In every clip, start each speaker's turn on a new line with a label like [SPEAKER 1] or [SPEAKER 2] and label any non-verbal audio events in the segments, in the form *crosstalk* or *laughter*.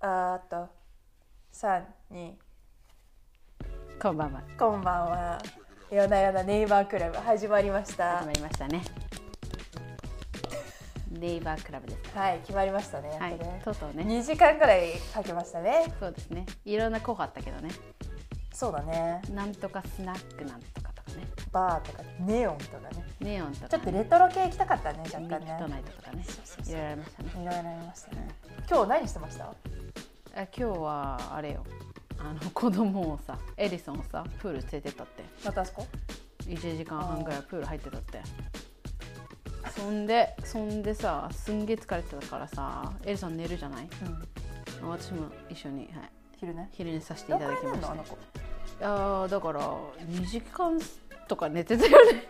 [SPEAKER 1] あーっと三二
[SPEAKER 2] こんばんは。
[SPEAKER 1] こんばんは。夜な夜なネイバークラブ始まりました
[SPEAKER 2] 始ま。りましたね。ネイバークラブです。
[SPEAKER 1] はい、決まりましたね。
[SPEAKER 2] はい
[SPEAKER 1] やっとね、
[SPEAKER 2] とうとうね。
[SPEAKER 1] 二時間くらいかけましたね。
[SPEAKER 2] そうですね。いろんな候補あったけどね。
[SPEAKER 1] そうだね。
[SPEAKER 2] なんとかスナックなんとかとかね。
[SPEAKER 1] バーとかネオンとかね。
[SPEAKER 2] ネオンと
[SPEAKER 1] ち
[SPEAKER 2] か、
[SPEAKER 1] ょっと
[SPEAKER 2] ね。
[SPEAKER 1] レトロ系行きたかったね、若
[SPEAKER 2] ミ
[SPEAKER 1] 干
[SPEAKER 2] ッド
[SPEAKER 1] ね。
[SPEAKER 2] ナイトとかね。
[SPEAKER 1] そう
[SPEAKER 2] い
[SPEAKER 1] そう
[SPEAKER 2] ろいろありましたね。
[SPEAKER 1] いろいろありましたね。今日何してました？
[SPEAKER 2] あ今日はあれよ。あの *laughs* 子供をさ、エリソンをさ、プール連れてったって。
[SPEAKER 1] またあそこ？
[SPEAKER 2] 1時間半ぐらいプール入ってたってそんでそんでさすんげえ疲れてたからさエリさん寝るじゃない
[SPEAKER 1] うん。
[SPEAKER 2] 私も一緒に、はい、
[SPEAKER 1] 昼ね。
[SPEAKER 2] 昼寝させてい
[SPEAKER 1] ど
[SPEAKER 2] た
[SPEAKER 1] こ
[SPEAKER 2] だきま
[SPEAKER 1] なの
[SPEAKER 2] した
[SPEAKER 1] あ
[SPEAKER 2] い
[SPEAKER 1] の子？
[SPEAKER 2] やーだから2時間とか寝てた
[SPEAKER 1] *laughs*
[SPEAKER 2] よね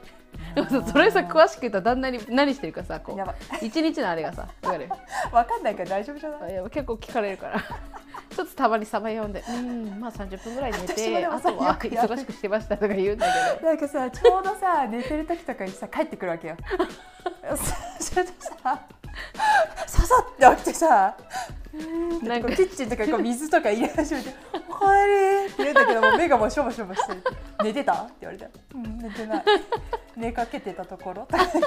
[SPEAKER 2] でもさそれさ詳しく言ったら旦那に何してるかさこ
[SPEAKER 1] やば
[SPEAKER 2] う一日のあれがさ分かる *laughs*
[SPEAKER 1] わかんないから大丈夫じゃない？
[SPEAKER 2] いや結構聞かれるから *laughs* ちょっとたまにさば読んで「うんまあ30分ぐらい寝
[SPEAKER 1] 私も
[SPEAKER 2] て
[SPEAKER 1] でも
[SPEAKER 2] あ
[SPEAKER 1] さ
[SPEAKER 2] とは
[SPEAKER 1] よくやる
[SPEAKER 2] 忙しくしてました」とか言うんだけど
[SPEAKER 1] なんかさちょうど
[SPEAKER 2] *laughs*
[SPEAKER 1] さ寝てる時とかにさ帰ってくるわけよ。それとさささって起きてさ
[SPEAKER 2] なん
[SPEAKER 1] こ
[SPEAKER 2] か
[SPEAKER 1] うキッチンとかにこう水とか入れ始めて「おかえり」って言うんだけどもう目がもうしょぼしょぼしてる「寝てた?」って言われて「うん寝てない」「寝かけてたところ」とか言っ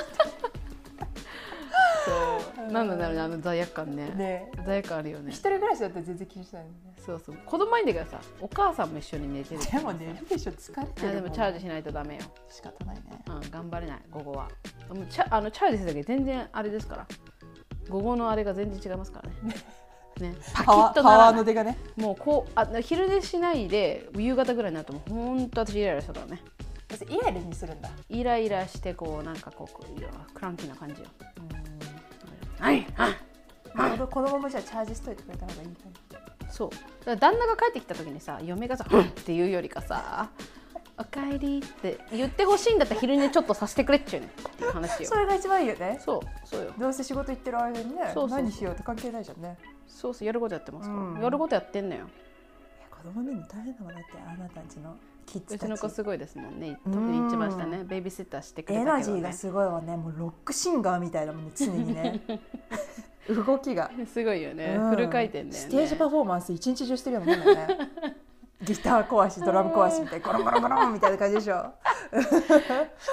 [SPEAKER 2] そうなんだろうねあの罪悪感ね
[SPEAKER 1] てね
[SPEAKER 2] 罪悪感あるよね
[SPEAKER 1] 一人暮らしだったら全然気にしないのね
[SPEAKER 2] そうそう子供はいいんだけどさお母さんも一緒に寝てるってい
[SPEAKER 1] で
[SPEAKER 2] う
[SPEAKER 1] も
[SPEAKER 2] のさ
[SPEAKER 1] 寝るでしょ疲れて
[SPEAKER 2] いや
[SPEAKER 1] る
[SPEAKER 2] で
[SPEAKER 1] も
[SPEAKER 2] も
[SPEAKER 1] ん
[SPEAKER 2] チャージしないとダメよ、
[SPEAKER 1] 仕方ないね
[SPEAKER 2] うん、頑張れない午後はもうチャあのチャージするだけ全然あれですから午後のあれが全然違いますからね *laughs* ねパキ
[SPEAKER 1] パワ
[SPEAKER 2] ッ
[SPEAKER 1] ー
[SPEAKER 2] と
[SPEAKER 1] パ
[SPEAKER 2] な
[SPEAKER 1] ワー
[SPEAKER 2] らな
[SPEAKER 1] の
[SPEAKER 2] い
[SPEAKER 1] 出がね
[SPEAKER 2] もうこうあ昼寝しないで夕方ぐらいになるともうほんと私イライラしたからね
[SPEAKER 1] 私イライラにするんだ
[SPEAKER 2] イライラしてこうなんかこうこういやクランキーな感じよはいはい
[SPEAKER 1] なるほ *laughs* どこのままじゃあチャージしといてくれた方がいいか
[SPEAKER 2] そうだから旦那が帰ってきた時にさ嫁が *laughs* さ「うん」って言うよりかさ「おかえり」って言ってほしいんだったら昼寝ちょっとさせてくれっちゅうねんっていう話
[SPEAKER 1] な
[SPEAKER 2] よ
[SPEAKER 1] それが一番いいよね
[SPEAKER 2] そうそうよ
[SPEAKER 1] どうせ仕事行ってる間にね
[SPEAKER 2] そうそうそう
[SPEAKER 1] 何しようって関係ないじゃんね
[SPEAKER 2] そうそうやることやってますから、
[SPEAKER 1] うん
[SPEAKER 2] やることやってんの
[SPEAKER 1] い
[SPEAKER 2] よ
[SPEAKER 1] や子供見るの大変だもんだってあなたたちのキッズ
[SPEAKER 2] う
[SPEAKER 1] た
[SPEAKER 2] ち
[SPEAKER 1] ち
[SPEAKER 2] の子すごいですもんね特に一番下ねベイビーシッターしてくれ
[SPEAKER 1] エ
[SPEAKER 2] た
[SPEAKER 1] ナ
[SPEAKER 2] け
[SPEAKER 1] ジ
[SPEAKER 2] ど
[SPEAKER 1] ー
[SPEAKER 2] ね
[SPEAKER 1] がすごいわねもうロックシンガーみたいだもんね常にね *laughs* 動きが、
[SPEAKER 2] すごいよね、
[SPEAKER 1] うん
[SPEAKER 2] フル回転だよね
[SPEAKER 1] ステージパフォーマンス一日中してるよねもん *laughs* ねギター壊しドラム壊しみたいなゴロンゴロンゴロンみたいな感じでしょ
[SPEAKER 2] し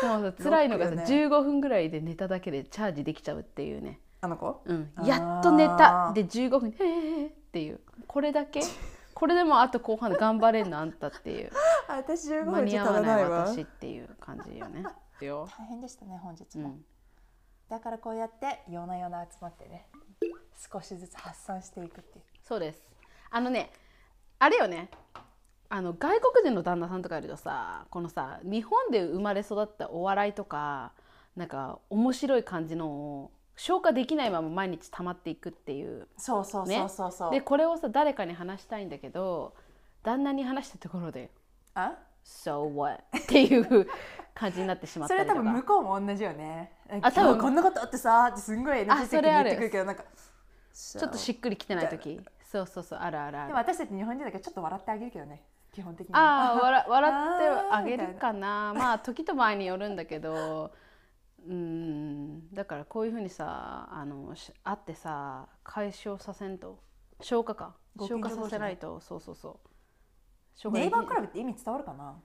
[SPEAKER 2] かもさ辛いのがさ、
[SPEAKER 1] ロックよ
[SPEAKER 2] 15分ぐらいで寝ただけでチャージできちゃうっていうね
[SPEAKER 1] あの子
[SPEAKER 2] うん
[SPEAKER 1] あ、ー
[SPEAKER 2] やっと寝たで15分「へえ」っていうこれだ
[SPEAKER 1] *laughs*
[SPEAKER 2] けこれでもあと後半で頑張れんのあんたっていう
[SPEAKER 1] あ *laughs* 私15
[SPEAKER 2] 間
[SPEAKER 1] 分
[SPEAKER 2] に
[SPEAKER 1] じゃ足
[SPEAKER 2] 合わ
[SPEAKER 1] ら
[SPEAKER 2] な
[SPEAKER 1] ないいわ
[SPEAKER 2] 私っていう感
[SPEAKER 1] *laughs*
[SPEAKER 2] じよね。よ、
[SPEAKER 1] 大変でしたね本日
[SPEAKER 2] う
[SPEAKER 1] も、
[SPEAKER 2] ん、
[SPEAKER 1] だからこうやって夜な夜な集まってね少しずつ発散していくっていう
[SPEAKER 2] そうですあのねあれよねあの外国人の旦那さんとかいるとさこのさ日本で生まれ育ったお笑いとかなんか面白い感じのを消化できないまま毎日溜まっていくっていう
[SPEAKER 1] そうそうそうそうそう、
[SPEAKER 2] でこれをさ誰かに話したいんだけど旦那に話したところで
[SPEAKER 1] あ
[SPEAKER 2] So what? っていう感じになってしまっ
[SPEAKER 1] そ
[SPEAKER 2] た
[SPEAKER 1] れ
[SPEAKER 2] り
[SPEAKER 1] は
[SPEAKER 2] と
[SPEAKER 1] 多分向
[SPEAKER 2] か。
[SPEAKER 1] こうも同じよね
[SPEAKER 2] あ
[SPEAKER 1] あ
[SPEAKER 2] 多
[SPEAKER 1] 多
[SPEAKER 2] 分
[SPEAKER 1] 分こんなことあってさってすんごい NG 的
[SPEAKER 2] そ
[SPEAKER 1] に
[SPEAKER 2] れ
[SPEAKER 1] 言
[SPEAKER 2] あ
[SPEAKER 1] っ
[SPEAKER 2] る
[SPEAKER 1] てくるけどなんかち
[SPEAKER 2] ちょっとしっくりきてない時そうそうそうあるあるあ
[SPEAKER 1] で
[SPEAKER 2] る
[SPEAKER 1] も私たち日本人だけどちょっと笑ってあげるけどね基本的に
[SPEAKER 2] ああ笑笑って
[SPEAKER 1] あー
[SPEAKER 2] あげるかなまあ時と場合によるんだけどうんだからこういうふうにさあのし会ってさ解消させんと消化か
[SPEAKER 1] ご
[SPEAKER 2] 消
[SPEAKER 1] 近所
[SPEAKER 2] 化
[SPEAKER 1] 同士ね
[SPEAKER 2] させないとそうそうそう消化
[SPEAKER 1] ネイ
[SPEAKER 2] でき
[SPEAKER 1] バ
[SPEAKER 2] な
[SPEAKER 1] ー
[SPEAKER 2] い
[SPEAKER 1] クラブって意味伝わるかな、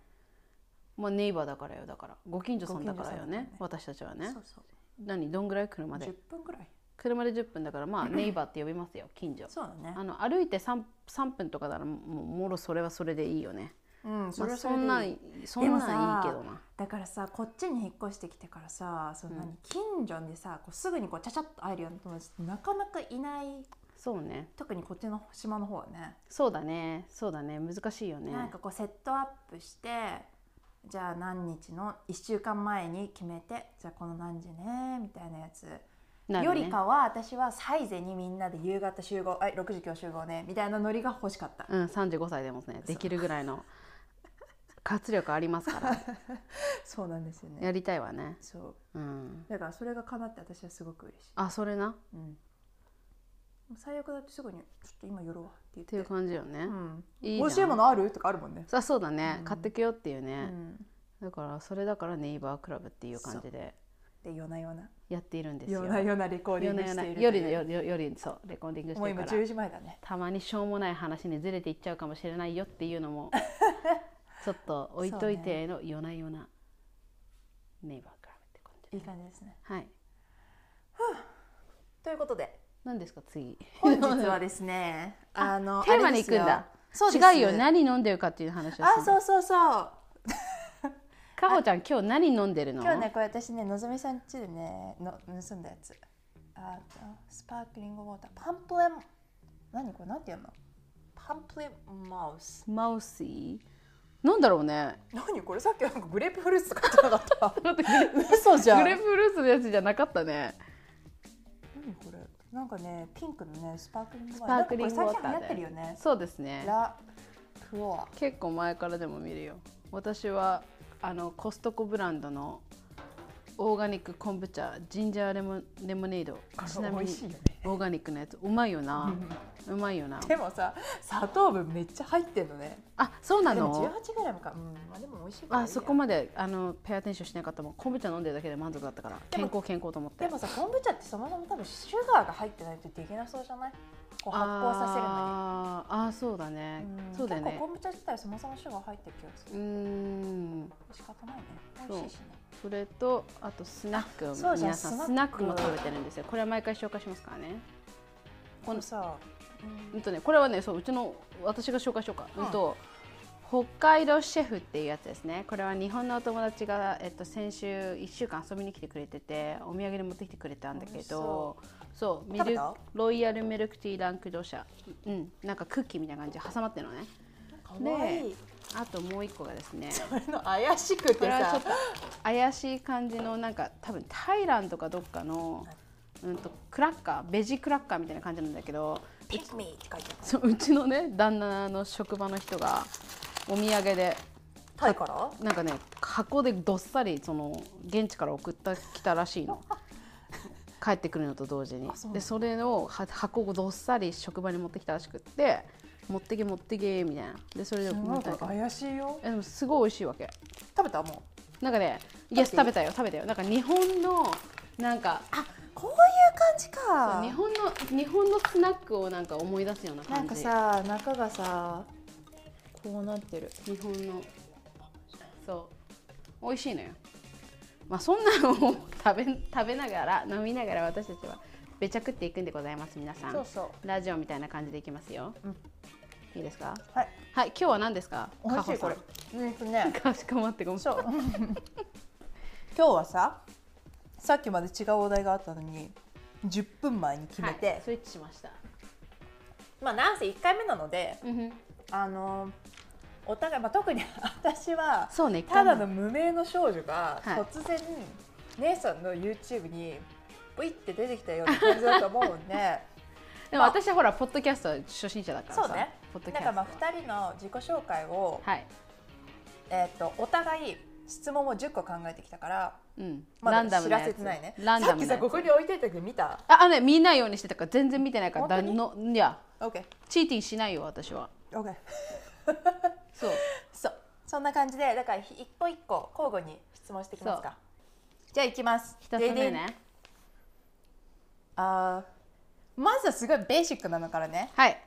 [SPEAKER 2] まあネイバーだからよだからご近所さんだからよ
[SPEAKER 1] ご近所さんだから
[SPEAKER 2] ね
[SPEAKER 1] ね
[SPEAKER 2] 私たちはね
[SPEAKER 1] そうそう
[SPEAKER 2] 何どんぐらい車で
[SPEAKER 1] 10分ぐらい
[SPEAKER 2] 車で10分だから
[SPEAKER 1] *laughs*
[SPEAKER 2] まあネイバーって呼びますよ近所
[SPEAKER 1] そうだね
[SPEAKER 2] あの歩いて 3, 3分とかならもうもろそれはそれでいいよね
[SPEAKER 1] うんそれ
[SPEAKER 2] そまあ、
[SPEAKER 1] はそ
[SPEAKER 2] そ
[SPEAKER 1] れでい
[SPEAKER 2] ん
[SPEAKER 1] い
[SPEAKER 2] なんそん
[SPEAKER 1] でも
[SPEAKER 2] なん
[SPEAKER 1] さ
[SPEAKER 2] いいけどな
[SPEAKER 1] だからさこっちに引っ越してきてからさその何、
[SPEAKER 2] うん
[SPEAKER 1] 近所でさこうすぐにこうちゃちゃっと会えるような友達ってなかなかいない
[SPEAKER 2] そうね
[SPEAKER 1] 特にこっちの島の方はね
[SPEAKER 2] そうだねそうだね難しいよね
[SPEAKER 1] なんかこうセットアップしてじゃあ何日の1週間前に決めてじゃあこの何時ねみたいなやつ、
[SPEAKER 2] なる
[SPEAKER 1] よ
[SPEAKER 2] ね
[SPEAKER 1] りかは私はサイゼにみんなで夕方集合はい6時今日集合ねみたいなノリが欲しか
[SPEAKER 2] *laughs*
[SPEAKER 1] った
[SPEAKER 2] うん35歳でもねできるぐらいの活力ありますから
[SPEAKER 1] *laughs* そうなんですよ
[SPEAKER 2] やりたいわね
[SPEAKER 1] そう
[SPEAKER 2] うん
[SPEAKER 1] だからそれが叶って私はすごく嬉しい、
[SPEAKER 2] あそれなっ
[SPEAKER 1] うん、最悪だってすぐに「ちょっと今寄ろう」って言って
[SPEAKER 2] ていう感じよね、
[SPEAKER 1] うん、
[SPEAKER 2] いいじゃん
[SPEAKER 1] 美味しいものあるとかあるもんね、
[SPEAKER 2] さあそうだね、
[SPEAKER 1] うん
[SPEAKER 2] 買ってけよっていう
[SPEAKER 1] う
[SPEAKER 2] ね、
[SPEAKER 1] ん、
[SPEAKER 2] だからそれだからネイバークラブっていう感じで
[SPEAKER 1] で夜な夜な
[SPEAKER 2] やっているんですよ
[SPEAKER 1] 夜な夜なレコーディング
[SPEAKER 2] 夜
[SPEAKER 1] している
[SPEAKER 2] 夜の夜夜夜にそうレコーディングし
[SPEAKER 1] も
[SPEAKER 2] て
[SPEAKER 1] う
[SPEAKER 2] る
[SPEAKER 1] 今
[SPEAKER 2] から
[SPEAKER 1] 10時前だね
[SPEAKER 2] たまにしょうもない話にずれていっちゃうかもしれないよっていうのも
[SPEAKER 1] *laughs*
[SPEAKER 2] ちょっと置いといての夜な夜なネイバークラブって感じ
[SPEAKER 1] いい感じですね
[SPEAKER 2] はい
[SPEAKER 1] ということ
[SPEAKER 2] *laughs*
[SPEAKER 1] で
[SPEAKER 2] 何ですか次
[SPEAKER 1] 本日はですねあの
[SPEAKER 2] *laughs* テーマに行くんだ
[SPEAKER 1] そうです
[SPEAKER 2] 違うよ何飲んでるかっていう話を
[SPEAKER 1] あ
[SPEAKER 2] して
[SPEAKER 1] そうそうそう
[SPEAKER 2] かほちゃん今日何飲んでるの
[SPEAKER 1] 今日ねこれ私ねのぞみさん家でねの盗んだやつああスパークリングウォーターパンプレン何これなんて読むのパンプレンマウス
[SPEAKER 2] マウスイーなんだろうね
[SPEAKER 1] 何これさっきなんかグレープフルーツとかじゃなか
[SPEAKER 2] *laughs*
[SPEAKER 1] っ
[SPEAKER 2] 待ってグ
[SPEAKER 1] た *laughs* 嘘じゃん
[SPEAKER 2] レープフルーツのやつじゃなかったね
[SPEAKER 1] 何これなんかねピンクのねスパークリングウォー
[SPEAKER 2] ス
[SPEAKER 1] タ
[SPEAKER 2] パ
[SPEAKER 1] ー
[SPEAKER 2] ークリングウォー
[SPEAKER 1] なんかこれ最近流
[SPEAKER 2] ター
[SPEAKER 1] 行
[SPEAKER 2] で
[SPEAKER 1] ってるよね
[SPEAKER 2] そうですね
[SPEAKER 1] ラクロア
[SPEAKER 2] 結構前からでも見るよ私はあのコストコブランドのオーガニック昆布茶ジンジャーレモンレモネードちなみ
[SPEAKER 1] 美
[SPEAKER 2] に
[SPEAKER 1] 味しいよね
[SPEAKER 2] オーガニックのやつうまいよなうまいよな
[SPEAKER 1] *laughs* でもさ砂糖分めっちゃ入ってんのね
[SPEAKER 2] あそうな
[SPEAKER 1] でも
[SPEAKER 2] の
[SPEAKER 1] 18グラムかうんまあでも美味しいからいい
[SPEAKER 2] あ
[SPEAKER 1] や
[SPEAKER 2] そこまであのペアテンションしなかったもん昆布茶飲んでるだけで満足だったから
[SPEAKER 1] で
[SPEAKER 2] 健
[SPEAKER 1] も
[SPEAKER 2] 康健康と思って
[SPEAKER 1] でもさ昆布茶ってそもそも多分シュガーが入ってないとできなそうじゃないこう発酵させるのに
[SPEAKER 2] あーあーそうだね
[SPEAKER 1] ん
[SPEAKER 2] そうだよ
[SPEAKER 1] 結
[SPEAKER 2] ね
[SPEAKER 1] 構昆布茶自体そもそもシュガー入ってる気がす
[SPEAKER 2] う
[SPEAKER 1] る
[SPEAKER 2] ーん
[SPEAKER 1] 仕方ないね
[SPEAKER 2] そう
[SPEAKER 1] 美味しいしね
[SPEAKER 2] それとあとスナック
[SPEAKER 1] そ
[SPEAKER 2] も
[SPEAKER 1] うじゃん
[SPEAKER 2] 皆さんス
[SPEAKER 1] ス
[SPEAKER 2] ナ
[SPEAKER 1] ナ
[SPEAKER 2] ッ
[SPEAKER 1] ッ
[SPEAKER 2] ク
[SPEAKER 1] ク
[SPEAKER 2] も食べてるんですよこれは毎回紹介しますからね
[SPEAKER 1] このさうん
[SPEAKER 2] うんとね、これはねそううちの私が紹介しようか、う
[SPEAKER 1] うん
[SPEAKER 2] んと北海道シェフっていうやつですねこれは日本のお友達が、えっと、先週1週間遊びに来てくれててお土産で持ってきてくれたんだ
[SPEAKER 1] 美
[SPEAKER 2] け
[SPEAKER 1] 味しそ
[SPEAKER 2] どそうミ
[SPEAKER 1] 食べ
[SPEAKER 2] ル
[SPEAKER 1] た
[SPEAKER 2] ロイヤルミルクティーランクドシャうんなんかクッキーみたいな感じで挟まってるのね
[SPEAKER 1] かわい *laughs* い
[SPEAKER 2] あともう一個がですね
[SPEAKER 1] これの怪しく
[SPEAKER 2] こ
[SPEAKER 1] て
[SPEAKER 2] れはち
[SPEAKER 1] さ
[SPEAKER 2] ょっと怪しい感じのなんか多分タイランとかどっかの、うん、とクラッカーベジクラッカーみたいな感じなんだけど
[SPEAKER 1] 「ピッミー」って書いてある
[SPEAKER 2] そううちのね旦那の職場の人がお土産で
[SPEAKER 1] タイから
[SPEAKER 2] なんかね箱でどっさりその現地から送ってきたらしい
[SPEAKER 1] *laughs*
[SPEAKER 2] の帰ってくるのと同時に
[SPEAKER 1] あそうなんだ
[SPEAKER 2] でそれをは箱をどっさり職場に持ってきたらしくって持ってけ持ってけみたいなでそれで持
[SPEAKER 1] な
[SPEAKER 2] っ
[SPEAKER 1] ん
[SPEAKER 2] て
[SPEAKER 1] か怪しいよ
[SPEAKER 2] でもすごい美味しいわけ
[SPEAKER 1] 食べたもう
[SPEAKER 2] なんかねイエス
[SPEAKER 1] 食
[SPEAKER 2] 食べ
[SPEAKER 1] べ
[SPEAKER 2] たよ食べたよなんか日本のなんか
[SPEAKER 1] あこういう感じ
[SPEAKER 2] そう
[SPEAKER 1] か
[SPEAKER 2] 日本の日本のスナックをなんか思い出すような
[SPEAKER 1] な
[SPEAKER 2] 感
[SPEAKER 1] ん
[SPEAKER 2] じ
[SPEAKER 1] かさ中がさこうなってる
[SPEAKER 2] 日本のそう美味しいのよまあそんなのを食べ食べながら飲みながら私たちはべちゃくっていくんでございます皆さん
[SPEAKER 1] そうそ
[SPEAKER 2] ラジオみたいな感じでいきますよ、
[SPEAKER 1] うん
[SPEAKER 2] いいですか
[SPEAKER 1] はい
[SPEAKER 2] はい今日は何ですか
[SPEAKER 1] 美味しいこれうんと
[SPEAKER 2] *laughs*
[SPEAKER 1] ね
[SPEAKER 2] かしこまってごめん
[SPEAKER 1] そう *laughs* 今日はささっきまで違うお題があったのに10分前に決めて、
[SPEAKER 2] はい、スイッチしました
[SPEAKER 1] まあなんせ1回目なので
[SPEAKER 2] うんふん
[SPEAKER 1] あのお互い、まあ、特に *laughs* 私は
[SPEAKER 2] そうね
[SPEAKER 1] ただの無名の少女が
[SPEAKER 2] はい
[SPEAKER 1] 突然、姉さんの YouTube にブイって出てきたような感じだと思うん
[SPEAKER 2] *laughs*
[SPEAKER 1] で
[SPEAKER 2] でも私はほらポッドキャストは初心者だからさ
[SPEAKER 1] そうね
[SPEAKER 2] ポッドキャ
[SPEAKER 1] なん
[SPEAKER 2] スト
[SPEAKER 1] かま
[SPEAKER 2] は
[SPEAKER 1] あ2人の自己紹介を、
[SPEAKER 2] はい、
[SPEAKER 1] えー、とお互い質問を10個考えてきたから
[SPEAKER 2] うん、
[SPEAKER 1] ま
[SPEAKER 2] ラ
[SPEAKER 1] だ
[SPEAKER 2] ンダムなや
[SPEAKER 1] 知らせ
[SPEAKER 2] つ
[SPEAKER 1] てないね
[SPEAKER 2] ランダムなやつ
[SPEAKER 1] さっきさここに置いてたけど見た
[SPEAKER 2] ああのね見ないようにしてたから全然見てないからだ
[SPEAKER 1] 本
[SPEAKER 2] のいや
[SPEAKER 1] ?OK
[SPEAKER 2] チーティングしないよ私は
[SPEAKER 1] OK
[SPEAKER 2] そう
[SPEAKER 1] そうそんな感じでだからひ一個一個交互に質問していきますかじゃあいきます
[SPEAKER 2] 一つ目
[SPEAKER 1] でで
[SPEAKER 2] ね
[SPEAKER 1] あーまずはすごいベーシックなのからね
[SPEAKER 2] はい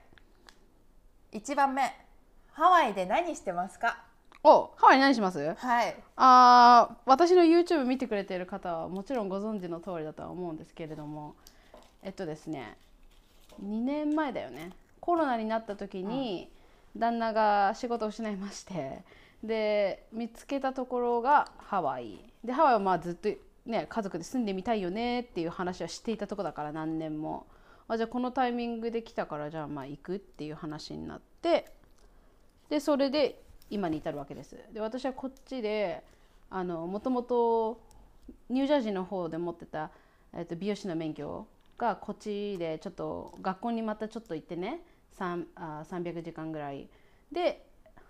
[SPEAKER 1] 1番目ハワイで何してますか
[SPEAKER 2] おハワイ何します
[SPEAKER 1] はい
[SPEAKER 2] あー私の YouTube 見てくれている方はもちろんご存知の通りだとは思うんですけれどもえっとですね2年前だよねコロナになった時に旦那が仕事を失いましてで見つけたところがハワイでハワイはまあずっと、ね、家族で住んでみたいよねっていう話はしていたとこだから何年もあじゃあこのタイミングで来たからじゃあまあ行くっていう話になってでそれで今に至るわけですで私はこっちであのもともとニュージャージーの方で持ってた、えっと美容師の免許がこっちでちょっと学校にまたちょっと行ってねさんあ300時間ぐらいで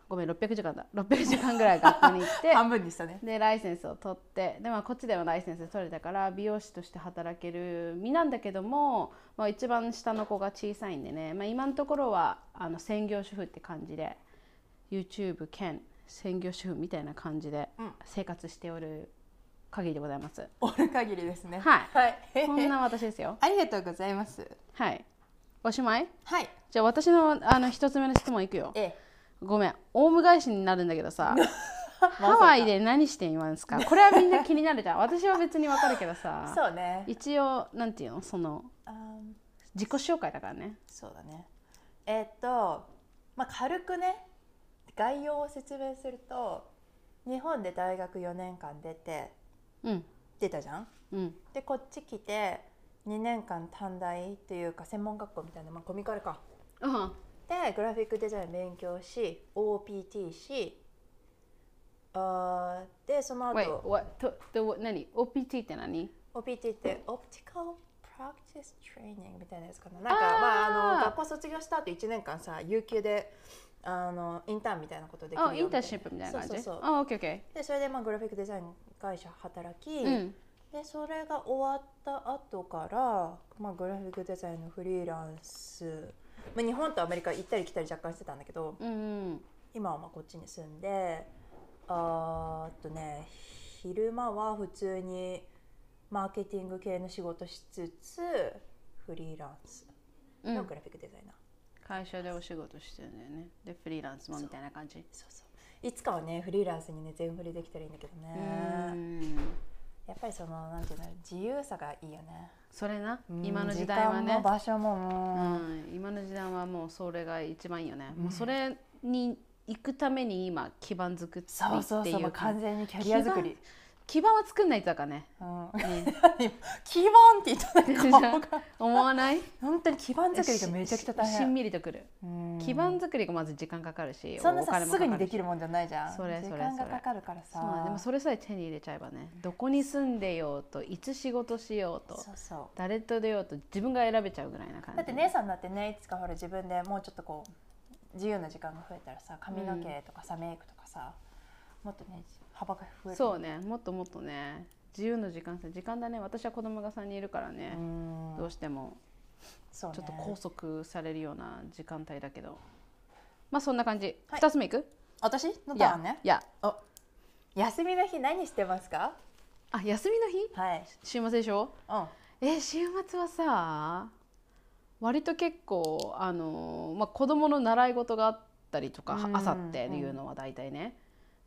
[SPEAKER 2] ごめん600時間だ600時間ぐらい学校に行
[SPEAKER 1] *laughs*
[SPEAKER 2] って
[SPEAKER 1] 半分にしたね
[SPEAKER 2] でライセンスを取ってで、まあ、こっちではライセンス取れたから美容師として働ける身なんだけども、まあ、一番下の子が小さいんでね、まあ、今のところはあの専業主婦って感じで YouTube 兼専業主婦みたいな感じで
[SPEAKER 1] うん
[SPEAKER 2] 生活しておる限りでございます
[SPEAKER 1] おる限りですね
[SPEAKER 2] はい
[SPEAKER 1] はい、
[SPEAKER 2] こんな私ですよ
[SPEAKER 1] ありがとうございます
[SPEAKER 2] はいおしまい
[SPEAKER 1] はい
[SPEAKER 2] じゃあ私のあの一つ目の質問いくよ
[SPEAKER 1] ええ
[SPEAKER 2] ごめんオウム返しになるんだけ
[SPEAKER 1] *laughs*
[SPEAKER 2] どさハワイで何していますかこれはみんな気になるじゃん私は別にわかるけ
[SPEAKER 1] *laughs*
[SPEAKER 2] どさ
[SPEAKER 1] そうね
[SPEAKER 2] 一応なんていうのその
[SPEAKER 1] あー
[SPEAKER 2] 自己紹介だからね
[SPEAKER 1] そうだねえーっと、まあ、軽くね概要を説明すると日本で大学4年間出て
[SPEAKER 2] うん
[SPEAKER 1] 出たじゃん
[SPEAKER 2] うん
[SPEAKER 1] でこっち来て2年間短大というか専門学校みたいな、まあ、コミカルか
[SPEAKER 2] うん
[SPEAKER 1] でグラフィックデザイン勉強し OPT しあーでその
[SPEAKER 2] Wait,
[SPEAKER 1] 後
[SPEAKER 2] what? とと何 ?OPT って何
[SPEAKER 1] OPT って Optical Practice Training みたいなやつかななんか
[SPEAKER 2] あー
[SPEAKER 1] まああの学校卒業した後1年間さ有給であのインターンみたいなことできるよ
[SPEAKER 2] あ、インターンシップみたいな感じ
[SPEAKER 1] そうそうそう
[SPEAKER 2] あ、OK, OK.
[SPEAKER 1] でそれでまあグラフィックデザイン会社働き、
[SPEAKER 2] うん。
[SPEAKER 1] でそれが終わった後から、まあ、グラフィックデザインのフリーランス、まあ、日本とアメリカ行ったり来たり若干してたんだけど
[SPEAKER 2] うん
[SPEAKER 1] 今はまあこっちに住んであーっとね昼間は普通にマーケティング系の仕事しつつフリーランス
[SPEAKER 2] うん。う
[SPEAKER 1] の
[SPEAKER 2] ん
[SPEAKER 1] グ、ラフィックデザイナー、
[SPEAKER 2] 会社でお仕事してるんだよね。で、フリーランスもみたいな感じ。
[SPEAKER 1] そうそういつかはねフリーランスにね全振りできたらいいんだけど
[SPEAKER 2] う
[SPEAKER 1] ね、
[SPEAKER 2] ん。
[SPEAKER 1] やっぱりそのなんていうの自由さがいいよね
[SPEAKER 2] それな
[SPEAKER 1] う、ん
[SPEAKER 2] 今の時代は
[SPEAKER 1] 時間も
[SPEAKER 2] ね。
[SPEAKER 1] 場所も
[SPEAKER 2] う
[SPEAKER 1] もう、
[SPEAKER 2] ん、今の時代はもうそれが一番いいよね。
[SPEAKER 1] うん
[SPEAKER 2] もうそれに行くために今、基盤作ってって
[SPEAKER 1] そうそうそう
[SPEAKER 2] い
[SPEAKER 1] も
[SPEAKER 2] う
[SPEAKER 1] う完
[SPEAKER 2] 感じ。
[SPEAKER 1] 全にキャリア作り、
[SPEAKER 2] 基盤は作んないとだからね。
[SPEAKER 1] うん、
[SPEAKER 2] ね
[SPEAKER 1] 基盤って言った
[SPEAKER 2] *laughs*
[SPEAKER 1] ね *laughs* 顔が
[SPEAKER 2] 思わない
[SPEAKER 1] 本当に基盤作りがめちゃくちゃ大
[SPEAKER 2] ししん
[SPEAKER 1] 変、
[SPEAKER 2] みりとくる。
[SPEAKER 1] うん
[SPEAKER 2] 基盤作りがまず時間かかるし、
[SPEAKER 1] そんな
[SPEAKER 2] お
[SPEAKER 1] さ
[SPEAKER 2] 金も
[SPEAKER 1] す
[SPEAKER 2] かか
[SPEAKER 1] ぐ
[SPEAKER 2] るし
[SPEAKER 1] にできるもんじゃないじゃん
[SPEAKER 2] それそれ
[SPEAKER 1] 時間がかかるからさ
[SPEAKER 2] そうなんでもそれさえ手に入れちゃえばねどこに住んでようといつ仕事しようと
[SPEAKER 1] そうそ
[SPEAKER 2] 誰と出ようと自分が選べちゃうぐらいな感
[SPEAKER 1] う
[SPEAKER 2] じ
[SPEAKER 1] だって姉さんだってねいつかほら自分でもうちょっとこう自由な時間が増えたらさ髪の毛とかさ、メイクとかさもっとね幅が増える
[SPEAKER 2] そうねもっともっとね自由の時間さ時間だね私は子供が3人いるから
[SPEAKER 1] う
[SPEAKER 2] ね、
[SPEAKER 1] ん
[SPEAKER 2] どうしても
[SPEAKER 1] そうね
[SPEAKER 2] ちょっと拘束されるような時間帯だけどまあそんな感じ、
[SPEAKER 1] はい
[SPEAKER 2] 2つ目いく
[SPEAKER 1] 私の
[SPEAKER 2] い
[SPEAKER 1] ター
[SPEAKER 2] や
[SPEAKER 1] ンね
[SPEAKER 2] いや
[SPEAKER 1] お休みの日何してますか
[SPEAKER 2] あ休みの日
[SPEAKER 1] はい
[SPEAKER 2] 週末でしょ
[SPEAKER 1] うん
[SPEAKER 2] え週末はさ割と結構あのー、まあ、子供の習い事があったりとか
[SPEAKER 1] うん
[SPEAKER 2] あさっていうのは大体ね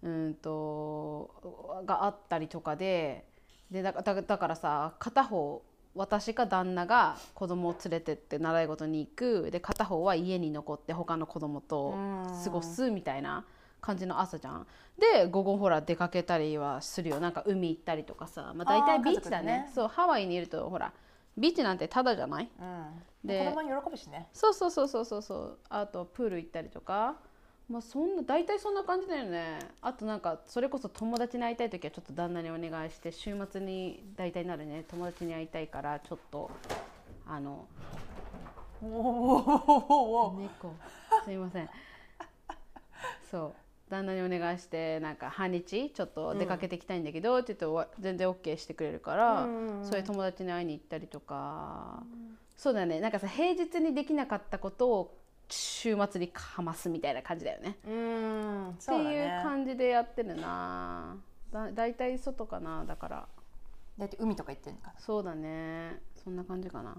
[SPEAKER 2] うんとがあったりとかででだだだからさ片方私か旦那が子供を連れてって習い事に行くで片方は家に残って他の子供と過ごすみたいな感じの朝じゃん。で午後ほら出かけたりはするよなんか海行ったりとかさ、まあ、大
[SPEAKER 1] あ
[SPEAKER 2] 体
[SPEAKER 1] ー
[SPEAKER 2] ビーチだ
[SPEAKER 1] 家族
[SPEAKER 2] ね
[SPEAKER 1] でね
[SPEAKER 2] そうハワイにいるとほらビーチなんてタダじゃない
[SPEAKER 1] うん
[SPEAKER 2] で
[SPEAKER 1] 子供に喜ぶしね
[SPEAKER 2] そうそうそうそうそうそうあとプール行ったりとかまあそんな大体そんな感じだよねあとなんかそれこそ友達に会いたい時はちょっと旦那にお願いして週末に大体なるね友達に会いたいからちょっとあの
[SPEAKER 1] おーおーおーおーおー
[SPEAKER 2] 猫すいませんそう旦那にお願いしてなんか半日ちょっと出かけていきたいんだけど、って言ってわ全然 OK してくれるから、
[SPEAKER 1] うん
[SPEAKER 2] そういう友達に会いに行ったりとか、そうだねなんかさ平日にできなかったことを週末にかますみたいな感じだよね
[SPEAKER 1] うん
[SPEAKER 2] って
[SPEAKER 1] そうだ
[SPEAKER 2] いう
[SPEAKER 1] ね
[SPEAKER 2] 感じでやってるなだだいたい外かなだから
[SPEAKER 1] だって海とか行ってるのかな
[SPEAKER 2] そうだねそんな感じかな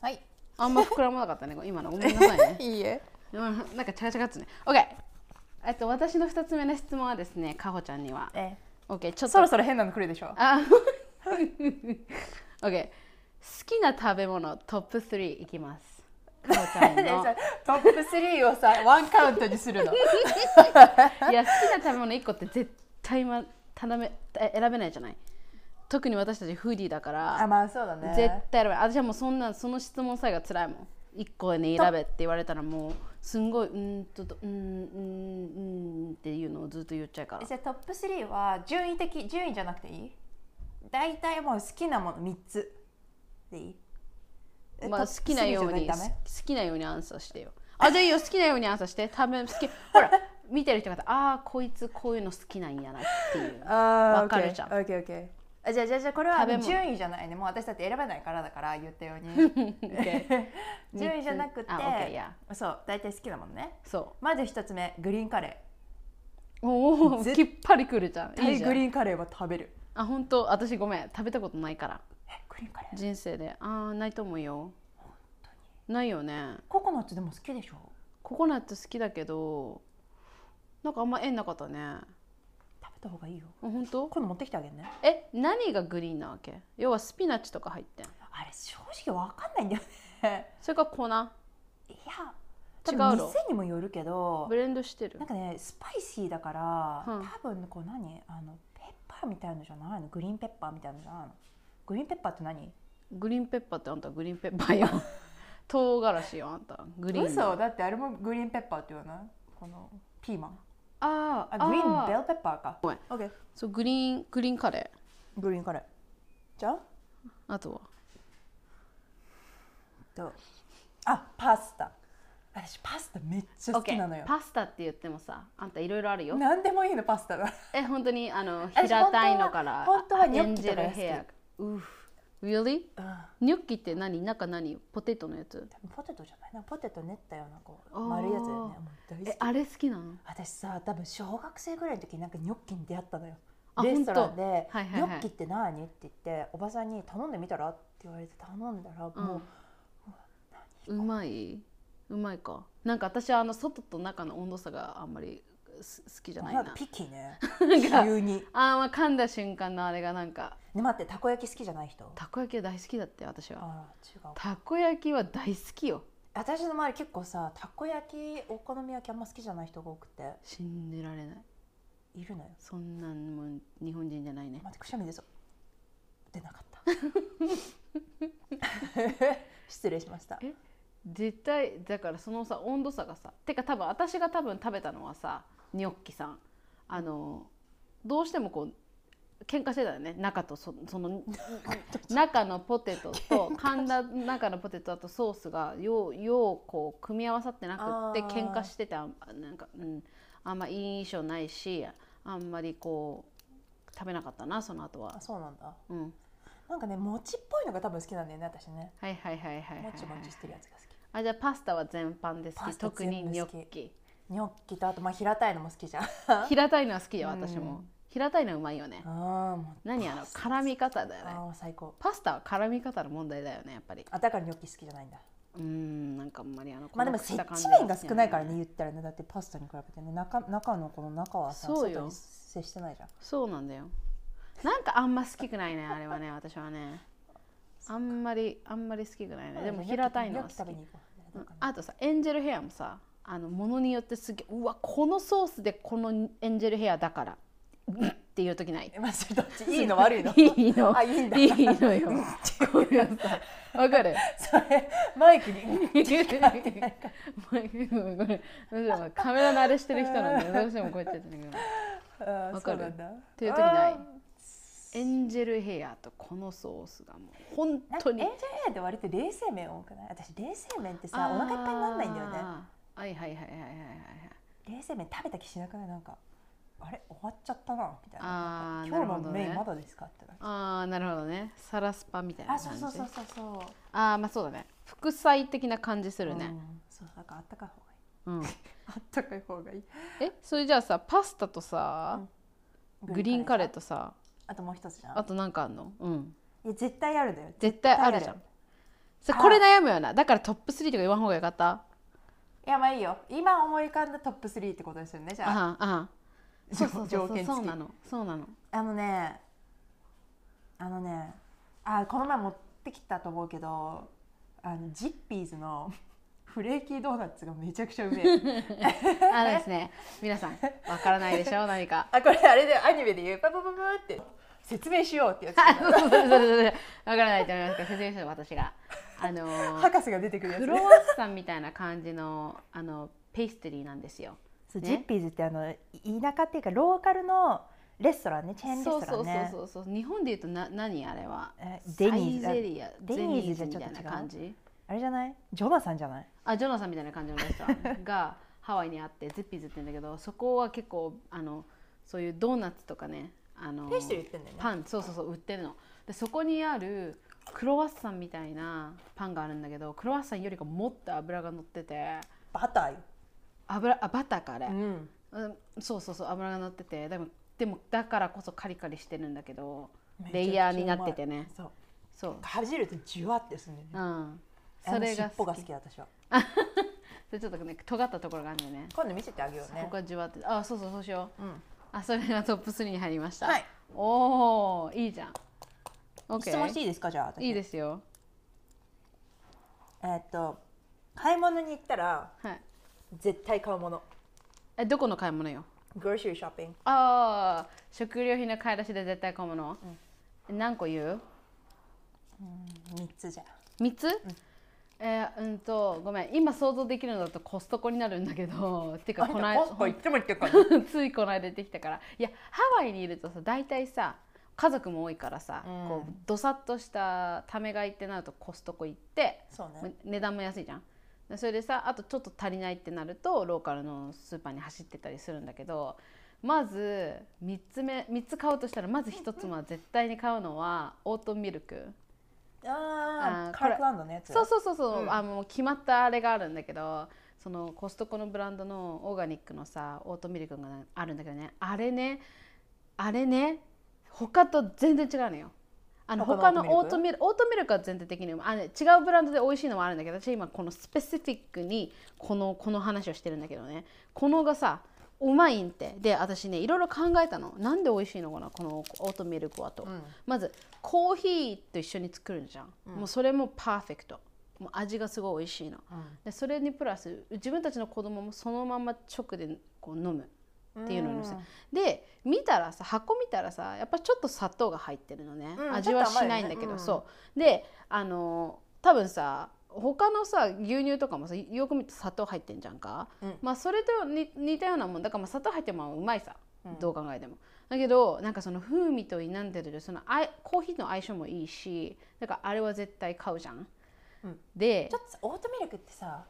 [SPEAKER 1] はい
[SPEAKER 2] あんま膨らまなかったね今のごめんなさいね
[SPEAKER 1] いいえ
[SPEAKER 2] うんなんかチャカチャカっつね。OK! えっと私の2つ目の質問はですね、かほちゃんには。
[SPEAKER 1] え
[SPEAKER 2] OK、ちょっ
[SPEAKER 1] そ
[SPEAKER 2] と。
[SPEAKER 1] ろそろ変なの来るでしょ
[SPEAKER 2] あ *laughs* OK。好きな食べ物トップ3いきます。かほちゃ
[SPEAKER 1] *laughs*
[SPEAKER 2] ん
[SPEAKER 1] ね
[SPEAKER 2] の。
[SPEAKER 1] トップ3をさワンカウントにするの
[SPEAKER 2] いや、好きな食べ物1個って絶対、ま、頼めえ選べないじゃない。特に私たちフーディーだか
[SPEAKER 1] *laughs*
[SPEAKER 2] ら、
[SPEAKER 1] まあそうだね
[SPEAKER 2] 絶対選べない。私はもうそんな、その質問さえが辛いもん。1個に選べって言われたらもう、すんごい、うーんと、うーん、うーん、うーんっていうのをずっと言っちゃうから。
[SPEAKER 1] じゃあトップ3は順位的順位じゃなくていい大体もう好きなもの3つでいいえ
[SPEAKER 2] まあ
[SPEAKER 1] トッ
[SPEAKER 2] 好
[SPEAKER 1] プ
[SPEAKER 2] きなよう
[SPEAKER 1] 3
[SPEAKER 2] に
[SPEAKER 1] じゃ
[SPEAKER 2] 好
[SPEAKER 1] なきゃダメ
[SPEAKER 2] きなようにアンサーしてよあじゃあいいよ好きなようにアンサー
[SPEAKER 1] *laughs*
[SPEAKER 2] して多分好きほら見てる人がああーこいつこういうの好きなんやなっていう
[SPEAKER 1] あー
[SPEAKER 2] わかるじゃん
[SPEAKER 1] オッケーオッケーオッケーあじゃあじゃあじゃあこれは
[SPEAKER 2] 食べ物
[SPEAKER 1] 順位じゃないねもう私だって選べないからだから言ったよ *laughs* うに順位じゃなくて
[SPEAKER 2] あ OK いや
[SPEAKER 1] そう大体好きなものね
[SPEAKER 2] そ
[SPEAKER 1] まず一つ目グリーンカレ
[SPEAKER 2] うおおきっぱりくるじゃん
[SPEAKER 1] ー
[SPEAKER 2] いいじゃ
[SPEAKER 1] グ
[SPEAKER 2] ん
[SPEAKER 1] リーンカレーは食べる
[SPEAKER 2] あ本当私ごめん食べたことないから
[SPEAKER 1] えグリーンカレー
[SPEAKER 2] 人生でああないと思うよないよね
[SPEAKER 1] ココナッツでも好きでしょ
[SPEAKER 2] ココナッツ好きだけどなんかあんま縁なかったねあ
[SPEAKER 1] 食べた方がいいよ
[SPEAKER 2] 本当
[SPEAKER 1] 今度持ってきてあげるね
[SPEAKER 2] え何がグリーンなわけ要はスピナッチとか入ってん
[SPEAKER 1] あれ正直わかんないんだよね *laughs*
[SPEAKER 2] それか粉
[SPEAKER 1] いや多
[SPEAKER 2] 違う
[SPEAKER 1] 分
[SPEAKER 2] の
[SPEAKER 1] 店にもよるけど
[SPEAKER 2] ブレンドしてる
[SPEAKER 1] なんかねスパイシーだから、
[SPEAKER 2] うん
[SPEAKER 1] 多分こう何あのペッパーみたいのじゃないのグリーンペッパーみたいのじゃないのグリーンペッパーって何
[SPEAKER 2] グリーンペッパーってあんたグリーンペッパーよ
[SPEAKER 1] *laughs*
[SPEAKER 2] 唐辛子よあんたグリーンの
[SPEAKER 1] 嘘だってあれもグリーンペッパーって言わないこのピーマン
[SPEAKER 2] あー
[SPEAKER 1] あグリーンベ
[SPEAKER 2] あー
[SPEAKER 1] ルペッパーか
[SPEAKER 2] ごめん
[SPEAKER 1] オッケー
[SPEAKER 2] そうグリーングリーンカレ
[SPEAKER 1] グリーンカレーじゃあ
[SPEAKER 2] ーあとは
[SPEAKER 1] とあパスタ私パスタめっちゃ好きなのよ、
[SPEAKER 2] パスタって言ってもさあんたいろいろあるよ
[SPEAKER 1] なんでもいいのパスタが
[SPEAKER 2] え本当にあの
[SPEAKER 1] 私
[SPEAKER 2] 平たいのから
[SPEAKER 1] 本当は本当はニョッキ
[SPEAKER 2] エ
[SPEAKER 1] とか
[SPEAKER 2] ンジェ
[SPEAKER 1] が
[SPEAKER 2] ル
[SPEAKER 1] 好き
[SPEAKER 2] ヘアうふ Really?
[SPEAKER 1] うん
[SPEAKER 2] ニョッキって何中何ポテトのやつ
[SPEAKER 1] ポテトじゃないなんかポテト練ったようなこう
[SPEAKER 2] あー
[SPEAKER 1] 丸いやつだよねもう大好き
[SPEAKER 2] えあれ好きなの
[SPEAKER 1] 私さ多分小学生ぐらいの時になんかニョッキに出会ったのよ
[SPEAKER 2] あ
[SPEAKER 1] レストランで、
[SPEAKER 2] 当はいはいはい
[SPEAKER 1] ニョッキって何?」って言っておばさんに「頼んでみたら?」って言われて頼んだらもう、
[SPEAKER 2] うんうまいうまいかなんか私はあの外と中の温度差があんまりす好きじゃない
[SPEAKER 1] なん
[SPEAKER 2] *laughs* な
[SPEAKER 1] かピキね
[SPEAKER 2] か
[SPEAKER 1] 急に
[SPEAKER 2] あーまあ噛んだ瞬間のあれがなんか
[SPEAKER 1] ね待ってたこ焼き好きじゃない人
[SPEAKER 2] たこ焼きは大好きだって私は
[SPEAKER 1] あら違う
[SPEAKER 2] たこ焼きは大好きよ
[SPEAKER 1] 私の周り結構さたこ焼きお好み焼きあんま好きじゃない人が多くて
[SPEAKER 2] 信じられない
[SPEAKER 1] いるのよ
[SPEAKER 2] そんなんもう日本人じゃないね
[SPEAKER 1] 待ってくしゃみ出そう出なかった
[SPEAKER 2] *laughs*
[SPEAKER 1] 失礼しました
[SPEAKER 2] え絶対だからそのさ温度差がさてか多分私が多分食べたのはさニョッキさんあのどうしてもこう喧嘩してたよね中とそそ
[SPEAKER 1] *laughs*
[SPEAKER 2] の中のポテトと噛んだ中のポテトとソースがようようこう組み合わさってなくって
[SPEAKER 1] あー
[SPEAKER 2] 喧嘩しててあんなんか、うん、あんまいい印象ないしあんまりこう食べなかったなその後は
[SPEAKER 1] あ、そうなんだ
[SPEAKER 2] うん、
[SPEAKER 1] なんかね餅っぽいのが多分好きなんだよね私ね
[SPEAKER 2] はいはいはいはいはい、はい
[SPEAKER 1] もちもちしてるやつが好き
[SPEAKER 2] あじゃあパスタは全般で好
[SPEAKER 1] パ
[SPEAKER 2] き
[SPEAKER 1] スタ
[SPEAKER 2] 特に
[SPEAKER 1] 全部好き
[SPEAKER 2] ニョッキ
[SPEAKER 1] ニョッキとあとまあ平たいのも好きじゃん
[SPEAKER 2] 平たいのは好きよ
[SPEAKER 1] うん
[SPEAKER 2] 私も、平たいのうまいよね、
[SPEAKER 1] ああもう
[SPEAKER 2] 何あの絡み方だよね
[SPEAKER 1] あー最高
[SPEAKER 2] パスタは絡み方の問題だよねやっぱり
[SPEAKER 1] あだからニョッキ好きじゃないんだ
[SPEAKER 2] うーんなんかあんまりあの
[SPEAKER 1] まあでも
[SPEAKER 2] こ
[SPEAKER 1] 接
[SPEAKER 2] の
[SPEAKER 1] 地
[SPEAKER 2] くした
[SPEAKER 1] 面
[SPEAKER 2] 感じ
[SPEAKER 1] が
[SPEAKER 2] 好き
[SPEAKER 1] 少ないから
[SPEAKER 2] じ
[SPEAKER 1] ね
[SPEAKER 2] ゃ
[SPEAKER 1] 言ったらねだってパスタに比べてね中中のこの中はさ
[SPEAKER 2] そう
[SPEAKER 1] 外
[SPEAKER 2] よ
[SPEAKER 1] に接してないじゃん
[SPEAKER 2] そうなんだよなんかあんま好きくないねあれはね私はねあんまりあんまり好きくないねでも平たいのは
[SPEAKER 1] ニョッキ
[SPEAKER 2] 好
[SPEAKER 1] 食
[SPEAKER 2] き
[SPEAKER 1] べに行こう、
[SPEAKER 2] うんあとさエンジェルヘアもさあのものによってすげえうわこのソースでこのエンジェルヘアだからうんっていう時ない
[SPEAKER 1] えまあそれどっちいい
[SPEAKER 2] *laughs*
[SPEAKER 1] の悪いの
[SPEAKER 2] いいの
[SPEAKER 1] あいいんだ
[SPEAKER 2] いいのよこれさわかる
[SPEAKER 1] それマイクに
[SPEAKER 2] *laughs* ごめんごめんどうしてもカメラ慣れしてる人
[SPEAKER 1] *laughs*
[SPEAKER 2] なんでどうしてもこうやってやってんだけど
[SPEAKER 1] わ
[SPEAKER 2] わかる
[SPEAKER 1] って
[SPEAKER 2] いう時ないエンジェルヘアとこのソースがもう本
[SPEAKER 1] なんか
[SPEAKER 2] 当
[SPEAKER 1] エンジ
[SPEAKER 2] に
[SPEAKER 1] ェルヘアって割と冷製麺多くない私冷製麺ってさお腹いっぱいにならないんだよね
[SPEAKER 2] あーはいはいはいはいはいはいはい
[SPEAKER 1] 冷製麺食べた気しなくないなんかあれ終わっちゃったなみたい
[SPEAKER 2] あ
[SPEAKER 1] な
[SPEAKER 2] ー
[SPEAKER 1] 今日
[SPEAKER 2] な
[SPEAKER 1] の
[SPEAKER 2] るほどね
[SPEAKER 1] メインまだですかってなる
[SPEAKER 2] ああなるほどねサラスパみたいな
[SPEAKER 1] あ
[SPEAKER 2] 感
[SPEAKER 1] そう
[SPEAKER 2] じ
[SPEAKER 1] そうそうそうそう、
[SPEAKER 2] あーまあそうだね副菜的な感じする
[SPEAKER 1] う
[SPEAKER 2] ね
[SPEAKER 1] んそうだからあったかい方がいい
[SPEAKER 2] うん
[SPEAKER 1] あったかい方がいい
[SPEAKER 2] えそれじゃあさパスタとさグリーンカレーとさ
[SPEAKER 1] あともう一つじゃん
[SPEAKER 2] あとなんかあんのうん
[SPEAKER 1] いや絶対あるんだよ
[SPEAKER 2] 絶対あるじゃ
[SPEAKER 1] 絶
[SPEAKER 2] ん
[SPEAKER 1] 対
[SPEAKER 2] それ
[SPEAKER 1] あ
[SPEAKER 2] これ悩むよなだからトップ3とか言わん方がよかった
[SPEAKER 1] いやまあいいよ今思い浮かんだトップ3ってことですよねじ
[SPEAKER 2] あ
[SPEAKER 1] ゃあ
[SPEAKER 2] はんあはんそうそうそう
[SPEAKER 1] 条
[SPEAKER 2] そう
[SPEAKER 1] 件付
[SPEAKER 2] そう
[SPEAKER 1] き
[SPEAKER 2] なのそう
[SPEAKER 1] *laughs*
[SPEAKER 2] なの
[SPEAKER 1] あのねあのねあこの前持ってきたと思うけどあのジッピーズの *laughs* フレーキードーナツがめちゃくちゃうめえ
[SPEAKER 2] あのですね皆さんわからないでしょう
[SPEAKER 1] *laughs*
[SPEAKER 2] 何か
[SPEAKER 1] あこれあれでアニメで言うパパパパって説明しようってやつ
[SPEAKER 2] あそうそうそうそうわからないと思いますけど説明する私があのー
[SPEAKER 1] 博士が出てくるやつ
[SPEAKER 2] クロワ
[SPEAKER 1] ね
[SPEAKER 2] ッサンみたいな感じのあのペイステリーなんですよ
[SPEAKER 1] そう
[SPEAKER 2] ね
[SPEAKER 1] ジッピーズってあのい田舎っていうかローカルのレストランねチェーンレ
[SPEAKER 2] そう
[SPEAKER 1] ストラ
[SPEAKER 2] そう
[SPEAKER 1] ンね
[SPEAKER 2] そうそうそう日本で言うとな何あれは
[SPEAKER 1] えデニーズ
[SPEAKER 2] サイゼリア
[SPEAKER 1] デニーズ
[SPEAKER 2] ゼ
[SPEAKER 1] じゃ
[SPEAKER 2] み
[SPEAKER 1] ちょ
[SPEAKER 2] たい
[SPEAKER 1] っと違う
[SPEAKER 2] な感じ
[SPEAKER 1] あれじゃないジョナサンじゃない
[SPEAKER 2] あジョナサンみたいな感じのレストラ
[SPEAKER 1] *laughs*
[SPEAKER 2] ンがハワイにあってゼッピーズって言うんだけどそこは結構あのそういうドーナツとかねあの
[SPEAKER 1] ってんだよ
[SPEAKER 2] パンそうそうそう売ってるのでそこにあるクロワッサンみたいなパンがあるんだけどクロワッサンよりかもっと油が乗ってて
[SPEAKER 1] バターよ、
[SPEAKER 2] 油あバターかあれ、
[SPEAKER 1] ん、
[SPEAKER 2] うん、そうそうそう油が乗っててでもででもだからこそカリカリしてるんだけど
[SPEAKER 1] めちゃくちゃ
[SPEAKER 2] レイヤーになっててね
[SPEAKER 1] そう
[SPEAKER 2] そう
[SPEAKER 1] かじるとジュワってするんだよね
[SPEAKER 2] うん
[SPEAKER 1] あ
[SPEAKER 2] そ
[SPEAKER 1] の
[SPEAKER 2] れ
[SPEAKER 1] 尻
[SPEAKER 2] が
[SPEAKER 1] 尾
[SPEAKER 2] 好
[SPEAKER 1] が
[SPEAKER 2] き
[SPEAKER 1] 好き私は
[SPEAKER 2] それちょっとね尖ったところがあるんだよね
[SPEAKER 1] 今度見せてあげようね
[SPEAKER 2] ここはじわってあそうそうそうしよう
[SPEAKER 1] うん
[SPEAKER 2] あそれがトップ3に入りました、
[SPEAKER 1] はい、
[SPEAKER 2] おおいいじゃん OK
[SPEAKER 1] 質問していいですかじゃあ私
[SPEAKER 2] いいですよ
[SPEAKER 1] えーっと買い物に行ったら
[SPEAKER 2] はい
[SPEAKER 1] 絶対買うもの
[SPEAKER 2] えどこの買い物よ
[SPEAKER 1] grocery shopping
[SPEAKER 2] ああ食料品の買い出しで絶対買うもの、何個言う
[SPEAKER 1] 3つじゃん
[SPEAKER 2] 3つ、えーうんとごめん今想像できるのだとコストコになるんだけ
[SPEAKER 1] *laughs*
[SPEAKER 2] どてかこの間
[SPEAKER 1] いつも言ってるから
[SPEAKER 2] *laughs* ついこの間出てきたからいやハワイにいるとさ大体さ家族も多いからさ、
[SPEAKER 1] うん
[SPEAKER 2] こうどさっとしたため買いってなるとコストコ行って、
[SPEAKER 1] そうね
[SPEAKER 2] 値段も安いじゃんでそれでさあとちょっと足りないってなるとローカルのスーパーに走ってたりするんだけどまず3つ目3つ買うとしたらまず1つは絶対に買うのはオートミルク
[SPEAKER 1] あー
[SPEAKER 2] あー
[SPEAKER 1] カラクランドのやつ
[SPEAKER 2] そうそうそうそう、
[SPEAKER 1] うん
[SPEAKER 2] あもう決まったあれがあるんだけどそのコストコのブランドのオーガニックのさオートミルクがあるんだけどねあれねあれね他と全然違うのよあの他
[SPEAKER 1] 他の
[SPEAKER 2] のオ
[SPEAKER 1] オ
[SPEAKER 2] ー
[SPEAKER 1] ー
[SPEAKER 2] ト
[SPEAKER 1] ト
[SPEAKER 2] ミルクオートミルクは全体的にうまいあの違うブランドで美味しいのもあるんだけど私今このスペシフィックにこのこの話をしてるんだけどねこのがさうまいんってで私ねいろいろ考えたのなんで美味しいのかなこのオートミルクはと、
[SPEAKER 1] うん
[SPEAKER 2] まずコーヒーと一緒に作るじゃん、もうそれもパーフェクトもう味がすごい美味しいの、
[SPEAKER 1] うん
[SPEAKER 2] でそれにプラス自分たちの子供もそのまま直でこう飲むっていうのにさ、で見たらさ箱見たらさやっぱちょっと砂糖が入ってるのね、
[SPEAKER 1] うん
[SPEAKER 2] 味はしないんだけ
[SPEAKER 1] ちょっと甘いよ
[SPEAKER 2] ど、
[SPEAKER 1] ねうん
[SPEAKER 2] そうであの多分さ他のさ牛乳とかもさよく見ると砂糖入ってんじゃんか、
[SPEAKER 1] うん
[SPEAKER 2] まあそれとに似たようなもんだからまあ砂糖入ってもうまいさ、
[SPEAKER 1] うん
[SPEAKER 2] どう考えてもだけどなんかその風味といなんでるそのあいコーヒーの相性もいいしだからあれは絶対買うじゃん、
[SPEAKER 1] うん
[SPEAKER 2] で
[SPEAKER 1] ちょっとさオートミルクってさ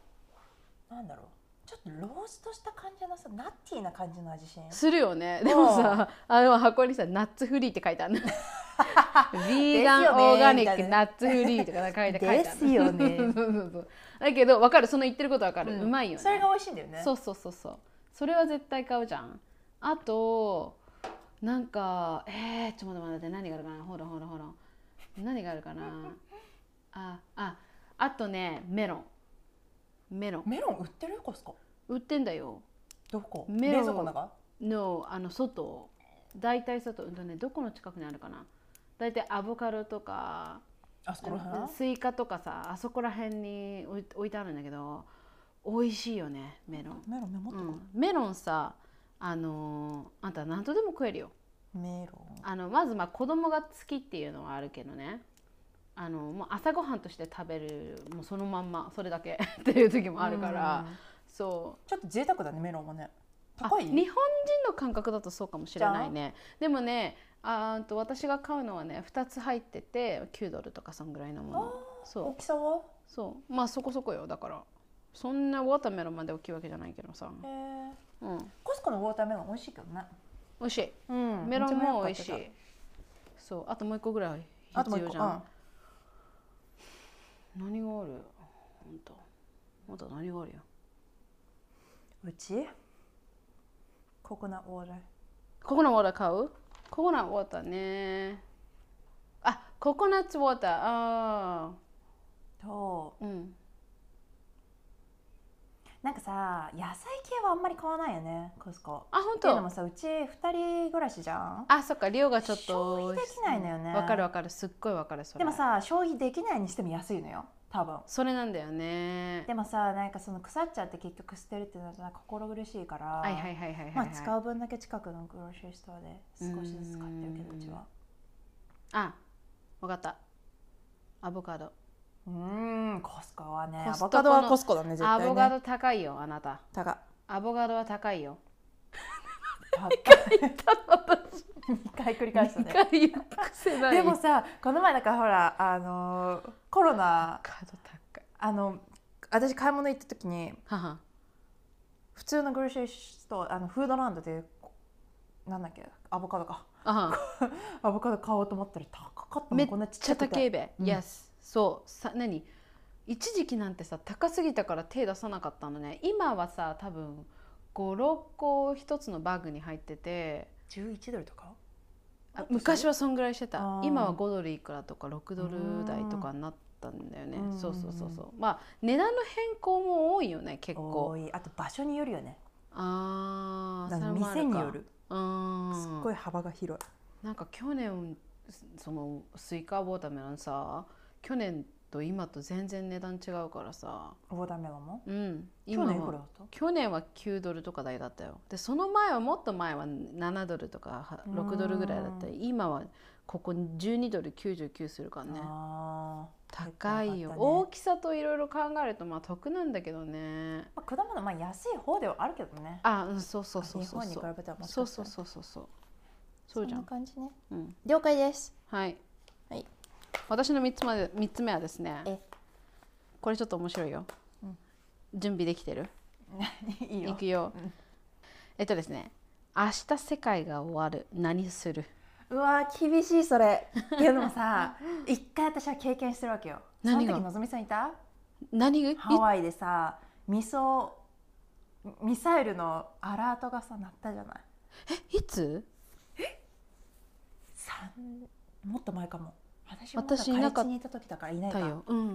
[SPEAKER 1] なんだろうちょっとローストした感じのさナッティーな感じの味しん
[SPEAKER 2] するよねでもさあの箱にさ「ナッツフリー」って書いて
[SPEAKER 1] *laughs*
[SPEAKER 2] あるのビーガン
[SPEAKER 1] ですよね
[SPEAKER 2] オーガニッ
[SPEAKER 1] みた
[SPEAKER 2] ク
[SPEAKER 1] いな
[SPEAKER 2] ナッツフリーとか書いて書いてあるの
[SPEAKER 1] ですよね
[SPEAKER 2] そうそうそうだけど分かるその言ってること分かる、うまいよね
[SPEAKER 1] それが美味しいんだよね
[SPEAKER 2] そうそうそうそうそれは絶対買うじゃんあとなんかえー、ちょっと待って待って何があるかなほらほらほら何があるかなあああとねメロンメロン
[SPEAKER 1] メロン売ってるコスコ
[SPEAKER 2] 売ってんだよ
[SPEAKER 1] どこ
[SPEAKER 2] メ
[SPEAKER 1] 冷
[SPEAKER 2] ロン
[SPEAKER 1] 蔵庫の中
[SPEAKER 2] のあの外大体外うんとねどこの近くにあるかな大体アボカドとか
[SPEAKER 1] あそこら辺
[SPEAKER 2] スイカとかさあそこら辺に置い置いてあるんだけど美味しいよねメロン、
[SPEAKER 1] メロンメモっ
[SPEAKER 2] う
[SPEAKER 1] とこ
[SPEAKER 2] ん、メロンさあのーあんた何とでも食えるよ
[SPEAKER 1] うメロン
[SPEAKER 2] あのまずまあ子供が好きっていうのはあるけどねあのもう朝ごはんとして食べるもうそのまんまそれだけ *laughs* っていう時もあるから
[SPEAKER 1] うん
[SPEAKER 2] そう
[SPEAKER 1] ちょっと贅沢だねメロンもね
[SPEAKER 2] あ
[SPEAKER 1] 高い
[SPEAKER 2] 日本人の感覚だとそうかもしれないねでもねあーんと私が買うのはね2つ入ってて9ドルとかそんぐらいのもの
[SPEAKER 1] 大
[SPEAKER 2] そう
[SPEAKER 1] きさは
[SPEAKER 2] そうまあそこそこよだからそんなウォーターメロンまで大きいわけじゃないけどさ、
[SPEAKER 1] えー
[SPEAKER 2] うん、
[SPEAKER 1] コスコのウォーターメロン美味しいけどね
[SPEAKER 2] 美味しい
[SPEAKER 1] うん
[SPEAKER 2] メロンも美味しい
[SPEAKER 1] めっちゃ良かった
[SPEAKER 2] そうあともう一個ぐらい
[SPEAKER 1] あともう
[SPEAKER 2] 必
[SPEAKER 1] 一個
[SPEAKER 2] 要じゃん、何があるほんとまだ何があるよ
[SPEAKER 1] うんうちココナッツウォーター
[SPEAKER 2] ココナッツウォーター買うココナッツウォーターねあココナッツウォーターあ
[SPEAKER 1] と
[SPEAKER 2] ーうん
[SPEAKER 1] なんかさ野菜系はあんまり買わないよねコスコ
[SPEAKER 2] あ本
[SPEAKER 1] っていうの
[SPEAKER 2] 当
[SPEAKER 1] もさうち二人暮らしじゃん
[SPEAKER 2] あそっか量がちょっと
[SPEAKER 1] 消費できないのよね
[SPEAKER 2] わかるわかるすっごいわかるそ
[SPEAKER 1] で
[SPEAKER 2] れ
[SPEAKER 1] もさ消費できないにしても安いのよ多分
[SPEAKER 2] それなんだよね
[SPEAKER 1] でもさなんかその腐っちゃって結局捨てるってなるとなんか心苦しいから
[SPEAKER 2] はいはいはいはいはい、はい、
[SPEAKER 1] まあ使う分だけ近くのグローシーストアで少しずつ買ってるけ
[SPEAKER 2] う
[SPEAKER 1] ど
[SPEAKER 2] ん
[SPEAKER 1] うちは
[SPEAKER 2] あわかったアボカド
[SPEAKER 1] うーんコスコはね
[SPEAKER 2] コ
[SPEAKER 1] ア
[SPEAKER 2] ストコの
[SPEAKER 1] ボカドはコスコだね絶
[SPEAKER 2] ア
[SPEAKER 1] 対ね
[SPEAKER 2] ボカド高いよあなた
[SPEAKER 1] 高っ
[SPEAKER 2] アボカドは高いよ
[SPEAKER 1] 高っ *laughs* 2回繰り返したね
[SPEAKER 2] 高いよ癖ない
[SPEAKER 1] でも
[SPEAKER 2] アボ
[SPEAKER 1] さこの前だからほらあのーコロナ
[SPEAKER 2] カド高い
[SPEAKER 1] あの私買い物行った時に
[SPEAKER 2] はは
[SPEAKER 1] 普通のグローシーストアあのフードランドでなんだっけアボカドか
[SPEAKER 2] あは
[SPEAKER 1] アボカド買おうと思ったら高かったも
[SPEAKER 2] めっ
[SPEAKER 1] んこんなちっ
[SPEAKER 2] ち
[SPEAKER 1] ちゃ
[SPEAKER 2] ゃ
[SPEAKER 1] く
[SPEAKER 2] 高い
[SPEAKER 1] て
[SPEAKER 2] べ、
[SPEAKER 1] うん
[SPEAKER 2] Yes そうさ何一時期なんてさ高すぎたから手出さなかったのね今はさ多分56個一つのバッグに入ってて
[SPEAKER 1] 11ドルとか
[SPEAKER 2] あ昔はそんぐらいしてた
[SPEAKER 1] あー
[SPEAKER 2] 今は5ドルいくらとか6ドル台とかになったんだよね
[SPEAKER 1] うん
[SPEAKER 2] そうそうそう
[SPEAKER 1] うんうん
[SPEAKER 2] そうまあ値段の変更も多いよね結
[SPEAKER 1] 多
[SPEAKER 2] 構
[SPEAKER 1] いあと場所によるよね
[SPEAKER 2] ああ
[SPEAKER 1] なんか店による
[SPEAKER 2] うん
[SPEAKER 1] すっごい幅が広い
[SPEAKER 2] なんか去年そのスイカウォーターメロンさ去年と今と全然値段違うからさ
[SPEAKER 1] オーダーメロンも
[SPEAKER 2] うん
[SPEAKER 1] 去
[SPEAKER 2] 今
[SPEAKER 1] 年いくら
[SPEAKER 2] は
[SPEAKER 1] だった
[SPEAKER 2] 去年は9ドルとか台だったよでその前はもっと前は7ドルとかは6ドルぐらいだった
[SPEAKER 1] う
[SPEAKER 2] り今はここ12ドル99するからね
[SPEAKER 1] あー
[SPEAKER 2] 高い
[SPEAKER 1] 結
[SPEAKER 2] よ、
[SPEAKER 1] 構上が
[SPEAKER 2] 大
[SPEAKER 1] ったね
[SPEAKER 2] きさといろいろ考えるとまあ得なんだけどね
[SPEAKER 1] まあ、果物まあ安い方ではあるけどね
[SPEAKER 2] あうんそうそうそう
[SPEAKER 1] 日
[SPEAKER 2] そう
[SPEAKER 1] 本に
[SPEAKER 2] そ
[SPEAKER 1] 比
[SPEAKER 2] う
[SPEAKER 1] べたらもしか
[SPEAKER 2] そう
[SPEAKER 1] した
[SPEAKER 2] そう
[SPEAKER 1] ら
[SPEAKER 2] そうそうそうそうじ
[SPEAKER 1] そ
[SPEAKER 2] ゃ
[SPEAKER 1] ん
[SPEAKER 2] ん
[SPEAKER 1] な感じね
[SPEAKER 2] うん
[SPEAKER 1] 了解です
[SPEAKER 2] はい
[SPEAKER 1] はい
[SPEAKER 2] 私の3つまで三つ目はですね
[SPEAKER 1] え
[SPEAKER 2] これちょっと面白いよ、
[SPEAKER 1] うん
[SPEAKER 2] 準備できてる
[SPEAKER 1] いい
[SPEAKER 2] *laughs* い
[SPEAKER 1] よ
[SPEAKER 2] くよ、
[SPEAKER 1] うん
[SPEAKER 2] えっとですね明日世界が終わる何する
[SPEAKER 1] うわー厳しいそれっていうのもさ一回私は経験してるわけよ
[SPEAKER 2] 何が
[SPEAKER 1] その時のぞみさんいた
[SPEAKER 2] 何がい
[SPEAKER 1] ハワイでさミソミサイルのアラートがさ鳴ったじゃない
[SPEAKER 2] いつ
[SPEAKER 1] さんもっと前かも私も
[SPEAKER 2] 私いな
[SPEAKER 1] 私
[SPEAKER 2] かっ
[SPEAKER 1] 地にいた時だからいない
[SPEAKER 2] だ
[SPEAKER 1] か
[SPEAKER 2] よ、うん、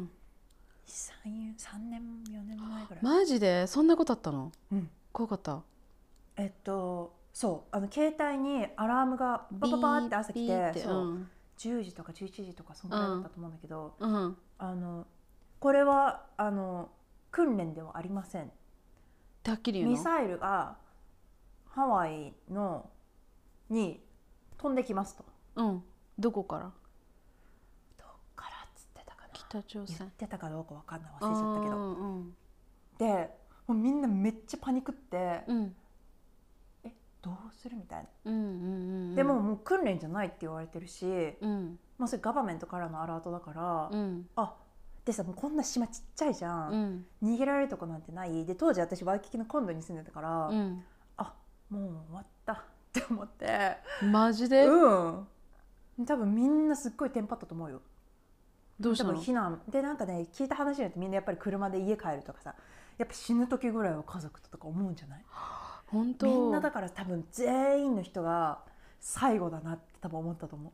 [SPEAKER 1] 3, 三年4年前ぐらい、
[SPEAKER 2] マジでそんなことあったの
[SPEAKER 1] うん
[SPEAKER 2] 怖かった
[SPEAKER 1] えっとそうあの携帯にアラームがパパパーって朝来
[SPEAKER 2] ビー
[SPEAKER 1] て
[SPEAKER 2] って
[SPEAKER 1] そうう、
[SPEAKER 2] ん
[SPEAKER 1] 10時とか11時とかそんぐらいだったと思うんだけど、
[SPEAKER 2] うん
[SPEAKER 1] あのこれはあの訓練ではありません
[SPEAKER 2] てはっきり言うの
[SPEAKER 1] ミサイルがハワイのに飛んできますと
[SPEAKER 2] うんどこから
[SPEAKER 1] どっからっつってたかな
[SPEAKER 2] 北朝
[SPEAKER 1] 言っ
[SPEAKER 2] 鮮
[SPEAKER 1] てたかどうかわかんない忘れちゃったけ
[SPEAKER 2] う
[SPEAKER 1] ど
[SPEAKER 2] ん
[SPEAKER 1] でもうみんなめっちゃパニックって
[SPEAKER 2] うんうん
[SPEAKER 1] えどうするみたいな、
[SPEAKER 2] うんうんうん
[SPEAKER 1] でももう訓練じゃないって言われてるし、
[SPEAKER 2] うん
[SPEAKER 1] まあ、それガバメントからのアラートだから、
[SPEAKER 2] うん
[SPEAKER 1] あでさもうこんな島ちっちゃいじゃ、
[SPEAKER 2] うんん
[SPEAKER 1] 逃げられるとこなんてないで当時私ワイキキのコンドに住んでたから、
[SPEAKER 2] うん
[SPEAKER 1] あもう終わったって思って
[SPEAKER 2] マジで
[SPEAKER 1] うん多分みんなすっごいテンパったと思うよ
[SPEAKER 2] どうし
[SPEAKER 1] 多
[SPEAKER 2] た
[SPEAKER 1] 分
[SPEAKER 2] の
[SPEAKER 1] 避難でなんかね聞いた話によってみんなやっぱり車で家帰るとかさやっぱ死ぬ時ぐらいは家族ととか思うんじゃない
[SPEAKER 2] 本当
[SPEAKER 1] みんなだから多分全員の人が最後だなって多分思ったと思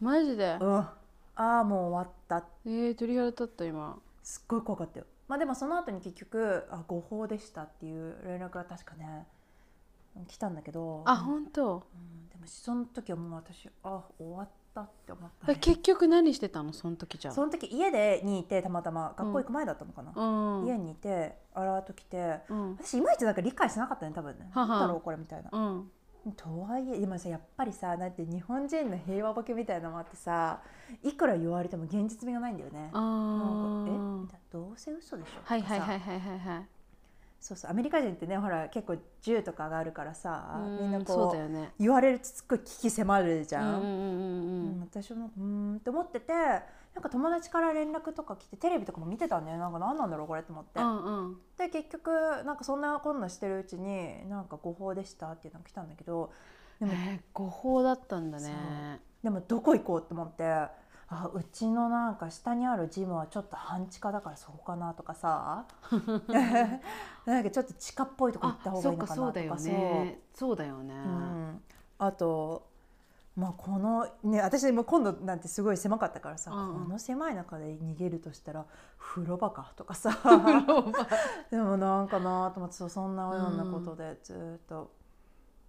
[SPEAKER 2] マジで
[SPEAKER 1] う、うん、ああもう終わった
[SPEAKER 2] えー、鳥肌立った今
[SPEAKER 1] すっごい怖かったよまあでもその後に結局あ誤報でしたっていう連絡が確かね来たんだけど
[SPEAKER 2] あ本当
[SPEAKER 1] うん、でもその時はもう私あ終わったって思った、
[SPEAKER 2] え
[SPEAKER 1] ね、
[SPEAKER 2] 結局何してたのその時じゃ
[SPEAKER 1] *laughs*
[SPEAKER 2] ん
[SPEAKER 1] その時家でにいてたまたま学校行く前だったのかな、
[SPEAKER 2] うん
[SPEAKER 1] 家にいてアラート来て
[SPEAKER 2] うん
[SPEAKER 1] 私いまいちなんか理解してなかったね多分ね
[SPEAKER 2] はは
[SPEAKER 1] なんだろうこれみたいな。
[SPEAKER 2] うん
[SPEAKER 1] とはいえでもさやっぱりさだって日本人の平和ボケみたいなのもあってさいくら言われても現実味がないんだよね。なん
[SPEAKER 2] あ
[SPEAKER 1] かえみ
[SPEAKER 2] ー
[SPEAKER 1] たいなどうせ嘘でしょ
[SPEAKER 2] はいはい
[SPEAKER 1] とか
[SPEAKER 2] はい
[SPEAKER 1] さ
[SPEAKER 2] はいはいはい
[SPEAKER 1] そうそうアメリカ人ってねほら結構銃とかがあるからさみんな
[SPEAKER 2] うそう
[SPEAKER 1] こ
[SPEAKER 2] だ
[SPEAKER 1] う
[SPEAKER 2] よね
[SPEAKER 1] 言われるとすっごい危機迫るじ
[SPEAKER 2] う
[SPEAKER 1] ゃ
[SPEAKER 2] んうんうん
[SPEAKER 1] う
[SPEAKER 2] うんん
[SPEAKER 1] 私もなんかうーんって思っててなんか友達から連絡とか来てテレビとかも見てたんだよなんか何なんだろうこれと思って、
[SPEAKER 2] うんうん
[SPEAKER 1] で結局なんかそんなこんなしてるうちになんか誤報でしたっていうのが来たんだけどでも
[SPEAKER 2] えー誤報だったんだね
[SPEAKER 1] でもどこ行こうって思ってあうちのなんか下にあるジムはちょっと半地下だからそこかなとか
[SPEAKER 2] *laughs*
[SPEAKER 1] さ *laughs* なんかちょっと地下っぽいとこ行っ
[SPEAKER 2] あ
[SPEAKER 1] た方が
[SPEAKER 2] そ
[SPEAKER 1] いい
[SPEAKER 2] っ
[SPEAKER 1] の
[SPEAKER 2] か
[SPEAKER 1] か
[SPEAKER 2] そ
[SPEAKER 1] な
[SPEAKER 2] うだ
[SPEAKER 1] と
[SPEAKER 2] よ
[SPEAKER 1] か
[SPEAKER 2] ねそうだよね
[SPEAKER 1] うんあと、まあ、この、ね、私も今度なんてすごい狭かったからさ、
[SPEAKER 2] うんうん
[SPEAKER 1] この狭い中で逃げるとしたら風呂場かとか
[SPEAKER 2] *laughs*
[SPEAKER 1] さでもなんかなと思ってそうそんなようなことでずーっと、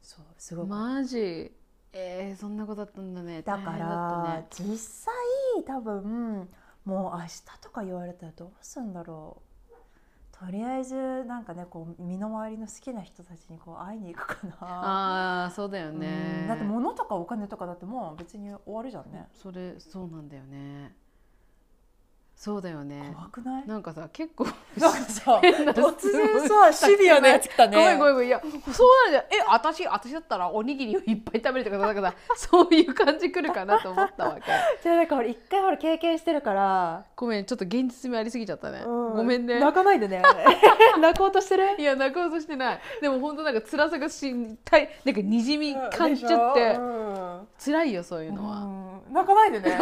[SPEAKER 1] そうすごい、
[SPEAKER 2] *laughs* マジえー、そんなことだったんだね
[SPEAKER 1] だ
[SPEAKER 2] 大
[SPEAKER 1] か
[SPEAKER 2] 変
[SPEAKER 1] ら
[SPEAKER 2] だったね
[SPEAKER 1] 実際多分もう明日とか言われたらどうすんだろう。とりあえずなんかねこう身の回りの好きな人たちにこう会いに行くかな。
[SPEAKER 2] ああそうだよ
[SPEAKER 1] う
[SPEAKER 2] ね
[SPEAKER 1] んだって物とかお金とかだってもう別に終わるじゃんね、
[SPEAKER 2] それそうなんだよねそうだよね
[SPEAKER 1] 怖くない
[SPEAKER 2] なんかさ結構
[SPEAKER 1] なんかさ
[SPEAKER 2] *laughs* 変な
[SPEAKER 1] 突然さシビアなやつ来たね
[SPEAKER 2] ごめんごめんごめんいやそうなるじゃんえ私私だったらおにぎりをいっぱい食べるとかなんかさそういう感じくるかなと思ったわけ
[SPEAKER 1] じゃあなんか俺一回ほら経験してるから、
[SPEAKER 2] ごめんちょっと現実味ありすぎちゃったね、
[SPEAKER 1] うん
[SPEAKER 2] ごめんね
[SPEAKER 1] 泣かないでね
[SPEAKER 2] *laughs*
[SPEAKER 1] 泣こうとしてる
[SPEAKER 2] いや泣こうとしてないでも本当なんか辛さがしんたいなんかにじみ感じちゃって、辛いよそういうのは、
[SPEAKER 1] うん泣かないでね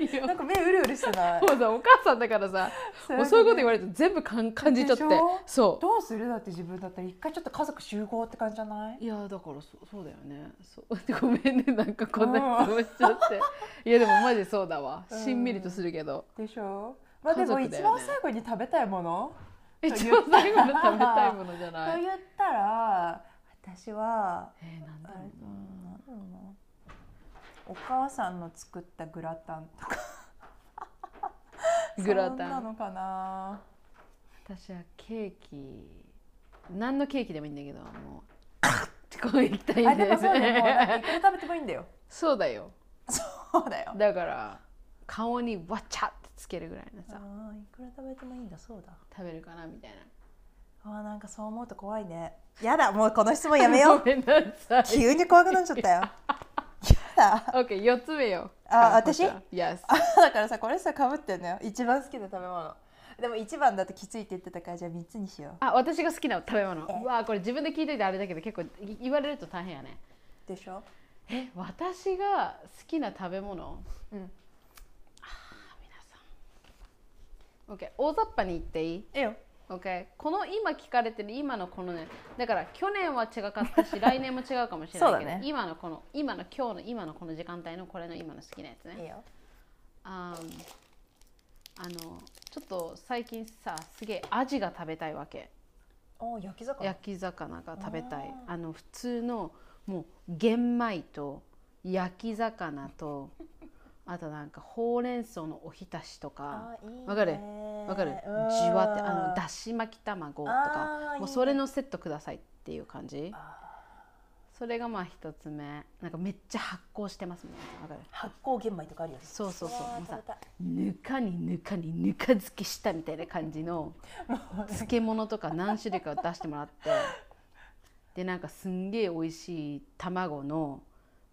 [SPEAKER 2] いいよ
[SPEAKER 1] なんか目うるうるしてない
[SPEAKER 2] そうださお母さんだからさ *laughs* もうそういうこと言われると全部かん感じちゃって
[SPEAKER 1] でしょ
[SPEAKER 2] そ
[SPEAKER 1] どうするだって自分だったら一回ちょっと家族集合って感じじゃないう
[SPEAKER 2] いやだからそそうだよねそう *laughs* ごめんねなんかこんな質問しちゃっていやでもマジそうだわ
[SPEAKER 1] うん
[SPEAKER 2] しんみりとするけど
[SPEAKER 1] でしょまあで
[SPEAKER 2] 家
[SPEAKER 1] も
[SPEAKER 2] 族
[SPEAKER 1] 一
[SPEAKER 2] だよね
[SPEAKER 1] 番最後に食べたいもの
[SPEAKER 2] 一番最後の食べたいものじゃ
[SPEAKER 1] と
[SPEAKER 2] ない
[SPEAKER 1] 言ったら私は
[SPEAKER 2] えー、なんだ
[SPEAKER 1] あ
[SPEAKER 2] ろ
[SPEAKER 1] れ
[SPEAKER 2] うな
[SPEAKER 1] なんだろうなお母さんの作ったグラタンとか
[SPEAKER 2] グラタン
[SPEAKER 1] そんなのかな
[SPEAKER 2] 私はケーキ何のケーキでもいいんだけどもうカッ
[SPEAKER 1] *laughs*
[SPEAKER 2] てこういきたい
[SPEAKER 1] あ
[SPEAKER 2] ん
[SPEAKER 1] で
[SPEAKER 2] だよ
[SPEAKER 1] もそうねもうなんかい
[SPEAKER 2] ね
[SPEAKER 1] くら食べてもいいんだよ
[SPEAKER 2] *laughs* そうだよ
[SPEAKER 1] そうだよ
[SPEAKER 2] だから顔にわちゃってつけるぐらいの
[SPEAKER 1] あ
[SPEAKER 2] さ
[SPEAKER 1] ーいくら食べてもいいんだそうだ
[SPEAKER 2] 食べるかなみたいな
[SPEAKER 1] あーなんかそう思うと怖いねやだもうこの質問やめよう
[SPEAKER 2] *laughs* ごめんなさい
[SPEAKER 1] 急に怖くなっちゃったよやだ
[SPEAKER 2] OK 四つ目よ
[SPEAKER 1] あ
[SPEAKER 2] かんこちゃん Yes
[SPEAKER 1] あだからさこれさかぶってんのよ一番好きな食べ物でも一番だときついって言ってたからじゃあ3つにしよ
[SPEAKER 2] あ私が好きな食べ物
[SPEAKER 1] え
[SPEAKER 2] うわこれ自分で聞いといてあれだけど結構い言われると大変やね
[SPEAKER 1] うでしょ
[SPEAKER 2] え私が好きな食べ物
[SPEAKER 1] うん
[SPEAKER 2] 皆さん OK 大雑把に言っていい
[SPEAKER 1] ええよ
[SPEAKER 2] OK この今聞かれてる今のこのねだから去年は違かっ
[SPEAKER 1] *laughs*
[SPEAKER 2] たし来年も違うかもしれ
[SPEAKER 1] そう
[SPEAKER 2] ない
[SPEAKER 1] だ
[SPEAKER 2] けど、
[SPEAKER 1] ね
[SPEAKER 2] 今のこの今の今日の今のこの時間帯のこれの今の好きなやつ
[SPEAKER 1] いい
[SPEAKER 2] ね
[SPEAKER 1] よ
[SPEAKER 2] あーあのちょっと最近さすげえアジが食べたいわけ
[SPEAKER 1] お焼き魚
[SPEAKER 2] 焼き魚が食べたい
[SPEAKER 1] あ
[SPEAKER 2] あの普通のもう玄米と焼き
[SPEAKER 1] *laughs*
[SPEAKER 2] 魚とあとなんかほうれん草のおひたしとか
[SPEAKER 1] あーいいね
[SPEAKER 2] わかるわかるじわってあのだし巻き卵とか
[SPEAKER 1] あーいいね
[SPEAKER 2] もうそれのセットくださいっていう感じ
[SPEAKER 1] あ
[SPEAKER 2] それがまあ一つ目なんかめっちゃ発酵してますみたいなわかる
[SPEAKER 1] 発酵玄米とかあるよね
[SPEAKER 2] そうそうそう
[SPEAKER 1] わー
[SPEAKER 2] もうさ
[SPEAKER 1] 食べたい
[SPEAKER 2] ぬかにぬかにぬか漬けしたみたいな感じの漬物とか何種類かを出してもらってでなんかすんげえ美味しい卵の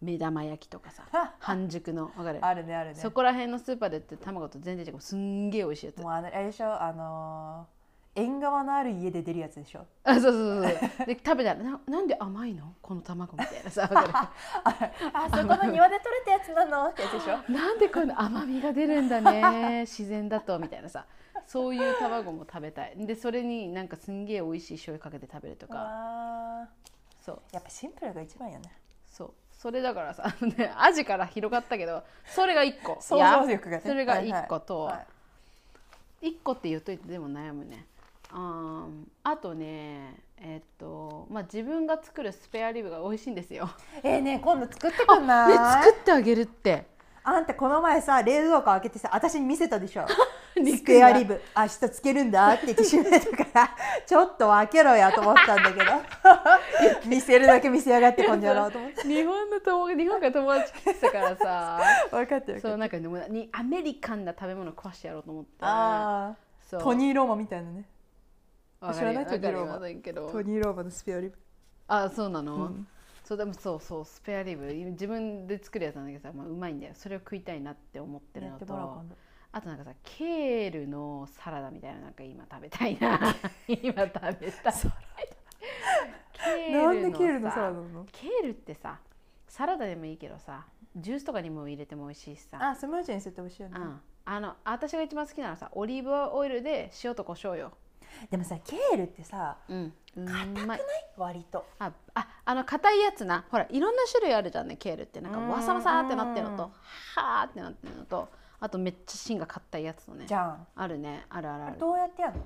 [SPEAKER 2] 目玉焼きとかさ半熟のわかる
[SPEAKER 1] あるねあるね
[SPEAKER 2] そこら辺のスーパーで売ってる卵と全然違うすんげえ美味しいやつ
[SPEAKER 1] もうあのあれでしょあのー縁側のある家で出るやつでしょ
[SPEAKER 2] あそうそうそうそうで食べたらななんで甘いのこの卵みたいなさわか
[SPEAKER 1] あそこの庭で取れたやつな
[SPEAKER 2] *laughs*
[SPEAKER 1] のってやつでしょ
[SPEAKER 2] るなんでこういうの甘みが出るんだね自然だとみたいなさそういう卵も食べたいでそれになんかすんげえ美味しい醤油かけて食べるとか
[SPEAKER 1] あ
[SPEAKER 2] そう
[SPEAKER 1] やっぱシンプルが一番よね
[SPEAKER 2] そうそれだからさあの *laughs* ねアジから広がったけどそれが1個
[SPEAKER 1] 想像力がね
[SPEAKER 2] いやそれが1個と、
[SPEAKER 1] はいはい
[SPEAKER 2] 1個って言っといてでも悩むねあーあとねえっとまあ自分が作るスペアリブが美味しいんですよ
[SPEAKER 1] えーね今度作ってくんない
[SPEAKER 2] *laughs* ね作ってあげるって
[SPEAKER 1] あんたこの前さ冷蔵庫開けてさ私に見せたでしょスペアリブ明日つけるんだって言って閉めたからちょっと開けろやと思ったんだけど *laughs* 見せるだけ見せやがってこんじゃろうと思って
[SPEAKER 2] *laughs* 日本の友達日本から友達来てたからさ
[SPEAKER 1] 分かってる
[SPEAKER 2] そうなんかでもにアメリカンな食べ物食わしてやろうと思って
[SPEAKER 1] あ
[SPEAKER 2] そ
[SPEAKER 1] あ
[SPEAKER 2] う
[SPEAKER 1] トニー・ローマみたいなね
[SPEAKER 2] わか
[SPEAKER 1] 知ら
[SPEAKER 2] り
[SPEAKER 1] ない
[SPEAKER 2] わかり
[SPEAKER 1] トニーローマ
[SPEAKER 2] ませんけど
[SPEAKER 1] トニー・ローマのスペアリブ
[SPEAKER 2] あそうなの、
[SPEAKER 1] うん
[SPEAKER 2] そうでもそうそうスペアリブ自分で作るやつなんだけどさ、まあ、うまいんだよそれを食いたいなって思ってる
[SPEAKER 1] や
[SPEAKER 2] の
[SPEAKER 1] ってもらおう
[SPEAKER 2] と
[SPEAKER 1] 今度
[SPEAKER 2] あとなんかさケールのサラダみたいななんか今食べた
[SPEAKER 1] *laughs*
[SPEAKER 2] いな今食べたい
[SPEAKER 1] サ
[SPEAKER 2] ケ
[SPEAKER 1] なんでケールの
[SPEAKER 2] さ
[SPEAKER 1] サラダなの
[SPEAKER 2] ケールってさサラダでもいいけどさジュースとかにも入れても美味しいしさ
[SPEAKER 1] あスムージーにすると美味しいよね
[SPEAKER 2] うん、あの私が一番好きなのはさオリーブオイルで塩と胡椒よ
[SPEAKER 1] でもさケールってさ
[SPEAKER 2] うんう
[SPEAKER 1] 硬くな
[SPEAKER 2] ま
[SPEAKER 1] い
[SPEAKER 2] い
[SPEAKER 1] 割と
[SPEAKER 2] あああの硬いやつなほらいろんな種類あるじゃんねケールってなんか
[SPEAKER 1] うん
[SPEAKER 2] わさわさってなってるのとはーってなってるのとあとめっちゃ芯が硬いやつのね
[SPEAKER 1] じゃん
[SPEAKER 2] あるねあるあるある
[SPEAKER 1] どうやってやるの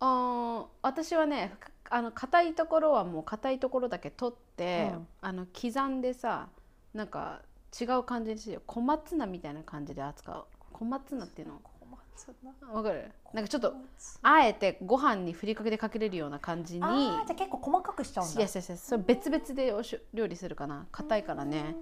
[SPEAKER 2] あー私はねかあの硬いところはもう硬いところだけ取って、
[SPEAKER 1] うん
[SPEAKER 2] あの刻んでさなんか違う感じにするよ小松菜みたいな感じで扱う小松菜っていうの
[SPEAKER 1] 小松菜
[SPEAKER 2] わかるなんかちょっと
[SPEAKER 1] 小松菜
[SPEAKER 2] あえてご飯にふりかけてかけれるような感じに
[SPEAKER 1] あーじゃあ結構細かくしちゃうんだ
[SPEAKER 2] Yes, yes, yes. それ別々でおしょ料理するかな硬いからね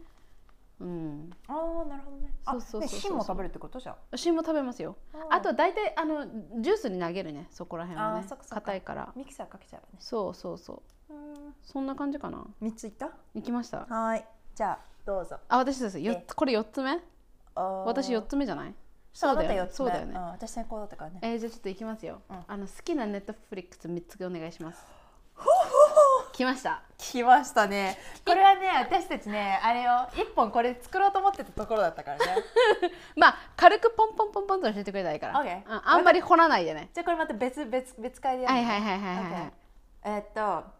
[SPEAKER 2] うん
[SPEAKER 1] ああなるほどねあ
[SPEAKER 2] そうそうそうそ
[SPEAKER 1] ね
[SPEAKER 2] う
[SPEAKER 1] 芯も食べるってことじゃん
[SPEAKER 2] 私も食べますよあと大体あのジュースに投げるねそこら辺は
[SPEAKER 1] あー
[SPEAKER 2] ね
[SPEAKER 1] そっかそっか
[SPEAKER 2] 硬いから
[SPEAKER 1] ミキサーかけちゃえばね
[SPEAKER 2] そうそうそうそんな感じかな
[SPEAKER 1] 三ついった
[SPEAKER 2] 行きました
[SPEAKER 1] はーいじゃあどうぞ
[SPEAKER 2] あ私ですよ
[SPEAKER 1] え
[SPEAKER 2] これ4つ目
[SPEAKER 1] あー
[SPEAKER 2] 私4つ目じゃない
[SPEAKER 1] そうだ
[SPEAKER 2] そうだよ
[SPEAKER 1] よ
[SPEAKER 2] ねそうだよね
[SPEAKER 1] ん私先行だったからね
[SPEAKER 2] えー、じゃあちょっと行きますよ、
[SPEAKER 1] うん
[SPEAKER 2] あの好きなネットフリックス3つお願いします
[SPEAKER 1] ほうほうほう
[SPEAKER 2] 来ました
[SPEAKER 1] 来ましたねこれはね私たちねあれを一本これ作ろうと思ってたところだった
[SPEAKER 2] *laughs*
[SPEAKER 1] からね
[SPEAKER 2] まあ軽くポンポンポンポンと教えてくれたらいいから、
[SPEAKER 1] OK
[SPEAKER 2] うんあんまり掘らないでね
[SPEAKER 1] じゃあこれまた別別別会でや
[SPEAKER 2] はい
[SPEAKER 1] る
[SPEAKER 2] はいはいはいはい、はい
[SPEAKER 1] えーっと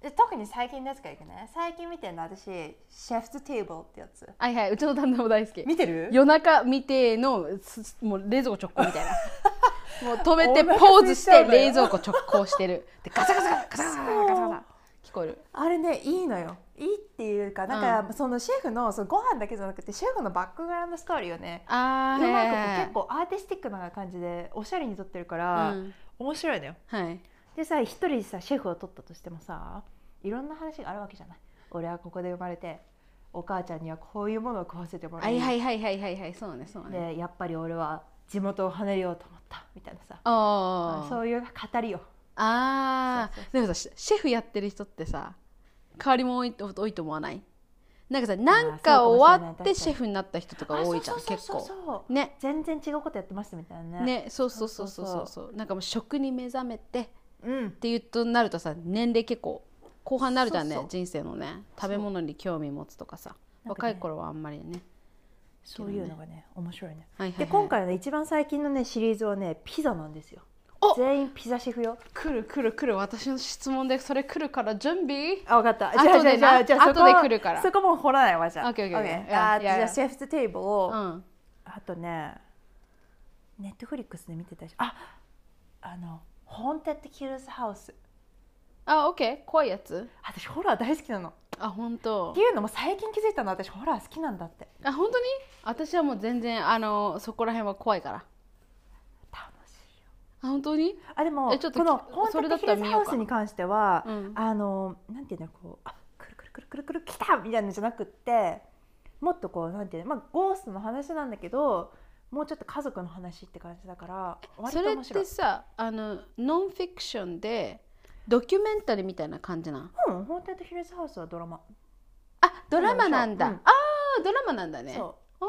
[SPEAKER 1] で特に最近のやつからいくね最近見てるの私シェフトテーブルってやつ
[SPEAKER 2] はいはいうちの旦那も大好き
[SPEAKER 1] 見てる
[SPEAKER 2] 夜中見てのすもう冷蔵庫直行みたい *laughs* なもう止めて
[SPEAKER 1] お腹空い
[SPEAKER 2] ポーズし
[SPEAKER 1] ちゃ
[SPEAKER 2] て
[SPEAKER 1] うのよ
[SPEAKER 2] 冷蔵庫直行してる *laughs* でガサガサガサガサガサガサガサ聞こえる
[SPEAKER 1] あれねいいのよいいっていうかなんか、そのシェフのそのご飯だけじゃなくてシェフのバックグラウンドストーリーをね
[SPEAKER 2] あ
[SPEAKER 1] う
[SPEAKER 2] ー
[SPEAKER 1] まく
[SPEAKER 2] はいはいはい
[SPEAKER 1] 結構アーティスティックな感じでおしゃれに撮ってるから、
[SPEAKER 2] うん
[SPEAKER 1] 面白いのよ
[SPEAKER 2] はい
[SPEAKER 1] でさ一人さシェフを取ったとしてもさいろんな話があるわけじゃない俺はここで生まれてお母ちゃんにはこういうものを食わせてもら
[SPEAKER 2] はいはいはいはいはいはいそうねそうね
[SPEAKER 1] でやっぱり俺は地元を離れようと思ったみたいなさ
[SPEAKER 2] ああ
[SPEAKER 1] そういう語りよそうそう
[SPEAKER 2] あーでもさシシェフやってる人ってさ変わりも多い多いと思わないなんかさなんか終わっ
[SPEAKER 1] そうかもしれない
[SPEAKER 2] てシェフになった人とか多いじゃん
[SPEAKER 1] あそう
[SPEAKER 2] 結
[SPEAKER 1] そうそう
[SPEAKER 2] 構
[SPEAKER 1] そうそう
[SPEAKER 2] ね
[SPEAKER 1] 全然違うことやってますみたいなね
[SPEAKER 2] ねそうそうそうそうそうそうなんかもう食に目覚めてっ
[SPEAKER 1] うん
[SPEAKER 2] ていうとなるとさ年齢結構後半になるじゃんね
[SPEAKER 1] そうそう
[SPEAKER 2] 人生のね食べ物に興味持つとかさ
[SPEAKER 1] なんか
[SPEAKER 2] 若
[SPEAKER 1] ね
[SPEAKER 2] い頃はあんまりね
[SPEAKER 1] そういうのがね面白いね
[SPEAKER 2] はいはい、は
[SPEAKER 1] で
[SPEAKER 2] い、
[SPEAKER 1] 今回の一番最近のねシリーズはねピザなんですよ
[SPEAKER 2] お
[SPEAKER 1] 全員ピザシェフよ
[SPEAKER 2] 来る来る来る私の質問でそれ来るから準備
[SPEAKER 1] あ、わかった。
[SPEAKER 2] 後
[SPEAKER 1] じゃあじ
[SPEAKER 2] でな
[SPEAKER 1] ゃあじゃあそこ
[SPEAKER 2] 後で来るから
[SPEAKER 1] そこもう掘らないわじゃあ。
[SPEAKER 2] オッケーオッケーオッケー
[SPEAKER 1] オッケあ
[SPEAKER 2] い
[SPEAKER 1] じ
[SPEAKER 2] やい
[SPEAKER 1] ゃ
[SPEAKER 2] や
[SPEAKER 1] あシェフズテーブルを、
[SPEAKER 2] うん
[SPEAKER 1] あとね、ネットフリックスで見てたし、あ、あのホーンテッドキルスハウス。
[SPEAKER 2] あオッケー怖いやつ
[SPEAKER 1] 私ホラー大好きなの。
[SPEAKER 2] あ本当
[SPEAKER 1] っていうのも最近気づいたの。私ホラー好きなんだって。
[SPEAKER 2] あ本当に私はもう全然あのそこら辺は怖いから
[SPEAKER 1] 楽しいよ。
[SPEAKER 2] あ本当に
[SPEAKER 1] あ、でも
[SPEAKER 2] えちょっと
[SPEAKER 1] この
[SPEAKER 2] き
[SPEAKER 1] ホーンテ
[SPEAKER 2] それ
[SPEAKER 1] ッ
[SPEAKER 2] だ
[SPEAKER 1] ド
[SPEAKER 2] っ
[SPEAKER 1] キ
[SPEAKER 2] たら
[SPEAKER 1] ル
[SPEAKER 2] 見
[SPEAKER 1] ス
[SPEAKER 2] ようか
[SPEAKER 1] ハウスに関しては、
[SPEAKER 2] うん
[SPEAKER 1] あのなんていうのこう、あ、くるくるくるくるくる来たみたいなのじゃなくって、もっとこうなんていうの、まあゴーストの話なんだけど。もうちょっと家族の話って感じだから割
[SPEAKER 2] そ
[SPEAKER 1] と
[SPEAKER 2] れ
[SPEAKER 1] 面
[SPEAKER 2] っ
[SPEAKER 1] 白い
[SPEAKER 2] てさあのノンフィクションでドキュメンタリーみたいな感じなん
[SPEAKER 1] うん、ホーンテッドヒルズハウスはドラマ、
[SPEAKER 2] あドラマなんだ、
[SPEAKER 1] うん
[SPEAKER 2] ああドラマなんだね
[SPEAKER 1] そう
[SPEAKER 2] あ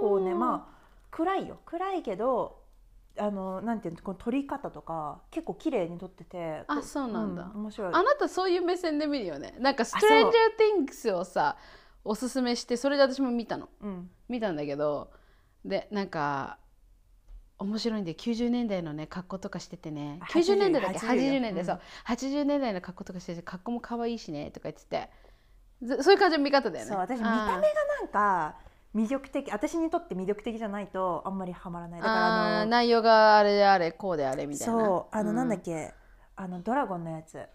[SPEAKER 1] 結
[SPEAKER 2] ー
[SPEAKER 1] 構ねまあ暗いよ暗いけどあのなんていうのこの撮り方とか結構綺麗に撮ってて
[SPEAKER 2] あそうなんだ
[SPEAKER 1] 面白い
[SPEAKER 2] あなたそういう目線で見るよねなんか「ス
[SPEAKER 1] そう
[SPEAKER 2] トレンジャー・ティングス」をさおすすめしてそれで私も見たの
[SPEAKER 1] うん、
[SPEAKER 2] 見たんだけどでなんか面白いんで90年代のね格好とかしててね
[SPEAKER 1] 80
[SPEAKER 2] 90年代だっけ
[SPEAKER 1] 80
[SPEAKER 2] 80年代、
[SPEAKER 1] うん
[SPEAKER 2] そう80年代の格好とかしてて格好も可愛いしねとか言っててずそういう感じの見方だよね
[SPEAKER 1] そう私見た目がなんか魅力的私にとって魅力的じゃないとあんまりハマらない
[SPEAKER 2] あー
[SPEAKER 1] だから
[SPEAKER 2] あ
[SPEAKER 1] あ
[SPEAKER 2] ー
[SPEAKER 1] の
[SPEAKER 2] 内容があれであれこうであれみたいな
[SPEAKER 1] そうあの、
[SPEAKER 2] う
[SPEAKER 1] なんだっけあのドラゴンのやつあーなん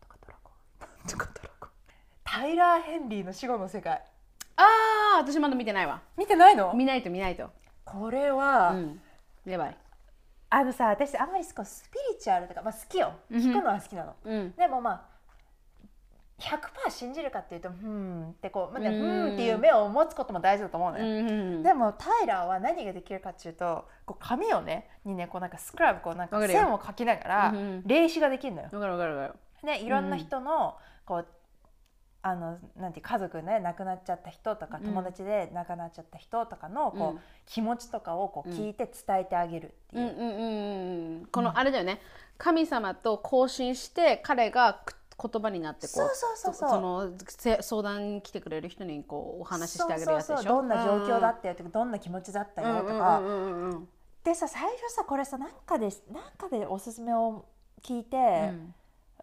[SPEAKER 1] とかドラゴンなんとかドラゴンタイラー・ヘンリーの死後の世界
[SPEAKER 2] ああ私まだ見てないわ
[SPEAKER 1] 見てないの
[SPEAKER 2] 見ないと見ないと
[SPEAKER 1] これは、
[SPEAKER 2] うんやばい
[SPEAKER 1] あのさ私あんまりこうスピリチュアルとか、まあ、好きよ
[SPEAKER 2] うんふん
[SPEAKER 1] 聞くのは好きなの、
[SPEAKER 2] うん
[SPEAKER 1] でもまあ100%信じるかっていうとうんってこう、まあね、
[SPEAKER 2] う
[SPEAKER 1] うんんっていう目を持つことも大事だと思うの
[SPEAKER 2] う
[SPEAKER 1] よ、
[SPEAKER 2] ん
[SPEAKER 1] でもタイラーは何ができるかっていうとこう紙をねにねこうなんかスクラブこうなん
[SPEAKER 2] わ
[SPEAKER 1] か
[SPEAKER 2] かるよ
[SPEAKER 1] 線を描きながら
[SPEAKER 2] うんうん
[SPEAKER 1] 霊視ができるのよ。
[SPEAKER 2] わかるわかるわかる
[SPEAKER 1] でいろんな人のこうあのなんていう家族ね亡くなっちゃった人とか
[SPEAKER 2] うん
[SPEAKER 1] 友達で亡くなっちゃった人とかのこう、
[SPEAKER 2] うん
[SPEAKER 1] 気持ちとかをこう聞いて伝えてあげるっていうう。
[SPEAKER 2] んうんうんうんうんこのあれだよね、神様と交信して彼がく言葉になってこ
[SPEAKER 1] そう
[SPEAKER 2] う
[SPEAKER 1] そうそうそう
[SPEAKER 2] そのせ相談に来てくれる人にこうお話ししてあげるやつでし
[SPEAKER 1] そうそうそ
[SPEAKER 2] ょ
[SPEAKER 1] うどんな状況だったよとかどんな気持ちだったよとか、
[SPEAKER 2] うんうんうんうんうん
[SPEAKER 1] でさ最初さこれさなんかでなんかでおすすめを聞いて、
[SPEAKER 2] うん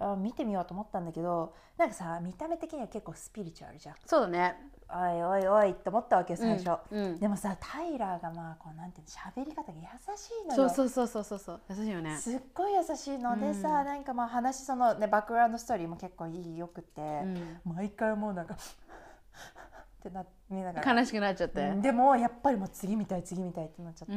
[SPEAKER 1] あ見てみようと思ったんだけどなんかさ見た目的には結構スピリチュアルじゃん
[SPEAKER 2] そうだね
[SPEAKER 1] おいおいおいって思ったわけよ最初、
[SPEAKER 2] うんうん
[SPEAKER 1] でもさタイラーがまあこうなんていうの喋り方が優しいの
[SPEAKER 2] そ
[SPEAKER 1] よ
[SPEAKER 2] うそうそうそうそうそう優しいよね
[SPEAKER 1] すっごい優しいのでさ、
[SPEAKER 2] うん
[SPEAKER 1] なんかまあ話そのねバックグラウンドストーリーも結構いいよくて、
[SPEAKER 2] うん
[SPEAKER 1] 毎回もうなんかってな見ながら
[SPEAKER 2] 悲しくなっちゃって、
[SPEAKER 1] うんでもやっぱりもう次みたい次みたいってなっちゃって、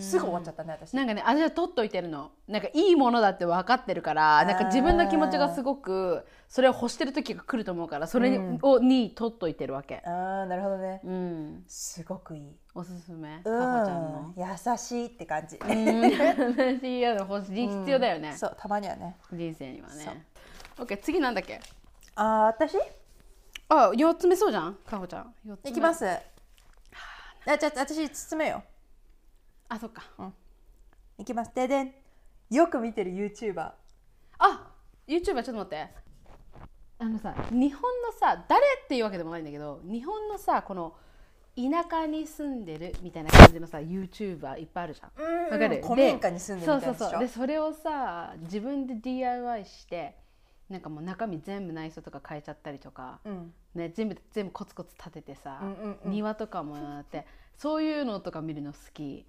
[SPEAKER 1] すぐ終わっちゃ
[SPEAKER 2] っ
[SPEAKER 1] ったね私
[SPEAKER 2] なんかね味は取っといてるのなんかいいものだって分かってるからなんか自分の気持ちがすごくそれを欲してる時が来ると思うからそれに,、
[SPEAKER 1] うん
[SPEAKER 2] をに取っといてるわけ、
[SPEAKER 1] ああなるほどね
[SPEAKER 2] うん、
[SPEAKER 1] すごくいい
[SPEAKER 2] おすすめか
[SPEAKER 1] う
[SPEAKER 2] ほちゃん
[SPEAKER 1] *laughs* ん
[SPEAKER 2] の
[SPEAKER 1] 優しいって感じ
[SPEAKER 2] うん、私嫌な欲しい必要だよ
[SPEAKER 1] う
[SPEAKER 2] ね
[SPEAKER 1] ん、 *laughs* そうたまにはね
[SPEAKER 2] 人生には
[SPEAKER 1] そう
[SPEAKER 2] ね OK 次なんだっけ
[SPEAKER 1] あー私
[SPEAKER 2] あ四つ目そうじゃんかほちゃん四つ目
[SPEAKER 1] いきますあじゃあ私包めよ
[SPEAKER 2] あそっか
[SPEAKER 1] いきますででんよく見てる YouTuber
[SPEAKER 2] あ YouTuber ちょっと待ってあのさ日本のさ誰っていうわけでもないんだけど日本のさこの田舎に住んでるみたいな感じのさ YouTuber いっぱいあるじゃん
[SPEAKER 1] うん
[SPEAKER 2] わかる
[SPEAKER 1] 古民家に住んでるみたいな
[SPEAKER 2] そうそうそう
[SPEAKER 1] で
[SPEAKER 2] で
[SPEAKER 1] し
[SPEAKER 2] それをさ自分で DIY してなんかもう中身全部内装とか変えちゃったりとか、
[SPEAKER 1] ょうん
[SPEAKER 2] ね、全部全部コツコツ立ててさ、
[SPEAKER 1] うんうんうん
[SPEAKER 2] 庭とかもやってそういうのとか見るの好
[SPEAKER 1] *laughs*
[SPEAKER 2] き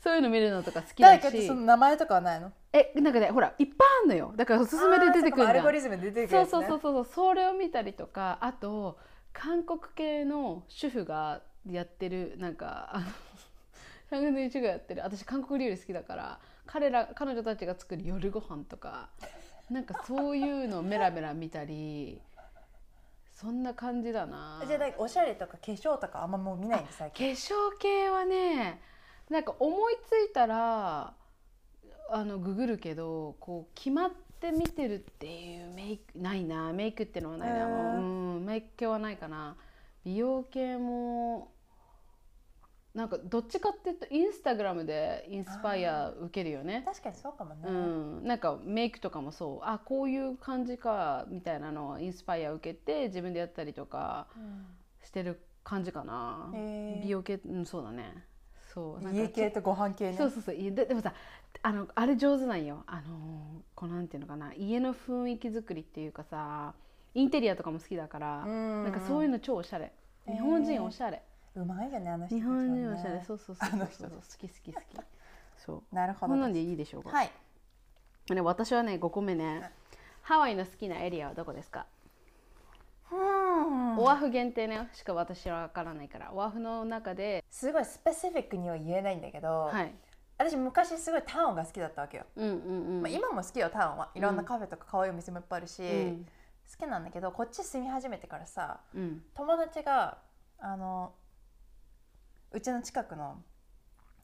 [SPEAKER 2] そういうの見るのとか好きだ
[SPEAKER 1] 誰
[SPEAKER 2] し
[SPEAKER 1] かってその名前とかはないの
[SPEAKER 2] えなんかねほらいっぱいあんのよだからおすすめで出てく
[SPEAKER 1] あーそっ
[SPEAKER 2] る
[SPEAKER 1] かアル
[SPEAKER 2] ん
[SPEAKER 1] ゴ
[SPEAKER 2] だ
[SPEAKER 1] リズムで出てくる
[SPEAKER 2] そ
[SPEAKER 1] や
[SPEAKER 2] う
[SPEAKER 1] つね
[SPEAKER 2] そうそうそうそれを見たりとかあと韓国系の主婦がやってるなんかあの韓国の y o u t やってる私韓国料理好きだから彼ら彼女たちが作る夜ご飯とかなんかそういうのをメラメラ見たりそんな感じだな
[SPEAKER 1] じゃあなんかおしゃれとか化粧とかあんまもう見ないんで最
[SPEAKER 2] 化
[SPEAKER 1] 近
[SPEAKER 2] 粧系はねなんか思いついたらあのググるけどこう決まって見てるっていうメイクないなメイクってのはないな
[SPEAKER 1] へー
[SPEAKER 2] もううんメイク系はないかな美容系もなんかどっちかっていうとインスタグラムでインスパイア受けるよね
[SPEAKER 1] 確かにそうかもね、
[SPEAKER 2] うん、なんかメイクとかもそうあこういう感じかみたいなのをインスパイア受けて自分でやったりとかしてる感じかな、
[SPEAKER 1] へー
[SPEAKER 2] 美容系うんそうだねそうなんか
[SPEAKER 1] 家系とご飯系ね
[SPEAKER 2] そうそうそういやででもさあのあれ上手なんよあのこうなんていうのかな家の雰囲気作りっていうかさインテリアとかも好きだから、
[SPEAKER 1] うん
[SPEAKER 2] なんかそういうの超おしゃれ日本人おしゃれ、
[SPEAKER 1] うまいよねあの人
[SPEAKER 2] 日
[SPEAKER 1] たちもね
[SPEAKER 2] 本人おしゃれそうそうそう
[SPEAKER 1] あ
[SPEAKER 2] そう
[SPEAKER 1] の
[SPEAKER 2] そ
[SPEAKER 1] 人
[SPEAKER 2] う好き好き好きそう
[SPEAKER 1] なるほ
[SPEAKER 2] こ
[SPEAKER 1] ど
[SPEAKER 2] んなん
[SPEAKER 1] で
[SPEAKER 2] でいいでしょうか、
[SPEAKER 1] すはい
[SPEAKER 2] ね、私はね5個目ね、ハワイの好きなエリアはどこですか、
[SPEAKER 1] うん
[SPEAKER 2] オアフ限定ねしか私はわからないからオアフの中です
[SPEAKER 1] ごいスペシフィックには言えないんだけど、
[SPEAKER 2] はい
[SPEAKER 1] 私昔すごいタウンが好きだったわけよ、
[SPEAKER 2] うんうんうん、
[SPEAKER 1] まあ、今も好きよタウンはいろんなカフェとか可愛いお店もいっぱいあるし、
[SPEAKER 2] うん
[SPEAKER 1] 好きなんだけどこっち住み始めてからさ
[SPEAKER 2] うん
[SPEAKER 1] 友達があのうちの近くの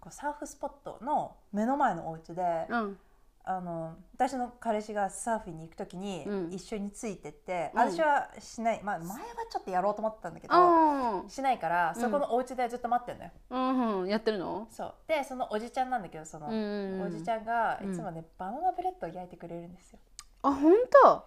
[SPEAKER 1] こうサーフスポットの目の前のお家で、
[SPEAKER 2] うん
[SPEAKER 1] あの私の彼氏がサーフィンに行くときに
[SPEAKER 2] うん
[SPEAKER 1] 一緒についてって、
[SPEAKER 2] うん
[SPEAKER 1] 私はしない、まあ、前はちょっとやろうと思ってたんだけど、
[SPEAKER 2] あ
[SPEAKER 1] しないから
[SPEAKER 2] うん
[SPEAKER 1] そこのお家でずっと待ってるのよ、
[SPEAKER 2] ーうんやってるの
[SPEAKER 1] そうでそのおじちゃんなんだけどその、
[SPEAKER 2] うん
[SPEAKER 1] おじちゃんが
[SPEAKER 2] う
[SPEAKER 1] い
[SPEAKER 2] ん
[SPEAKER 1] つもね、バナナブレッドを焼いてくれるんですよ
[SPEAKER 2] あ本当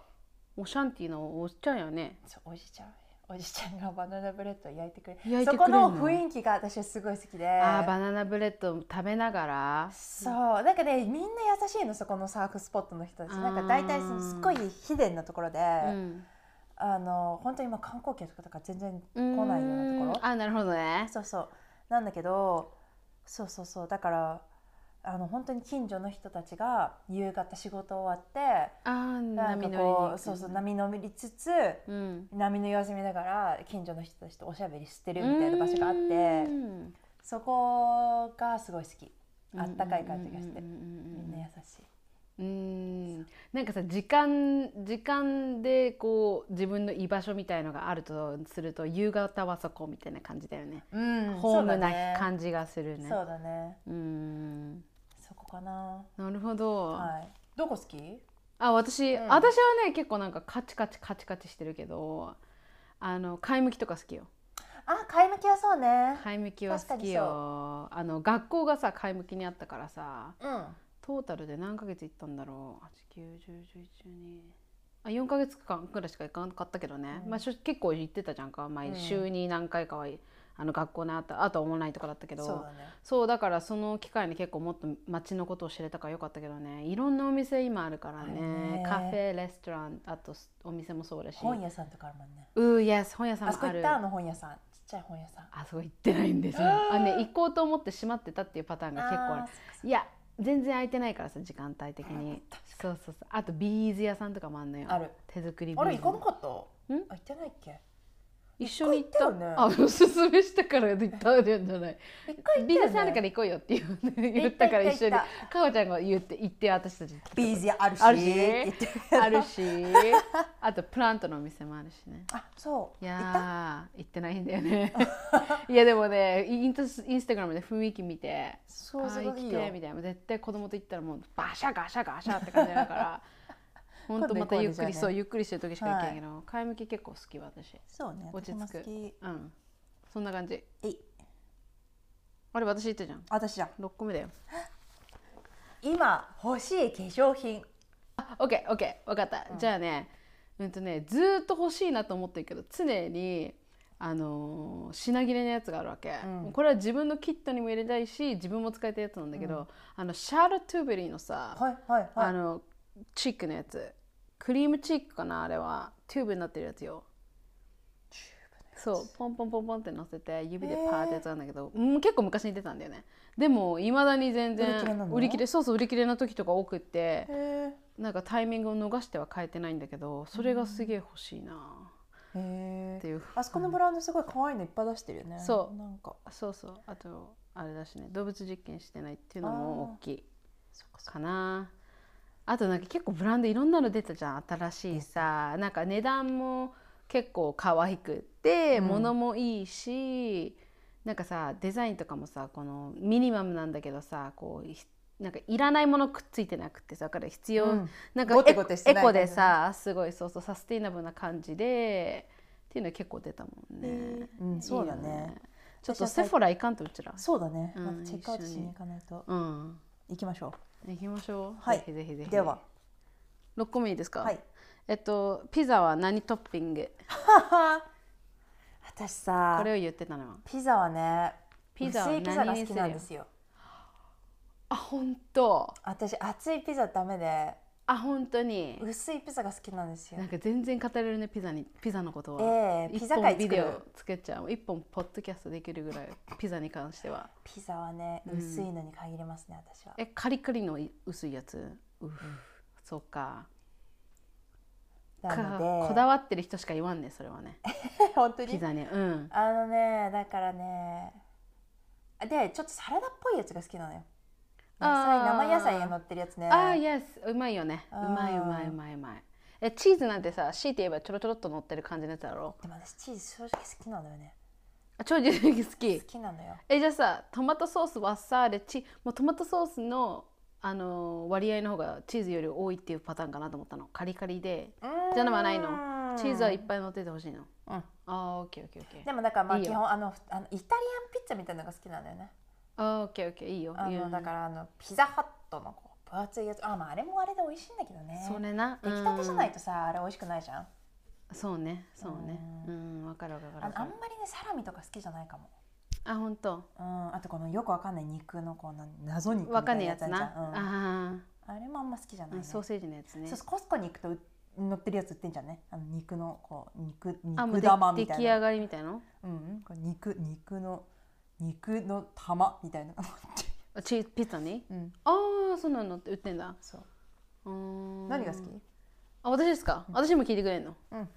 [SPEAKER 2] おシャンティのおっちゃんよね
[SPEAKER 1] そうおじちゃんおじちゃんがバナナブレッドを焼いてくれる
[SPEAKER 2] 焼いてくれるの
[SPEAKER 1] そこの雰囲気が私はすごい好きで
[SPEAKER 2] あーバナナブレッド食べながら
[SPEAKER 1] そうなんかねみんな優しいのそこのサーフスポットの人たち
[SPEAKER 2] あー
[SPEAKER 1] なんか大体そのすっごい秘伝なところで、
[SPEAKER 2] うん
[SPEAKER 1] あの本当に今観光客とか全然来
[SPEAKER 2] うん
[SPEAKER 1] ないようなところ
[SPEAKER 2] あなるほどね
[SPEAKER 1] そうそうなんだけどそうそうそうだからあの本当に近所の人たちが夕方仕事終わって
[SPEAKER 2] あー
[SPEAKER 1] なん
[SPEAKER 2] 波
[SPEAKER 1] か
[SPEAKER 2] 乗りに
[SPEAKER 1] こ
[SPEAKER 2] 行
[SPEAKER 1] う
[SPEAKER 2] く
[SPEAKER 1] そうそう波乗りつつ
[SPEAKER 2] うん
[SPEAKER 1] 波の様子見ながら近所の人たちとおしゃべりしてるみたいな場所があって
[SPEAKER 2] うん
[SPEAKER 1] そこがすごい好きあったかい感じがして
[SPEAKER 2] うんうんうんうん
[SPEAKER 1] み
[SPEAKER 2] うんん
[SPEAKER 1] な優しい。
[SPEAKER 2] うんなんかさ時間時間でこう自分の居場所みたいのがあるとすると夕方はそこみたいな感じだよね、
[SPEAKER 1] うん
[SPEAKER 2] ホーム
[SPEAKER 1] そうだ
[SPEAKER 2] な
[SPEAKER 1] ね
[SPEAKER 2] 感じがするね
[SPEAKER 1] そうだね
[SPEAKER 2] うん
[SPEAKER 1] そこかな
[SPEAKER 2] なるほど、
[SPEAKER 1] はいどこ好き
[SPEAKER 2] あ私、
[SPEAKER 1] うん
[SPEAKER 2] 私はね結構なんかカチカチカチカチしてるけどあの買い向きとか好きよ
[SPEAKER 1] あ買い向きはそうね
[SPEAKER 2] 買い向きは好き
[SPEAKER 1] 確
[SPEAKER 2] よあの学校がさ買い向きにあったからさ
[SPEAKER 1] うん
[SPEAKER 2] トータルで何ヶ月行ったんだろう89112あ4ヶ月間ぐらいしか行かなかったけどね、
[SPEAKER 1] うん
[SPEAKER 2] まあ、しょ結構行ってたじゃんか毎
[SPEAKER 1] うん
[SPEAKER 2] 週に何回かは、あの学校にあったあとはオンラインとかだったけど
[SPEAKER 1] そうだね
[SPEAKER 2] そうだからその機会に結構もっと街のことを知れたからよかったけどねいろんなお店今あるからね
[SPEAKER 1] あるね
[SPEAKER 2] カフェレストランあとすお店もそうだし
[SPEAKER 1] 本屋さんとかあるもんね
[SPEAKER 2] うーイエス本屋さん
[SPEAKER 1] あ
[SPEAKER 2] も
[SPEAKER 1] そこ
[SPEAKER 2] あ
[SPEAKER 1] 行っ
[SPEAKER 2] る
[SPEAKER 1] たあの本屋さんちっちゃい本屋さん
[SPEAKER 2] あそこ行ってないんですよあのね行こうと思って閉まってたっていうパターンが結構あ
[SPEAKER 1] あー
[SPEAKER 2] る
[SPEAKER 1] そっかそっか
[SPEAKER 2] いや全然空いてないからさ時間帯的にそうそうそうあとビーズ屋さんとかもあんのよ
[SPEAKER 1] ある
[SPEAKER 2] 手作りビ
[SPEAKER 1] あれ
[SPEAKER 2] ーズ
[SPEAKER 1] 行かなかったあ
[SPEAKER 2] ん
[SPEAKER 1] 行ってないっけ
[SPEAKER 2] 一緒に行っ
[SPEAKER 1] 一
[SPEAKER 2] た
[SPEAKER 1] 回行ったよね
[SPEAKER 2] あおすすめしたから行ったんじゃな
[SPEAKER 1] 一回行っ
[SPEAKER 2] い
[SPEAKER 1] たよね
[SPEAKER 2] ビーズ屋さんあるから行こうよっていう言ったから一緒に
[SPEAKER 1] 行った行った行
[SPEAKER 2] かおちゃんが言って言って
[SPEAKER 1] *laughs*
[SPEAKER 2] 私たち
[SPEAKER 1] ビーズ屋あるし
[SPEAKER 2] あるし
[SPEAKER 1] って言ってるけど
[SPEAKER 2] あ
[SPEAKER 1] *laughs*
[SPEAKER 2] るしあとプラントのお店もあるしね
[SPEAKER 1] あそう
[SPEAKER 2] い
[SPEAKER 1] 行
[SPEAKER 2] や
[SPEAKER 1] った
[SPEAKER 2] ー行ってないんだよねいやでもねインタスインスタグラムで雰囲気見て
[SPEAKER 1] そう
[SPEAKER 2] あ
[SPEAKER 1] そ
[SPEAKER 2] ー
[SPEAKER 1] う
[SPEAKER 2] 行き
[SPEAKER 1] いい
[SPEAKER 2] てー
[SPEAKER 1] よ
[SPEAKER 2] みたいな絶対子供と行ったらもうバシャガシャガシャって感じだから
[SPEAKER 1] *laughs*
[SPEAKER 2] ほんとまたゆっ
[SPEAKER 1] 今度行こ
[SPEAKER 2] く
[SPEAKER 1] うねじゃあ
[SPEAKER 2] り
[SPEAKER 1] ね
[SPEAKER 2] そうゆっくりしてる時しか行けないけど、買い向き結構好き私
[SPEAKER 1] そうね
[SPEAKER 2] 落ち着く
[SPEAKER 1] 私も好き
[SPEAKER 2] うんそんな感じ
[SPEAKER 1] えい
[SPEAKER 2] あれ私言ったじゃん
[SPEAKER 1] 私じゃん
[SPEAKER 2] 6個目だよ
[SPEAKER 1] 今欲しい化粧品
[SPEAKER 2] あオッケーオッケー分かった、じゃあねうんとねずーっと欲しいなと思ってるけど常にあのー品切れのやつがあるわけ、
[SPEAKER 1] うん
[SPEAKER 2] これは自分のキットにも入れたいし自分も使いたいやつなんだけど、あのシャーロットゥーベリーのさ、
[SPEAKER 1] はいはいは
[SPEAKER 2] あ
[SPEAKER 1] い
[SPEAKER 2] のチークのやつクリームチークかなあれはチューブになってるやつよそうポンポンポンポンって乗せて指でパーってやつなんだけど、うん結構昔に出たんだよねでもいまだに全然
[SPEAKER 1] 売り切れなの
[SPEAKER 2] 売り切れそうそう売り切れの時とか多くって
[SPEAKER 1] へえ
[SPEAKER 2] なんかタイミングを逃しては変えてないんだけどそれがすげえ欲しいな
[SPEAKER 1] へ
[SPEAKER 2] っ
[SPEAKER 1] え
[SPEAKER 2] ていう、
[SPEAKER 1] あそこのブランドすごい可愛いのいっぱい出してるよね
[SPEAKER 2] そう
[SPEAKER 1] なんか
[SPEAKER 2] そうそうあとあれだしね動物実験してないっていうのも大きい
[SPEAKER 1] そっかそっか
[SPEAKER 2] かなあとなんか結構ブランドいろんなの出たじゃん新しいさなんか値段も結構可愛くって、
[SPEAKER 1] うん
[SPEAKER 2] 物もいいしなんかさデザインとかもさこのミニマムなんだけどさこうひなんかいらないものくっついてなくってさだから必要、
[SPEAKER 1] うん
[SPEAKER 2] なんか
[SPEAKER 1] ゴテゴテして
[SPEAKER 2] エ
[SPEAKER 1] な
[SPEAKER 2] コ
[SPEAKER 1] い
[SPEAKER 2] エ
[SPEAKER 1] 感
[SPEAKER 2] コ
[SPEAKER 1] じね
[SPEAKER 2] でさすごいそうそうサステイナブルな感じでっていうの結構出たもんね、
[SPEAKER 1] うんそうだね
[SPEAKER 2] いいよちょっ
[SPEAKER 1] 私は最
[SPEAKER 2] とセ
[SPEAKER 1] 近
[SPEAKER 2] フォラ行かんとうちら
[SPEAKER 1] そうだね、
[SPEAKER 2] うん
[SPEAKER 1] またチェックアウトしに行かないと
[SPEAKER 2] うん
[SPEAKER 1] 行きましょ
[SPEAKER 2] 行きましょう
[SPEAKER 1] はい
[SPEAKER 2] ぜひぜひぜ
[SPEAKER 1] う
[SPEAKER 2] ひ
[SPEAKER 1] では
[SPEAKER 2] 6個目いいですか、
[SPEAKER 1] はい
[SPEAKER 2] えっとピザは何トッピング
[SPEAKER 1] 私さ
[SPEAKER 2] これを言ってたのは
[SPEAKER 1] ピザはね
[SPEAKER 2] ピザは
[SPEAKER 1] 薄いピザが
[SPEAKER 2] 何に
[SPEAKER 1] 好き
[SPEAKER 2] するよ
[SPEAKER 1] なんですよ
[SPEAKER 2] あ本当
[SPEAKER 1] 私熱いピザダメで
[SPEAKER 2] あ本当に
[SPEAKER 1] 薄いピザが好きなんですよ
[SPEAKER 2] なんか全然語れるねピザにピザのことは、
[SPEAKER 1] ええ
[SPEAKER 2] 一
[SPEAKER 1] ピザ界
[SPEAKER 2] 本
[SPEAKER 1] 作る
[SPEAKER 2] ビデオつけちゃう一本ポッドキャストできるぐらいピザに関しては
[SPEAKER 1] ピザはね薄いのに限りますね、私は
[SPEAKER 2] えカリカリのい薄いやつうふそうか
[SPEAKER 1] な *laughs*
[SPEAKER 2] か
[SPEAKER 1] ので
[SPEAKER 2] こだわってる人しか言わんねそれはね
[SPEAKER 1] 本当
[SPEAKER 2] ピ
[SPEAKER 1] に
[SPEAKER 2] ザねうん
[SPEAKER 1] あのねだからねでちょっとサラダっぽいやつが好きなのよ野
[SPEAKER 2] あ
[SPEAKER 1] 菜
[SPEAKER 2] ー
[SPEAKER 1] 生野菜が乗ってるやつね
[SPEAKER 2] ああ、イエス、うまいよね。う
[SPEAKER 1] あー
[SPEAKER 2] まいうまいうまいうまい。え、チーズなんてさ、強いて言えばちょろちょろっと乗ってる感じのやつだろ。
[SPEAKER 1] でも私チーズ正直好きなのよね
[SPEAKER 2] あ、超ジュリ好
[SPEAKER 1] 好
[SPEAKER 2] き。
[SPEAKER 1] きなのよ
[SPEAKER 2] え、じゃあさ、トマトソースはさ、で、チ、もうトマトソースの。あのー割合の方がチーズより多いっていうパターンかなと思ったの。カリカリで。じゃないの。チーズはいっぱい乗っててほしいの。
[SPEAKER 1] うん
[SPEAKER 2] あー、オッケー、オッケー、オッケー。
[SPEAKER 1] でもだからまあ
[SPEAKER 2] いい
[SPEAKER 1] 基
[SPEAKER 2] よ
[SPEAKER 1] 本あのふあのイタリアンピッツァみたいなのが好きなのよね
[SPEAKER 2] あー、オッケー、オッケー、いいよ。
[SPEAKER 1] あ
[SPEAKER 2] いいよ
[SPEAKER 1] のだからあのピザハットのこう分厚いやつあまああれもあれで美味しいんだけどね
[SPEAKER 2] それな。
[SPEAKER 1] 出来たてじゃない
[SPEAKER 2] うん
[SPEAKER 1] とさあれ美味しくないじゃん
[SPEAKER 2] そうね。そうね。うん、わかるわかるわ
[SPEAKER 1] あのあ
[SPEAKER 2] か
[SPEAKER 1] ん
[SPEAKER 2] る
[SPEAKER 1] ま。りねサラミとか好きじゃないかも
[SPEAKER 2] あ、本当。
[SPEAKER 1] うんあとこのよくわかんない肉のこうなん謎肉み
[SPEAKER 2] わ
[SPEAKER 1] た
[SPEAKER 2] か
[SPEAKER 1] い
[SPEAKER 2] ん
[SPEAKER 1] な
[SPEAKER 2] ない
[SPEAKER 1] や
[SPEAKER 2] や
[SPEAKER 1] つあるじゃ
[SPEAKER 2] つな。
[SPEAKER 1] んうん
[SPEAKER 2] ああ。
[SPEAKER 1] あれもあんま好きじゃない、
[SPEAKER 2] う
[SPEAKER 1] ね
[SPEAKER 2] んソーセージのやつね
[SPEAKER 1] そうそうコスコに行くとう乗ってるやつ売ってんじゃんねあの肉のこう肉
[SPEAKER 2] あもう
[SPEAKER 1] 肉
[SPEAKER 2] で
[SPEAKER 1] 玉み
[SPEAKER 2] 出
[SPEAKER 1] たい
[SPEAKER 2] 来上
[SPEAKER 1] な
[SPEAKER 2] がりみたいな
[SPEAKER 1] うんうんこれ肉肉の肉の玉みた
[SPEAKER 2] *laughs*
[SPEAKER 1] いな
[SPEAKER 2] あチーズピザに
[SPEAKER 1] うん
[SPEAKER 2] ああそうなのって売ってんだ
[SPEAKER 1] そう
[SPEAKER 2] うーん
[SPEAKER 1] 何が好き
[SPEAKER 2] あ私ですか私にも聞いてくれんの
[SPEAKER 1] うん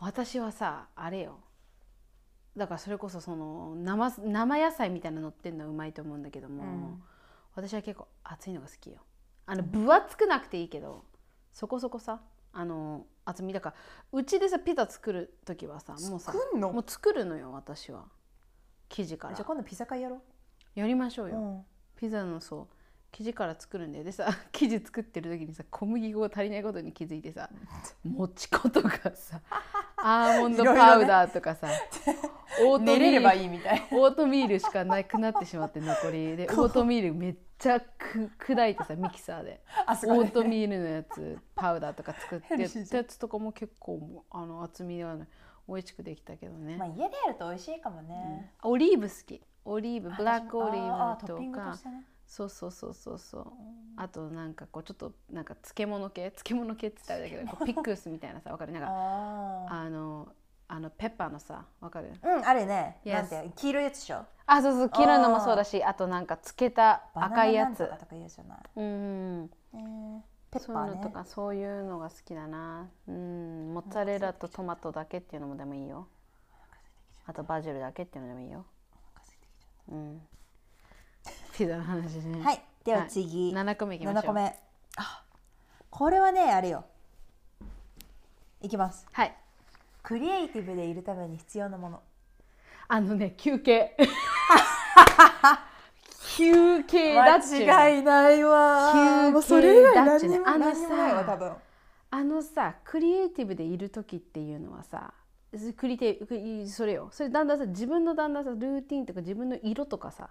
[SPEAKER 2] 私はさあれよだからそれこそその生生野菜みたいなの乗ってんのはうまいと思うんだけども、
[SPEAKER 1] うん
[SPEAKER 2] 私は結構厚いのが好きよあの分厚くなくていいけどそこそこさあの厚みだからうちでさピザ作る時はさもうさ
[SPEAKER 1] 作んの
[SPEAKER 2] もう作るのよ私は生地か
[SPEAKER 1] じゃあ
[SPEAKER 2] ら
[SPEAKER 1] 今度ピザ会やろ
[SPEAKER 2] やりましょう
[SPEAKER 1] う、
[SPEAKER 2] よ、
[SPEAKER 1] ん、
[SPEAKER 2] ピザのそう生地から作るんだよでさ *laughs* 生地作ってる時にさ小麦粉が足りないことに気づいてさもち粉とか
[SPEAKER 1] *laughs*
[SPEAKER 2] さアーモンドパウダーとかさ、オートミー
[SPEAKER 1] 寝
[SPEAKER 2] ル
[SPEAKER 1] れればいいみたい *laughs*
[SPEAKER 2] オートミールしかなくなってしまって残りでオートミールめっちゃく砕いてさミキサーで
[SPEAKER 1] あす
[SPEAKER 2] オ
[SPEAKER 1] ごい
[SPEAKER 2] ートミールのやつパウダーとか作っ
[SPEAKER 1] ヘル
[SPEAKER 2] て
[SPEAKER 1] シーじゃん
[SPEAKER 2] やつとかも結構もうあの厚みがある美味しくできたけどね、
[SPEAKER 1] まあ家でやると美味しいかもね、
[SPEAKER 2] オリーブ好きオリーブブラックオリ
[SPEAKER 1] あ
[SPEAKER 2] ー
[SPEAKER 1] ト
[SPEAKER 2] ブ
[SPEAKER 1] ッピン
[SPEAKER 2] と
[SPEAKER 1] グと
[SPEAKER 2] か
[SPEAKER 1] してね
[SPEAKER 2] そうそうそうそうそうあとなんかこうちょっとなんか漬物系漬物系って言ったらあれだけどこうピクルスみたいなさわかるなんか
[SPEAKER 1] *laughs* あ
[SPEAKER 2] あのあのペッパーのさわかる
[SPEAKER 1] あうんあれね、
[SPEAKER 2] Yes
[SPEAKER 1] なんて黄色いやつでしょ
[SPEAKER 2] あそうそう黄色いのもそうだしあとなんか漬けた
[SPEAKER 1] バナナ
[SPEAKER 2] 赤いや
[SPEAKER 1] なんと
[SPEAKER 2] つ
[SPEAKER 1] かとか言うじゃない、
[SPEAKER 2] うん
[SPEAKER 1] えー、ペッ
[SPEAKER 2] そう
[SPEAKER 1] パ
[SPEAKER 2] い
[SPEAKER 1] ー
[SPEAKER 2] うのと
[SPEAKER 1] ね
[SPEAKER 2] かそういうのが好きだなうんモッツァレラとトマトだけっていうのもでもいいよあとバジルだけっていうのでもいいようんピザの話ね
[SPEAKER 1] はいでは次、
[SPEAKER 2] 7個目いきましょ
[SPEAKER 1] 7
[SPEAKER 2] う
[SPEAKER 1] 個目あこれはねあれよいきます
[SPEAKER 2] はい
[SPEAKER 1] クリエイティブでいるために必要なもの
[SPEAKER 2] あのね休
[SPEAKER 1] *laughs*
[SPEAKER 2] 憩休憩だっちゅう
[SPEAKER 1] 間違いないわ
[SPEAKER 2] 休憩
[SPEAKER 1] もうそれ以外
[SPEAKER 2] だっ
[SPEAKER 1] 何
[SPEAKER 2] ちゅ
[SPEAKER 1] に
[SPEAKER 2] ね
[SPEAKER 1] も
[SPEAKER 2] あの
[SPEAKER 1] 何にもないわ
[SPEAKER 2] さ
[SPEAKER 1] 多分
[SPEAKER 2] あのさクリエイティブでいる時っていうのはさクリテクリそれよそれだんだんさ自分のだんだんさルーティンとか自分の色とかさ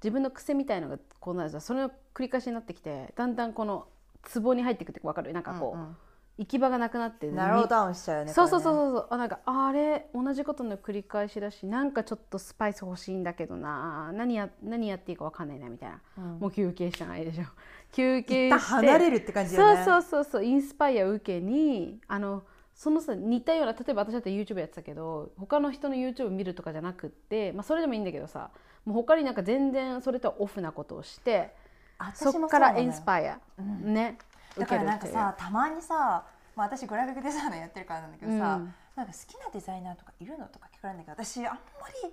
[SPEAKER 2] 自分の癖みたいのがこうなるさそれの繰り返しになってきてだんだんこの壺に入っていくってわかるなんかこう、
[SPEAKER 1] うんうん
[SPEAKER 2] 行き場がなくなって
[SPEAKER 1] ナローダウンしちゃうよね
[SPEAKER 2] そうそうそう
[SPEAKER 1] こ
[SPEAKER 2] そうそうあなんかあれ同じことの繰り返しだしなんかちょっとスパイス欲しいんだけどな何や何やっていいかわかんないなみたいな、
[SPEAKER 1] れねうん
[SPEAKER 2] もう休憩しかないで
[SPEAKER 1] *laughs*
[SPEAKER 2] しょ休
[SPEAKER 1] 一
[SPEAKER 2] 憩して
[SPEAKER 1] 旦離れるって感じだ
[SPEAKER 2] そ
[SPEAKER 1] よ
[SPEAKER 2] う
[SPEAKER 1] ね
[SPEAKER 2] そううそうそうインスパイア受けにあのそのさ似たような例えば私だって YouTube やってたけど他の人の YouTube 見るとかじゃなくって、まあ、それでもいいんだけどさもう他になんか全然それとはオフなことをして
[SPEAKER 1] 私
[SPEAKER 2] そ
[SPEAKER 1] も
[SPEAKER 2] っ
[SPEAKER 1] う
[SPEAKER 2] からインス
[SPEAKER 1] イ
[SPEAKER 2] パイア、
[SPEAKER 1] うん
[SPEAKER 2] ね
[SPEAKER 1] だからなんか
[SPEAKER 2] 受ける
[SPEAKER 1] さたまにさまあ私グラフィックデザイナーやってるからなんだけどさ、
[SPEAKER 2] うん
[SPEAKER 1] なんか好きなデザイナーとかいるのとか聞かれるんだけど私あんまり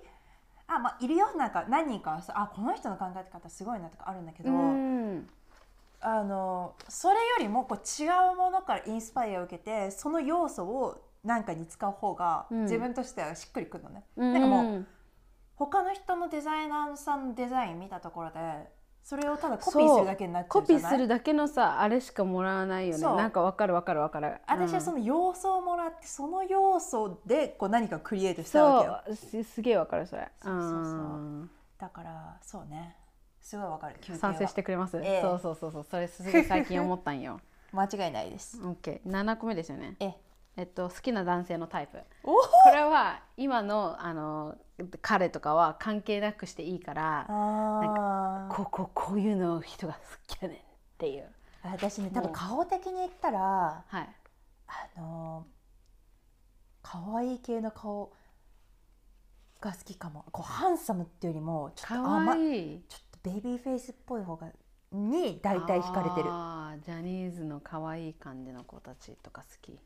[SPEAKER 1] あまあいるよなんか何人かはさあこの人の考え方すごいなとかあるんだけ
[SPEAKER 2] って
[SPEAKER 1] ど、
[SPEAKER 2] いううん
[SPEAKER 1] あのそれよりもこう違うものからインスパイアを受けてその要素を何かに使う方が
[SPEAKER 2] うん
[SPEAKER 1] 自分としてはしっくりくるのね、
[SPEAKER 2] うん
[SPEAKER 1] なんかもう
[SPEAKER 2] う
[SPEAKER 1] 他の人のデザイナーさんのデザイン見たところでそれをただコピーするだけになっちゃ
[SPEAKER 2] コ
[SPEAKER 1] うじ
[SPEAKER 2] ピ
[SPEAKER 1] ゃ
[SPEAKER 2] ーす
[SPEAKER 1] ない
[SPEAKER 2] るだけのさあれしかもらわないよね
[SPEAKER 1] そう
[SPEAKER 2] なんかわかるわかるわかる
[SPEAKER 1] 私は
[SPEAKER 2] うん
[SPEAKER 1] その要素をもらってその要素でこう何かをクリエイトしたわけよ
[SPEAKER 2] そうすすげえわかるそれ
[SPEAKER 1] そうそうそうんだからそうねすごいわかる休憩は
[SPEAKER 2] 賛成してくれます、
[SPEAKER 1] ええ
[SPEAKER 2] そうそうそうそうそれすごい最近思った
[SPEAKER 1] *laughs*
[SPEAKER 2] んよ
[SPEAKER 1] 間違いないです、
[SPEAKER 2] OK7 個目ですよね
[SPEAKER 1] ええ
[SPEAKER 2] えっと好きな男性のタイプ
[SPEAKER 1] おお
[SPEAKER 2] これは今のあの彼とかは関係なくしていいから
[SPEAKER 1] あー
[SPEAKER 2] こうこうこういうの人が好きやねんっていう
[SPEAKER 1] 私ね多分顔的に言ったら
[SPEAKER 2] はい
[SPEAKER 1] あのー可愛い系の顔が好きかもこうハンサムっていうよりもちょっと
[SPEAKER 2] か
[SPEAKER 1] 甘
[SPEAKER 2] わ
[SPEAKER 1] い
[SPEAKER 2] いい
[SPEAKER 1] ちょっとベイビーフェイスっぽい方がに大体惹かれてる
[SPEAKER 2] あージャニーズの可愛い感じの子たちとか好き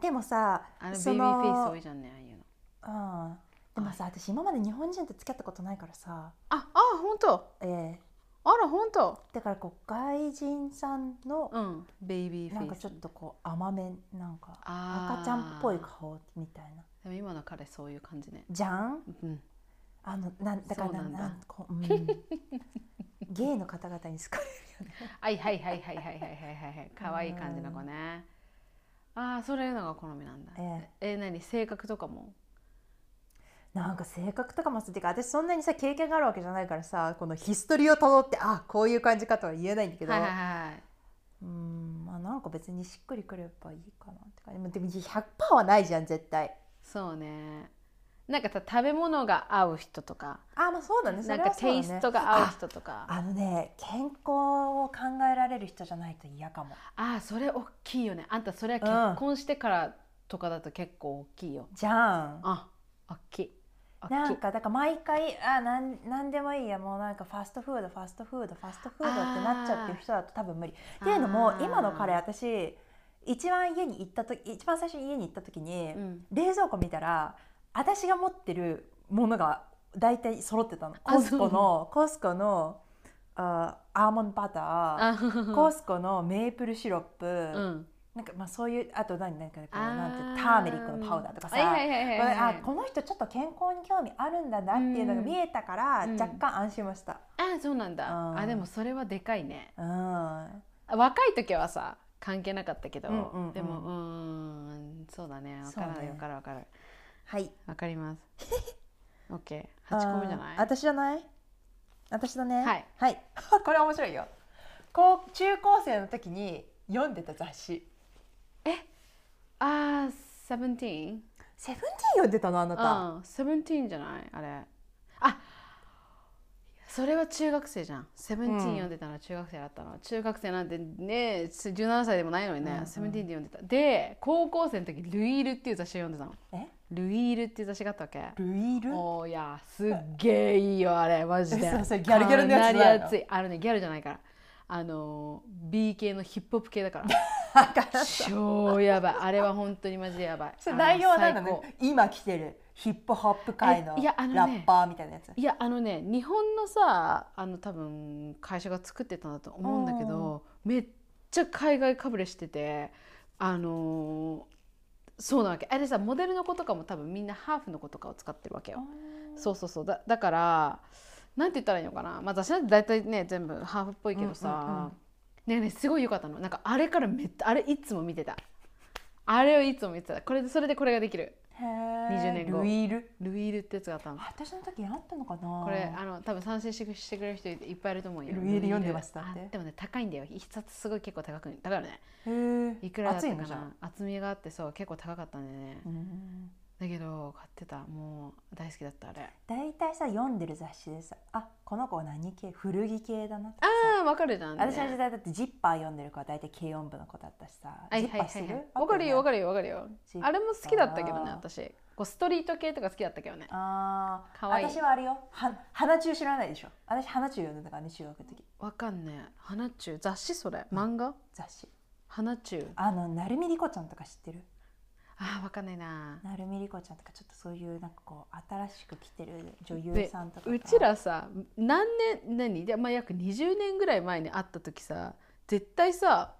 [SPEAKER 1] でもさ
[SPEAKER 2] あのベイ
[SPEAKER 1] そ
[SPEAKER 2] ビーフェイス
[SPEAKER 1] の
[SPEAKER 2] 多いじゃんねああいうの
[SPEAKER 1] うんでもさ私今まで日本人と付き合ったことないからさ
[SPEAKER 2] ああ本当
[SPEAKER 1] ええ
[SPEAKER 2] あら本当
[SPEAKER 1] だからこう外人さんの
[SPEAKER 2] うんベイビーフェ
[SPEAKER 1] な
[SPEAKER 2] イス
[SPEAKER 1] んかちょっとこう甘めなんか
[SPEAKER 2] あー
[SPEAKER 1] 赤ちゃんっぽい顔みたいな
[SPEAKER 2] でも今の彼そういう感じね
[SPEAKER 1] じゃん
[SPEAKER 2] うん
[SPEAKER 1] あのなんだから
[SPEAKER 2] そうなんだ
[SPEAKER 1] なんこう、うん、
[SPEAKER 2] *laughs*
[SPEAKER 1] ゲイの方々に好かれるよね *laughs*
[SPEAKER 2] はいはいはいはいはいはいはいはいはい可愛い感じの子ねああそれのが好みなんだ
[SPEAKER 1] え
[SPEAKER 2] え何性格とかも
[SPEAKER 1] なんか性格とかもさてか私そんなにさ経験があるわけじゃないからさこのヒストリーをたどってあこういう感じかとは言えないんだけど、
[SPEAKER 2] はいはいはいう
[SPEAKER 1] ーんまあなんか別にしっくりくればいいかなって感じでもでも100%はないじゃん絶対
[SPEAKER 2] そうねなんかさ食べ物が合う人とか
[SPEAKER 1] あまあそうだねそ
[SPEAKER 2] な
[SPEAKER 1] れ
[SPEAKER 2] んか
[SPEAKER 1] はそうだ
[SPEAKER 2] テ
[SPEAKER 1] ね
[SPEAKER 2] イストが合う人とか
[SPEAKER 1] あのね健康を考えられる人じゃないと嫌かも
[SPEAKER 2] ああそれ大きいよねあんたそれは
[SPEAKER 1] うん
[SPEAKER 2] 結婚してからとかだと結構大きいよ、
[SPEAKER 1] じゃん
[SPEAKER 2] あ大きい大きい
[SPEAKER 1] なんかだから毎回あなんなんでもいいやもうなんかファストフードファストフードファストフードってなっちゃってる人だと多分無理。っていうのも
[SPEAKER 2] あー
[SPEAKER 1] 今の彼私一番家に行った時一番最初に家に行った時に、
[SPEAKER 2] うん
[SPEAKER 1] 冷蔵庫見たら私が持ってるものが大体揃ってたのコスコのコスコのあーアーモンドバター。
[SPEAKER 2] あ
[SPEAKER 1] コスコのメープルシロップ、
[SPEAKER 2] うん
[SPEAKER 1] なんかまあそういうあと何なんかこうなんて
[SPEAKER 2] あ
[SPEAKER 1] ターメリックのパウダーとかさ、
[SPEAKER 2] はいはいはいはいはい
[SPEAKER 1] あこの人ちょっと健康に興味あるんだなっていうのが見えたから、
[SPEAKER 2] うん
[SPEAKER 1] 若干安心しました。
[SPEAKER 2] あそうなんだ
[SPEAKER 1] うん
[SPEAKER 2] あでもそれはでかいね
[SPEAKER 1] うん、
[SPEAKER 2] 若い時はさ関係なかったけど、
[SPEAKER 1] うんうんうん
[SPEAKER 2] でもうーんそうだねわから
[SPEAKER 1] そう
[SPEAKER 2] ない
[SPEAKER 1] ね
[SPEAKER 2] わからわかる
[SPEAKER 1] はい。
[SPEAKER 2] わかります
[SPEAKER 1] *laughs*
[SPEAKER 2] OK8 個目じゃ
[SPEAKER 1] あ
[SPEAKER 2] な
[SPEAKER 1] ー
[SPEAKER 2] い
[SPEAKER 1] 私じゃない？私だね。
[SPEAKER 2] はい。
[SPEAKER 1] はい。 *laughs* これ面白いよ。こう中高生の時に読んでた雑誌。
[SPEAKER 2] ああ 17?
[SPEAKER 1] セブンティーン読んでたのあなた。
[SPEAKER 2] うん、セブンティーンじゃないあれあそれは中学生じゃんセブンティーン読んでたのは中学生だったの、中学生なんてね17歳でもないのに
[SPEAKER 1] うんう
[SPEAKER 2] ね
[SPEAKER 1] ん
[SPEAKER 2] セブンティーンで読んでたで高校生の時「ルイール」っていう雑誌を読んでたの
[SPEAKER 1] え？
[SPEAKER 2] ルイールっていう雑誌があったわけ
[SPEAKER 1] ルイル？
[SPEAKER 2] おーいやすっげえいいよあれマジ
[SPEAKER 1] *laughs*
[SPEAKER 2] で
[SPEAKER 1] 嘘それギャルギャルのやつじゃな
[SPEAKER 2] かないり
[SPEAKER 1] の
[SPEAKER 2] 熱いあのねギャルじゃないからあのー B 系のヒップホップ系だ
[SPEAKER 1] *laughs*
[SPEAKER 2] から
[SPEAKER 1] だからさ
[SPEAKER 2] 超やばいあれは本当にマジでやばい
[SPEAKER 1] それ内容は何
[SPEAKER 2] あ
[SPEAKER 1] な
[SPEAKER 2] の最
[SPEAKER 1] の
[SPEAKER 2] 高？
[SPEAKER 1] 今来てるヒップホップ界の
[SPEAKER 2] えいやあのね
[SPEAKER 1] ラッパーみたいなやつ。
[SPEAKER 2] いやあのね日本のさあの多分会社が作ってたんだと思うんだけどめっちゃ海外かぶれしててあのーそうなわけあれさモデルの子とかも多分みんなハーフの子とかを使ってるわけよ。そうそうそうだだからなんて言ったらいいのかなまあ私なんて大体ね全部ハーフっぽいけ
[SPEAKER 1] うんう
[SPEAKER 2] ど
[SPEAKER 1] んう
[SPEAKER 2] さ
[SPEAKER 1] ん、
[SPEAKER 2] ねえねえすごい良かったのなんかあれからめっあれいつも見てたあれをいつも見てたこれでそれでこれができる20年後
[SPEAKER 1] ルイール
[SPEAKER 2] ルイールってやつがあったの
[SPEAKER 1] 私の時あったのかな
[SPEAKER 2] これあの多分賛成してしてくれる人いっぱいいると思うよ
[SPEAKER 1] ルイール読んでましたって
[SPEAKER 2] あでもね高いんだよ一冊すごい結構高くだからね
[SPEAKER 1] へー
[SPEAKER 2] いくらだっ
[SPEAKER 1] 熱
[SPEAKER 2] た
[SPEAKER 1] い
[SPEAKER 2] か
[SPEAKER 1] のじゃ
[SPEAKER 2] なん厚みがあってそう結構高かったんでね、
[SPEAKER 1] うん
[SPEAKER 2] だけど買ってたもう大好きだったあれ
[SPEAKER 1] 大体さ読んでる雑誌でさあこの子何系古着系だなとかさ
[SPEAKER 2] ああわかるじゃん、ね、
[SPEAKER 1] 私の時代だってジッパー読んでる子は大体軽音部の子だったしさ、
[SPEAKER 2] はい
[SPEAKER 1] ジッパ
[SPEAKER 2] はいはい
[SPEAKER 1] ーしてる
[SPEAKER 2] はいわかるよわ
[SPEAKER 1] る
[SPEAKER 2] かるよわかるよ
[SPEAKER 1] ジッパー
[SPEAKER 2] あれも好きだったけどね私こうストリート系とか好きだったけどね
[SPEAKER 1] あー
[SPEAKER 2] かわいい
[SPEAKER 1] 私はあれよは花中知らないでしょ私花中読んでたからね中学の時
[SPEAKER 2] わかんねえ花中雑誌それ漫画
[SPEAKER 1] 雑誌
[SPEAKER 2] 花中
[SPEAKER 1] あの成美莉子ちゃんとか知ってる
[SPEAKER 2] あーわかんないな
[SPEAKER 1] 成美莉子ちゃんとかちょっとそういうなんかこう新しく来てる女優
[SPEAKER 2] で
[SPEAKER 1] さんとかが
[SPEAKER 2] うちらさ何年何で、まあ、約20年ぐらい前に会った時さ絶対さ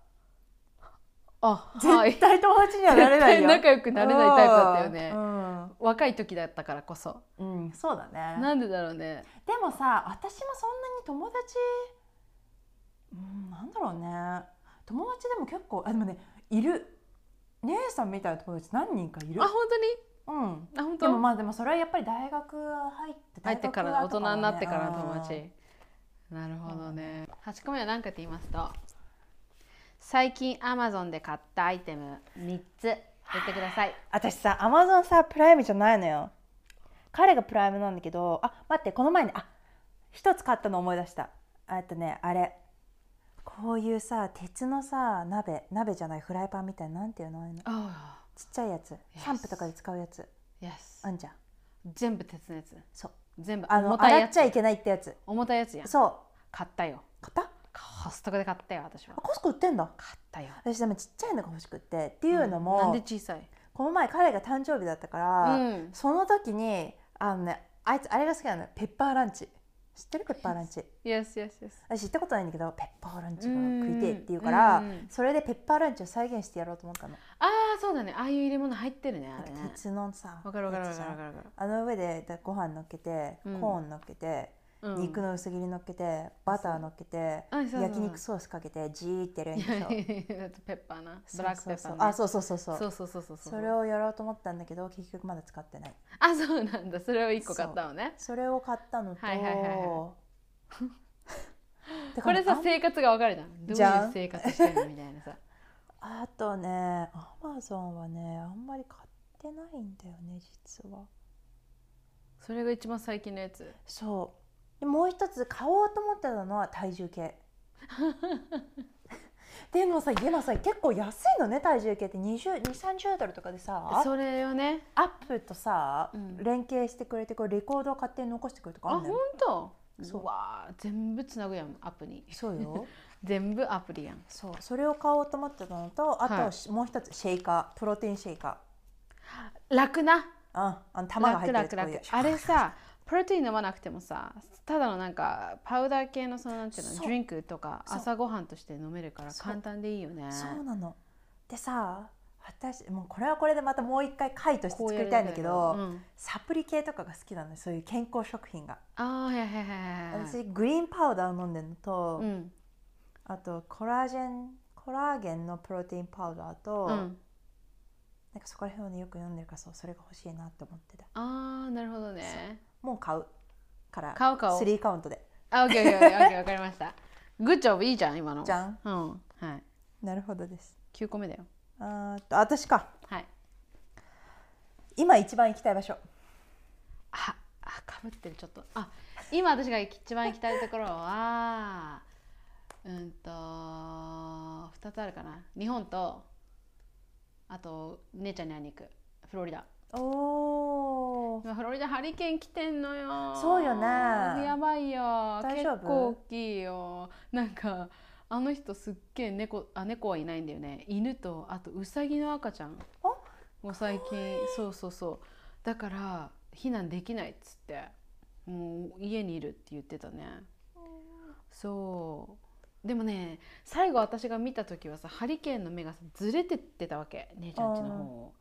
[SPEAKER 2] あはい
[SPEAKER 1] 絶対友達にはなれないよ
[SPEAKER 2] 絶対仲良くなれないタイプだったよね
[SPEAKER 1] うん
[SPEAKER 2] 若い時だったからこそ
[SPEAKER 1] うん、うんそうだね
[SPEAKER 2] なんでだろうね
[SPEAKER 1] でもさ私もそんなに友達うんなんだろうね友達でも結構あでもねいる姉さんみたいな友達何人かいる
[SPEAKER 2] あ本当
[SPEAKER 1] う
[SPEAKER 2] に
[SPEAKER 1] ん
[SPEAKER 2] あ本
[SPEAKER 1] でも
[SPEAKER 2] 当
[SPEAKER 1] まあでもそれはやっぱり大学入って
[SPEAKER 2] 入ってから大
[SPEAKER 1] 大学
[SPEAKER 2] 人になってからの
[SPEAKER 1] 後はね
[SPEAKER 2] 友達なるほどね8個目は何かって言いますと最近アマゾンで買ったアイテム3つ言ってください
[SPEAKER 1] 私さアマゾンさプライムじゃないのよ彼がプライムなんだけどあ待ってこの前にあ一つ買ったの思い出したえっとねあれこういうさ鉄のさ鍋鍋じゃないフライパンみたいななんていうのああいうの
[SPEAKER 2] あ
[SPEAKER 1] ちっちゃいやつシャンプーとかで使うやつ
[SPEAKER 2] あ yes
[SPEAKER 1] あんじゃん
[SPEAKER 2] 全部鉄のやつ
[SPEAKER 1] そう
[SPEAKER 2] 全部
[SPEAKER 1] あの
[SPEAKER 2] 重たい
[SPEAKER 1] 洗
[SPEAKER 2] や
[SPEAKER 1] っ
[SPEAKER 2] つ
[SPEAKER 1] ちゃいけないってやつ
[SPEAKER 2] 重たいやつやん
[SPEAKER 1] そう
[SPEAKER 2] 買ったよ
[SPEAKER 1] 買った
[SPEAKER 2] コストコで買ったよ私は
[SPEAKER 1] あコスコ売ってんだ
[SPEAKER 2] 買ったよ
[SPEAKER 1] 私でもちっちゃいのが欲しくってっていうのも、
[SPEAKER 2] なんで小さい
[SPEAKER 1] この前彼が誕生日だったから、
[SPEAKER 2] うん
[SPEAKER 1] その時にあのねあいつあれが好きなのよペッパーランチ知ってるペッパーランチ
[SPEAKER 2] Yes yes yes
[SPEAKER 1] 私行ったことないんだけどペッパーランチが
[SPEAKER 2] うん
[SPEAKER 1] 食いてえって言うから
[SPEAKER 2] うん
[SPEAKER 1] それでペッパーランチを再現してやろうと思ったの
[SPEAKER 2] ああそうだねああいう入れ物入ってるねあれね
[SPEAKER 1] 鉄のさ
[SPEAKER 2] わかるわかるわ
[SPEAKER 1] や
[SPEAKER 2] か
[SPEAKER 1] つ
[SPEAKER 2] る
[SPEAKER 1] じゃん
[SPEAKER 2] わかるわかる
[SPEAKER 1] あの上でだご飯乗っけて
[SPEAKER 2] うん
[SPEAKER 1] コーン乗っけて、
[SPEAKER 2] うん
[SPEAKER 1] 肉の薄切り乗っけてバター乗っけて
[SPEAKER 2] そうあそうそう
[SPEAKER 1] 焼肉ソースかけてじーってやるんで
[SPEAKER 2] い
[SPEAKER 1] しょ
[SPEAKER 2] やいやだってペッパーなブラックペッパー
[SPEAKER 1] あ
[SPEAKER 2] ね
[SPEAKER 1] そうそうそうそう
[SPEAKER 2] そうそうそうそう
[SPEAKER 1] それをやろうと思ったんだけど結局まだ使ってない
[SPEAKER 2] あそうなんだそれを一個買ったのね
[SPEAKER 1] それを買ったのと、
[SPEAKER 2] はいはいはいは
[SPEAKER 1] だ *laughs*
[SPEAKER 2] こ
[SPEAKER 1] から
[SPEAKER 2] れさ
[SPEAKER 1] あ
[SPEAKER 2] 生活がわかるじゃんど
[SPEAKER 1] じゃ
[SPEAKER 2] うい
[SPEAKER 1] ん
[SPEAKER 2] う生活してるのみたいなさ
[SPEAKER 1] あとねアマゾンはねあんまり買ってないんだよね実は
[SPEAKER 2] それが一番最近のやつ
[SPEAKER 1] そうでもう一つ買おうと思ってたのは体重
[SPEAKER 2] *laughs*
[SPEAKER 1] 計でもさ今さ結構安いのね体重計って20 2030ドルとかでさ
[SPEAKER 2] それをね
[SPEAKER 1] アップとさ、
[SPEAKER 2] うん
[SPEAKER 1] 連携してくれてこれレコードを勝手に残してくれるとかあ
[SPEAKER 2] あ
[SPEAKER 1] るんだ
[SPEAKER 2] 本
[SPEAKER 1] よ
[SPEAKER 2] 当
[SPEAKER 1] そう
[SPEAKER 2] うわー全部つなぐやんアプリ
[SPEAKER 1] そうよ
[SPEAKER 2] 全部アプリやん
[SPEAKER 1] そうそれを買おうと思ってたのとあと、
[SPEAKER 2] はい
[SPEAKER 1] しもう一つシェイカープロテインシェイカ
[SPEAKER 2] 楽な
[SPEAKER 1] ーうんあの玉が入ってる
[SPEAKER 2] 楽
[SPEAKER 1] と
[SPEAKER 2] 楽
[SPEAKER 1] こういう
[SPEAKER 2] 楽あれさプロテイン飲まなくてもさただのなんかパウダー系のそのなんていう
[SPEAKER 1] そ
[SPEAKER 2] の
[SPEAKER 1] う
[SPEAKER 2] ドリンクとか
[SPEAKER 1] そう
[SPEAKER 2] 朝ごはんとして飲めるから
[SPEAKER 1] そう
[SPEAKER 2] 簡単でいいよね
[SPEAKER 1] そうなのでさ私もうこれはこれでまたもう一回回として
[SPEAKER 2] こう
[SPEAKER 1] 作
[SPEAKER 2] や
[SPEAKER 1] り
[SPEAKER 2] る
[SPEAKER 1] たいんだけど、
[SPEAKER 2] うん
[SPEAKER 1] サプリ系とかが好きなのよそういう健康食品が、
[SPEAKER 2] ああはいはいはいはいはい
[SPEAKER 1] 私グリーンパウダーを飲んでるのと、
[SPEAKER 2] うん
[SPEAKER 1] あとコラージェンコラーゲンのプロテインパウダーと、
[SPEAKER 2] うん
[SPEAKER 1] なんかそこら辺をねよく飲んでるからそうそれが欲しいなって思ってた
[SPEAKER 2] ああなるほどね
[SPEAKER 1] もう買うから
[SPEAKER 2] 買う買う
[SPEAKER 1] 3カウントで
[SPEAKER 2] あオッケーオッケーオッケーオッケーわかりましたグッジョブいいじゃん今の
[SPEAKER 1] じゃん
[SPEAKER 2] うんはい
[SPEAKER 1] なるほどです
[SPEAKER 2] 9個目だよ
[SPEAKER 1] あーっと私か
[SPEAKER 2] はい
[SPEAKER 1] 今一番行きたい場所
[SPEAKER 2] ああかぶってるちょっとあ今私が一番行きたいところはうんと2つあるかな日本とあと姉ちゃんに会いに行くフロリダ
[SPEAKER 1] おお
[SPEAKER 2] 今フロリダハリケーン来てんのよ
[SPEAKER 1] そうよね
[SPEAKER 2] やばいよ
[SPEAKER 1] 大丈夫
[SPEAKER 2] 結構大きいよなんかあの人すっげえ猫あ猫はいないんだよね犬とあとウサギの赤ちゃん
[SPEAKER 1] あ
[SPEAKER 2] もう最近そうそうそうだから避難できないっつってもう家にいるって言ってたねそうでもね最後私が見た時はさハリケーンの目がさずれてってたわけ姉ちゃんちの方を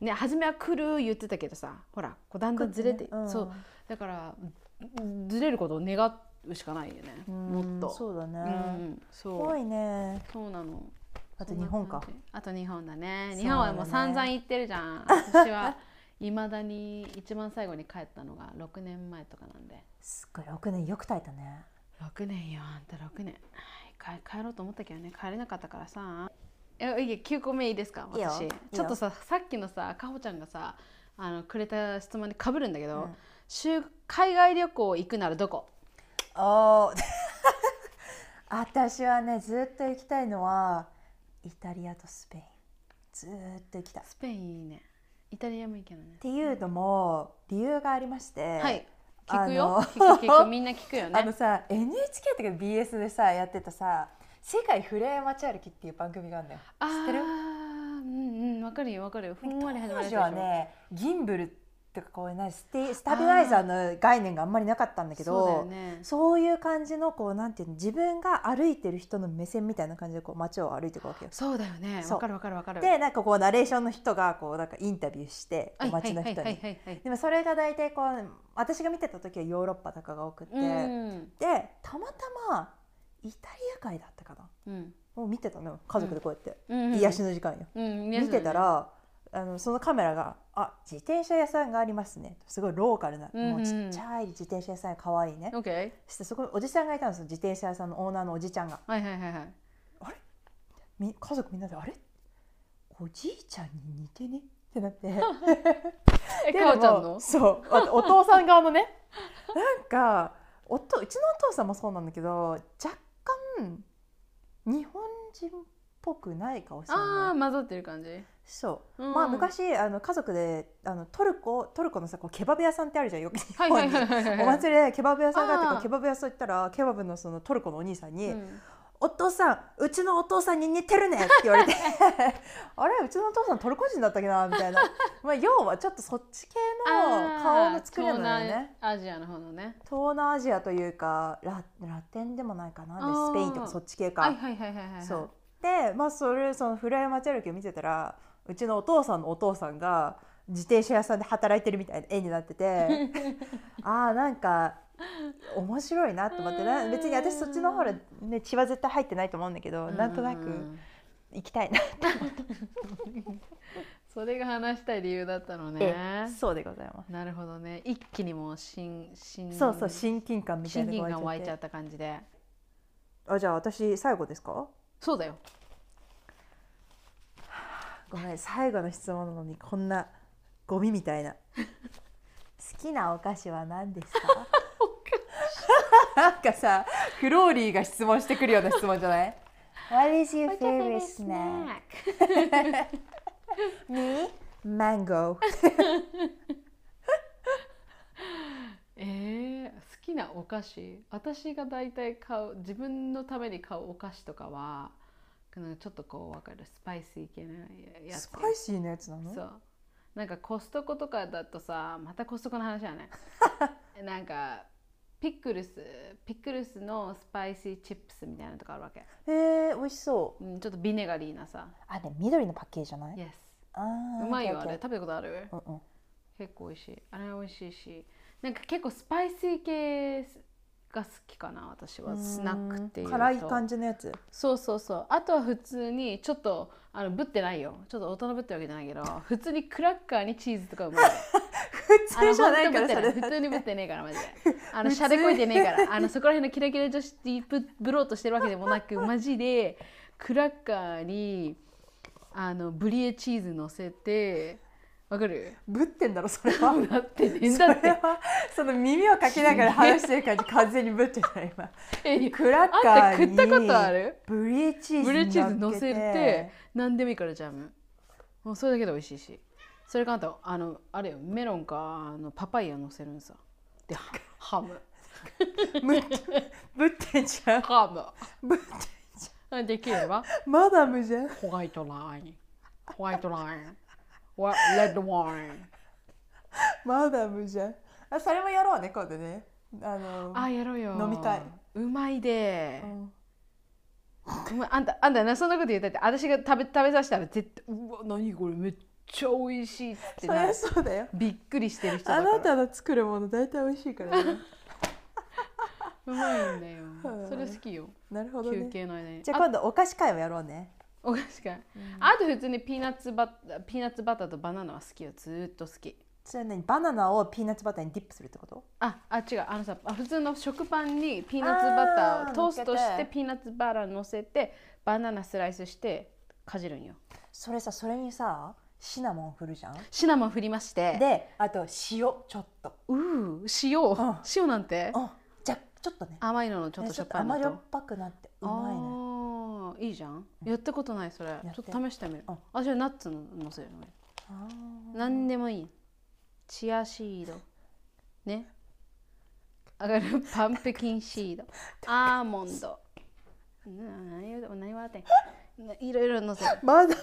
[SPEAKER 2] ね初めは来る言ってたけどさほらこうだんだんずれて、
[SPEAKER 1] うん
[SPEAKER 2] そうだからうんずれることを願うしかないよねもっと
[SPEAKER 1] うんそうだね、
[SPEAKER 2] うん、そ
[SPEAKER 1] 怖
[SPEAKER 2] う
[SPEAKER 1] いね
[SPEAKER 2] そうなの
[SPEAKER 1] あと日本か
[SPEAKER 2] そんな感じあと日本だね
[SPEAKER 1] そうだね *laughs*
[SPEAKER 2] 日本はもう散々行ってるじゃん、私はいまだに一番最後に帰ったのが6年前とかなんです
[SPEAKER 1] っごい6年よく耐えたね
[SPEAKER 2] 6年よあんた6年はい帰帰ろうと思ったけどね帰れなかったからさえいいよ9個目いいですか
[SPEAKER 1] いいよ
[SPEAKER 2] 私
[SPEAKER 1] いいよ
[SPEAKER 2] ちょっとささっきのさかほちゃんがさあのくれた質問にかぶるんだけど、週海外旅行行くならどこ
[SPEAKER 1] おー *laughs* 私はねずっと行きたいのはイタリアとスペインずーっと行きたいっ
[SPEAKER 2] スペインいいねイタリアもいいけどね
[SPEAKER 1] ていうのも理由がありまして、
[SPEAKER 2] はい聞くよ
[SPEAKER 1] あの
[SPEAKER 2] 聞く聞くみんな聞くよ
[SPEAKER 1] *laughs* あの
[SPEAKER 2] ね
[SPEAKER 1] さ NHK とか BS でさやってたさ「世界ふれあい街歩き」っていう番組があるんだよ
[SPEAKER 2] あ
[SPEAKER 1] 知ってる
[SPEAKER 2] ーうんうんわかるよわかるよふんわり始まる
[SPEAKER 1] 当時
[SPEAKER 2] やつでしょ
[SPEAKER 1] はねギンブルとかこうなスティスタビライザーの概念があんまりなかったんだけ
[SPEAKER 2] そうだよ
[SPEAKER 1] ど
[SPEAKER 2] ね
[SPEAKER 1] そういう感じのこうなんていうの自分が歩いてる人の目線みたいな感じでこう街を歩いていくわけよ。
[SPEAKER 2] そうだよね
[SPEAKER 1] そう
[SPEAKER 2] わかるわかるわかる
[SPEAKER 1] でなんかこうナレーションの人がこうなんかインタビューして
[SPEAKER 2] はい
[SPEAKER 1] 街の人
[SPEAKER 2] はい
[SPEAKER 1] に。
[SPEAKER 2] はいはいはい
[SPEAKER 1] でもそれが大体こう私が見てた時はヨーロッパとかが多くて、
[SPEAKER 2] はい
[SPEAKER 1] でたまたまイタリア界だったかな
[SPEAKER 2] うん
[SPEAKER 1] を見てたのよ家族でこうやって、
[SPEAKER 2] うん
[SPEAKER 1] 癒しの時間よ。
[SPEAKER 2] うん
[SPEAKER 1] 見てたら、あのそのカメラが「あ自転車屋さんがありますね」すごいローカルな、
[SPEAKER 2] うんうん
[SPEAKER 1] もうちっちゃい自転車屋さんかわいいね、
[SPEAKER 2] オッケー
[SPEAKER 1] そしてそこにおじさんがいたんですよ自転車屋さんのオーナーのおじちゃんが
[SPEAKER 2] はいはいはいはい
[SPEAKER 1] み家族みんなで「あれおじいちゃんに似てね」ってなって
[SPEAKER 2] *laughs* え
[SPEAKER 1] で
[SPEAKER 2] かおちゃん
[SPEAKER 1] も
[SPEAKER 2] の
[SPEAKER 1] そうあお父さん側のね *laughs* なんかおとうちのお父さんもそうなんだけど若干日本人っぽくないかもしれない
[SPEAKER 2] ああ。混ざってる感じ
[SPEAKER 1] そう、
[SPEAKER 2] うん
[SPEAKER 1] まあ昔あの家族であのトルコトルコのさこうケバブ屋さんってあるじゃんよく日
[SPEAKER 2] はい
[SPEAKER 1] 本
[SPEAKER 2] はい
[SPEAKER 1] に
[SPEAKER 2] はいはいはい
[SPEAKER 1] お祭りでケバブ屋さんがあってこ
[SPEAKER 2] あ
[SPEAKER 1] う
[SPEAKER 2] ー
[SPEAKER 1] ケバブ屋さん行ったらケバブのそのトルコのお兄さんに「
[SPEAKER 2] うん
[SPEAKER 1] お父さんうちのお父さんに似てるね」って言われて *laughs* 「あれうちのお父さんトルコ人だったっけな」みたいなまあ要はちょっとそっち系の顔の作りなのよね。
[SPEAKER 2] あー東南アジアの方のね
[SPEAKER 1] 東南アジアというかララテンでもないかな
[SPEAKER 2] あ
[SPEAKER 1] で
[SPEAKER 2] ー
[SPEAKER 1] スペインとかそっち系か、
[SPEAKER 2] はいはいはいはいはいはい
[SPEAKER 1] そうでまあそれその古谷町歩きを見てたらうちのお父さんのお父さんが自転車屋さんで働いてるみたいな絵になって
[SPEAKER 2] *laughs*
[SPEAKER 1] てああなんか面白いなと思ってな
[SPEAKER 2] うん
[SPEAKER 1] 別に私そっちの方で、ね、血は絶対入ってないと思うんだけど
[SPEAKER 2] うん
[SPEAKER 1] なんとな
[SPEAKER 2] う
[SPEAKER 1] く
[SPEAKER 2] ん
[SPEAKER 1] 行きたいなっ
[SPEAKER 2] それが話したい理由だったの
[SPEAKER 1] て、
[SPEAKER 2] ね
[SPEAKER 1] そうでございます。
[SPEAKER 2] なるほどね一気にもう新新
[SPEAKER 1] そうそう親近感みたい
[SPEAKER 2] 親
[SPEAKER 1] な
[SPEAKER 2] 近
[SPEAKER 1] の
[SPEAKER 2] 感湧い
[SPEAKER 1] て
[SPEAKER 2] ちゃった感じで
[SPEAKER 1] あじゃあ私最後ですか
[SPEAKER 2] そうだよ
[SPEAKER 1] ごめん最後の質問なのにこんなゴミみたいな好きなお菓子は何ですかなんかさフローリーが質問してくるような質問じゃない What is your favorite snack? Me? Mango
[SPEAKER 2] えー、好きなお菓子私が大体買う自分のために買うお菓子とかはなんかちょっとこうわかるスパイシー系のやつ
[SPEAKER 1] スパイシーなやつなの
[SPEAKER 2] そうなんかコストコとかだとさまたコストコの話だ
[SPEAKER 1] *laughs*
[SPEAKER 2] ねなんかピックルスピックルスのスパイシーチップスみたいなのとかあるわけ、
[SPEAKER 1] へえ美味しそう
[SPEAKER 2] うん、ちょっとビネガリーなさ
[SPEAKER 1] あでも緑のパッケージじゃない
[SPEAKER 2] Yes
[SPEAKER 1] あー
[SPEAKER 2] うまいよ
[SPEAKER 1] OK
[SPEAKER 2] あれ食べたことある
[SPEAKER 1] OK うんうん
[SPEAKER 2] 結構美味しいあれ美味しいしなんか結構スパイシー系が好きかな私はスナックっていう
[SPEAKER 1] ー
[SPEAKER 2] と
[SPEAKER 1] ん辛い感じのやつ
[SPEAKER 2] そうそうそうあとは普通にちょっとあのぶってないよちょっと大人ぶってるわけじゃないけど普通にクラッカーにチーズとかうまいよ
[SPEAKER 1] 普
[SPEAKER 2] あの
[SPEAKER 1] 通じゃないから
[SPEAKER 2] 本
[SPEAKER 1] *laughs*
[SPEAKER 2] 当
[SPEAKER 1] そ
[SPEAKER 2] ぶ
[SPEAKER 1] れ
[SPEAKER 2] って普通にぶってねえからマジで
[SPEAKER 1] *laughs*
[SPEAKER 2] あの
[SPEAKER 1] 普通
[SPEAKER 2] しゃれこいてねえからあのそこら辺のキラキラ女子にぶぶろうとしてるわけでもな
[SPEAKER 1] *laughs*
[SPEAKER 2] くマジでクラッカーにあのブリエチーズ乗せてわかる
[SPEAKER 1] ぶってんだろそれ
[SPEAKER 2] *laughs*
[SPEAKER 1] は
[SPEAKER 2] だってね
[SPEAKER 1] そ
[SPEAKER 2] だ
[SPEAKER 1] れ
[SPEAKER 2] って
[SPEAKER 1] はその耳をかきながら話してる感じ完全にぶってた
[SPEAKER 2] *laughs*
[SPEAKER 1] 今
[SPEAKER 2] え
[SPEAKER 1] クラッカ
[SPEAKER 2] あんた
[SPEAKER 1] ーに
[SPEAKER 2] 食ったことある
[SPEAKER 1] ブリーチーズ
[SPEAKER 2] ブレチーズ
[SPEAKER 1] 乗
[SPEAKER 2] 乗
[SPEAKER 1] っけ
[SPEAKER 2] せて何でもいいからジャムもうそれだけで美味しいしそれかあとあのあれよメロンかあのパパイヤ乗せるんさでハハム
[SPEAKER 1] ぶっぶってんじゃん
[SPEAKER 2] ハ
[SPEAKER 1] ぶってんじ
[SPEAKER 2] ムできれば
[SPEAKER 1] ゃんマダムじゃん
[SPEAKER 2] ホワイトラインホワイトラインホワレッドワイン
[SPEAKER 1] マダムじゃんあそれもやろうね今度ねあの
[SPEAKER 2] あやろうよ
[SPEAKER 1] 飲みたいう
[SPEAKER 2] まいで
[SPEAKER 1] う、ん
[SPEAKER 2] うまいあんたあんたなそんなこと言ったって私が食べ食べさせたら絶対うわ何これめっちゃ美味しいっ
[SPEAKER 1] そ
[SPEAKER 2] てな
[SPEAKER 1] り
[SPEAKER 2] る
[SPEAKER 1] ゃそうだよ
[SPEAKER 2] びっくりしてる人だ
[SPEAKER 1] あ
[SPEAKER 2] から
[SPEAKER 1] なたの作るもの大体美味しいから
[SPEAKER 2] *laughs*
[SPEAKER 1] ね
[SPEAKER 2] うま
[SPEAKER 1] *laughs*
[SPEAKER 2] いんだよ
[SPEAKER 1] うん。
[SPEAKER 2] それ好きよ。
[SPEAKER 1] なるほど
[SPEAKER 2] 休
[SPEAKER 1] ね
[SPEAKER 2] 憩の間に。
[SPEAKER 1] じゃあ
[SPEAKER 2] あ
[SPEAKER 1] 今度お菓子会をやろうね
[SPEAKER 2] おかしくない。あと普通にピーナッツバター、ピーナッツバターとバナナは好きよ。ずーっと好き。
[SPEAKER 1] それは何バナナをピーナッツバターにディップするってこと
[SPEAKER 2] ああ違うあのさあ普通の食パンにピーナッツバター
[SPEAKER 1] あー
[SPEAKER 2] をトーストし
[SPEAKER 1] 乗っけ
[SPEAKER 2] て
[SPEAKER 1] て
[SPEAKER 2] ピーナッツバター乗せてバナナスライスしてかじるんよ
[SPEAKER 1] それさそれにさシナモン振るじゃん
[SPEAKER 2] シナモン振りまして
[SPEAKER 1] であと塩ちょっと
[SPEAKER 2] うー塩、
[SPEAKER 1] ん
[SPEAKER 2] 塩なんて
[SPEAKER 1] うんじゃちょっとね
[SPEAKER 2] 甘いののちょっ
[SPEAKER 1] ね
[SPEAKER 2] と
[SPEAKER 1] ち
[SPEAKER 2] し
[SPEAKER 1] ょ
[SPEAKER 2] ょ
[SPEAKER 1] っ
[SPEAKER 2] っ
[SPEAKER 1] と
[SPEAKER 2] ぱい
[SPEAKER 1] 甘
[SPEAKER 2] の
[SPEAKER 1] じょ
[SPEAKER 2] と
[SPEAKER 1] っぱくなってうまいね
[SPEAKER 2] あーいいじゃんやったことないそれ
[SPEAKER 1] て
[SPEAKER 2] ちょっと試してみる
[SPEAKER 1] うん
[SPEAKER 2] あじゃあナッツののせるのね
[SPEAKER 1] あー
[SPEAKER 2] 何でもいいチアシードね上
[SPEAKER 1] *laughs*
[SPEAKER 2] がるパンプキンシードアーモンドな何言う何笑ってんないろいろのせる
[SPEAKER 1] まだ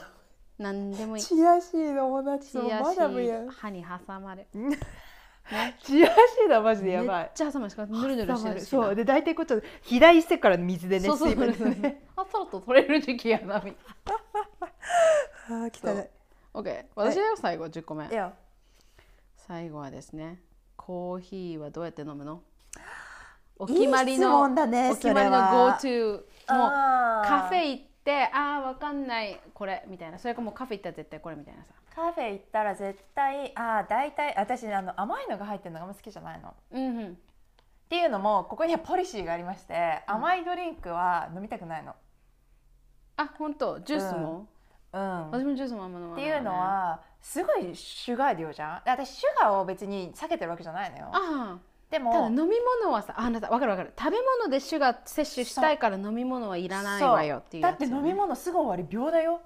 [SPEAKER 2] 何でもいいチ
[SPEAKER 1] チアシードもナッ
[SPEAKER 2] アシ
[SPEAKER 1] ツもマダムや
[SPEAKER 2] ー
[SPEAKER 1] ん
[SPEAKER 2] ド歯に挟まる
[SPEAKER 1] チアシードはマジで
[SPEAKER 2] め
[SPEAKER 1] や
[SPEAKER 2] っ
[SPEAKER 1] ばい
[SPEAKER 2] ちゃ挟まるしかもぬるぬるしてるし
[SPEAKER 1] そうで大体こうちょっと肥大してからの水でね
[SPEAKER 2] そうそう
[SPEAKER 1] 水
[SPEAKER 2] そう
[SPEAKER 1] 分でね
[SPEAKER 2] あそろそろ取れる時期やなみたいな
[SPEAKER 1] あー汚
[SPEAKER 2] そう
[SPEAKER 1] い
[SPEAKER 2] OK 私だよ最後10個目
[SPEAKER 1] いや
[SPEAKER 2] 最後はですねコーヒーはどうやって飲むのお
[SPEAKER 1] いい
[SPEAKER 2] 決まり
[SPEAKER 1] 質
[SPEAKER 2] の
[SPEAKER 1] 問だねそ
[SPEAKER 2] お決
[SPEAKER 1] れ
[SPEAKER 2] まりの
[SPEAKER 1] は
[SPEAKER 2] GoTo もう
[SPEAKER 1] あー
[SPEAKER 2] カフェ行ってああわかんないこれみたいなそれかもうカフェ行ったら絶対これみたいなさ
[SPEAKER 1] カフェ行ったら絶対ああ大体私あの甘いのが入ってるのがあんま好きじゃないの。っ
[SPEAKER 2] うんうん
[SPEAKER 1] ていうのもここにはポリシーがありまして甘いドリンクは飲みたくないの。
[SPEAKER 2] あ本当ジュースも、
[SPEAKER 1] うん、っ
[SPEAKER 2] 私もジュースもあんま飲ま
[SPEAKER 1] て
[SPEAKER 2] ない
[SPEAKER 1] い
[SPEAKER 2] わね、
[SPEAKER 1] うのはすごいシュガー量じゃんで私シュガーを別に避けてるわけじゃないのよ。
[SPEAKER 2] あ
[SPEAKER 1] で
[SPEAKER 2] あ
[SPEAKER 1] も
[SPEAKER 2] ただ飲み物はさああなたわかるわかる食べ物でシュガー摂取したいから飲み物はいらないわよっていう
[SPEAKER 1] だ
[SPEAKER 2] や
[SPEAKER 1] っ
[SPEAKER 2] つ
[SPEAKER 1] て
[SPEAKER 2] よね、
[SPEAKER 1] 飲み物すぐ終わり秒だよ。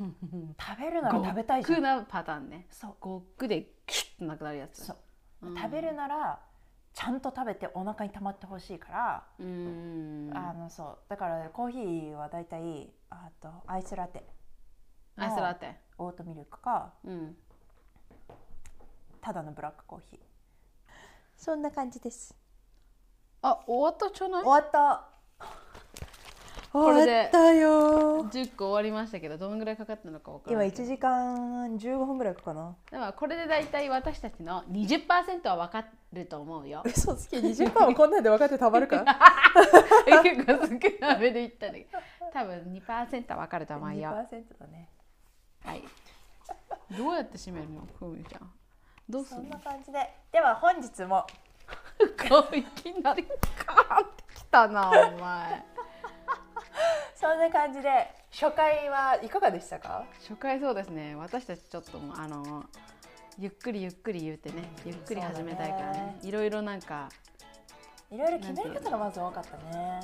[SPEAKER 1] 食べるなら食べたいじゃ
[SPEAKER 2] 極
[SPEAKER 1] ん。
[SPEAKER 2] なパターンね
[SPEAKER 1] そう
[SPEAKER 2] 極でキュッとなくなるやつ
[SPEAKER 1] そう
[SPEAKER 2] うん
[SPEAKER 1] 食べるならちゃんと食べてお腹に溜まってほしいから。
[SPEAKER 2] うーん
[SPEAKER 1] あのそうだからコーヒーはだいたいあとアイスラテ
[SPEAKER 2] アイスラテ
[SPEAKER 1] オートミルクか
[SPEAKER 2] うん
[SPEAKER 1] ただのブラックコーヒーそんな感じです
[SPEAKER 2] あ終わったじゃない
[SPEAKER 1] 終わった
[SPEAKER 2] これで
[SPEAKER 1] 終わったよ
[SPEAKER 2] 10個終わりましたけどどのぐらいかかったのか分から
[SPEAKER 1] 今
[SPEAKER 2] ない
[SPEAKER 1] 1
[SPEAKER 2] けど
[SPEAKER 1] 時間15分ぐらいかな
[SPEAKER 2] でもこれで大体私たちの20%は分かると思うよ
[SPEAKER 1] 嘘つき20分もこんなんで分かってたまる *laughs* か
[SPEAKER 2] 結構少なめで言ったんだけど多分2%は分かると思う
[SPEAKER 1] 2%
[SPEAKER 2] よ、
[SPEAKER 1] だね
[SPEAKER 2] はい、どうやって締めるのふみちゃんどうす
[SPEAKER 1] そ
[SPEAKER 2] る
[SPEAKER 1] んな
[SPEAKER 2] の
[SPEAKER 1] 感じででは本日も
[SPEAKER 2] 顔いきなりカーンってきたなお前
[SPEAKER 1] そんな感じで初回はいかがでしたか
[SPEAKER 2] 初回そうですね私たちちょっともうあのゆっくりゆっくり言うてねゆっくり始めたいから
[SPEAKER 1] そうだ
[SPEAKER 2] ね
[SPEAKER 1] ね
[SPEAKER 2] いろいろなんか
[SPEAKER 1] いろいろ決めることがまず多かったね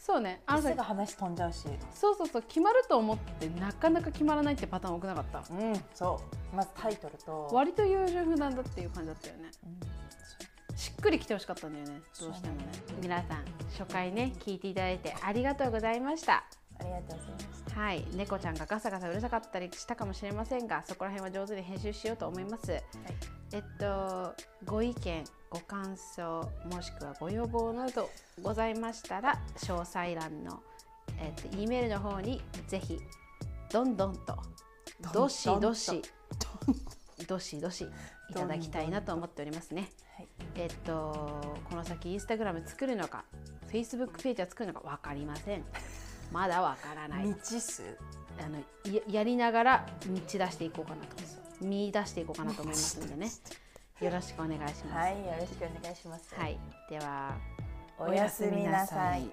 [SPEAKER 2] そうねあのさ
[SPEAKER 1] すぐ話飛んじゃうし
[SPEAKER 2] そうそうそう決まると思ってなかなか決まらないってパターン多くなかった
[SPEAKER 1] うんそうまずタイトルと
[SPEAKER 2] 割と優柔不断だっていう感じだったよね
[SPEAKER 1] うん
[SPEAKER 2] しっくりきてほしかったんだよねどうしてもね皆さん初回ね聞いていただいてありがとうございました
[SPEAKER 1] ありがとうございまし
[SPEAKER 2] はい猫ちゃんがガサガサうるさかったりしたかもしれませんがそこら辺は上手に編集しようと思います、えっとご意見ご感想もしくはご要望などございましたら詳細欄のえっと E メールの方にぜひどんどんと
[SPEAKER 1] どん
[SPEAKER 2] どし
[SPEAKER 1] どんと
[SPEAKER 2] どしどしどしいただきたいなと思っておりますね。
[SPEAKER 1] はい
[SPEAKER 2] えっとこの先インスタグラム作るのか、フェイスブックページは作るのかわかりません。まだわから
[SPEAKER 1] た、
[SPEAKER 2] ない。
[SPEAKER 1] 未知数
[SPEAKER 2] あのややりながら見出していこうかなと見出していこうかなと思いますんでね。よろしくお願いします。
[SPEAKER 1] はいよろしくお願いします、
[SPEAKER 2] はい、では
[SPEAKER 1] おやすみなさい
[SPEAKER 2] い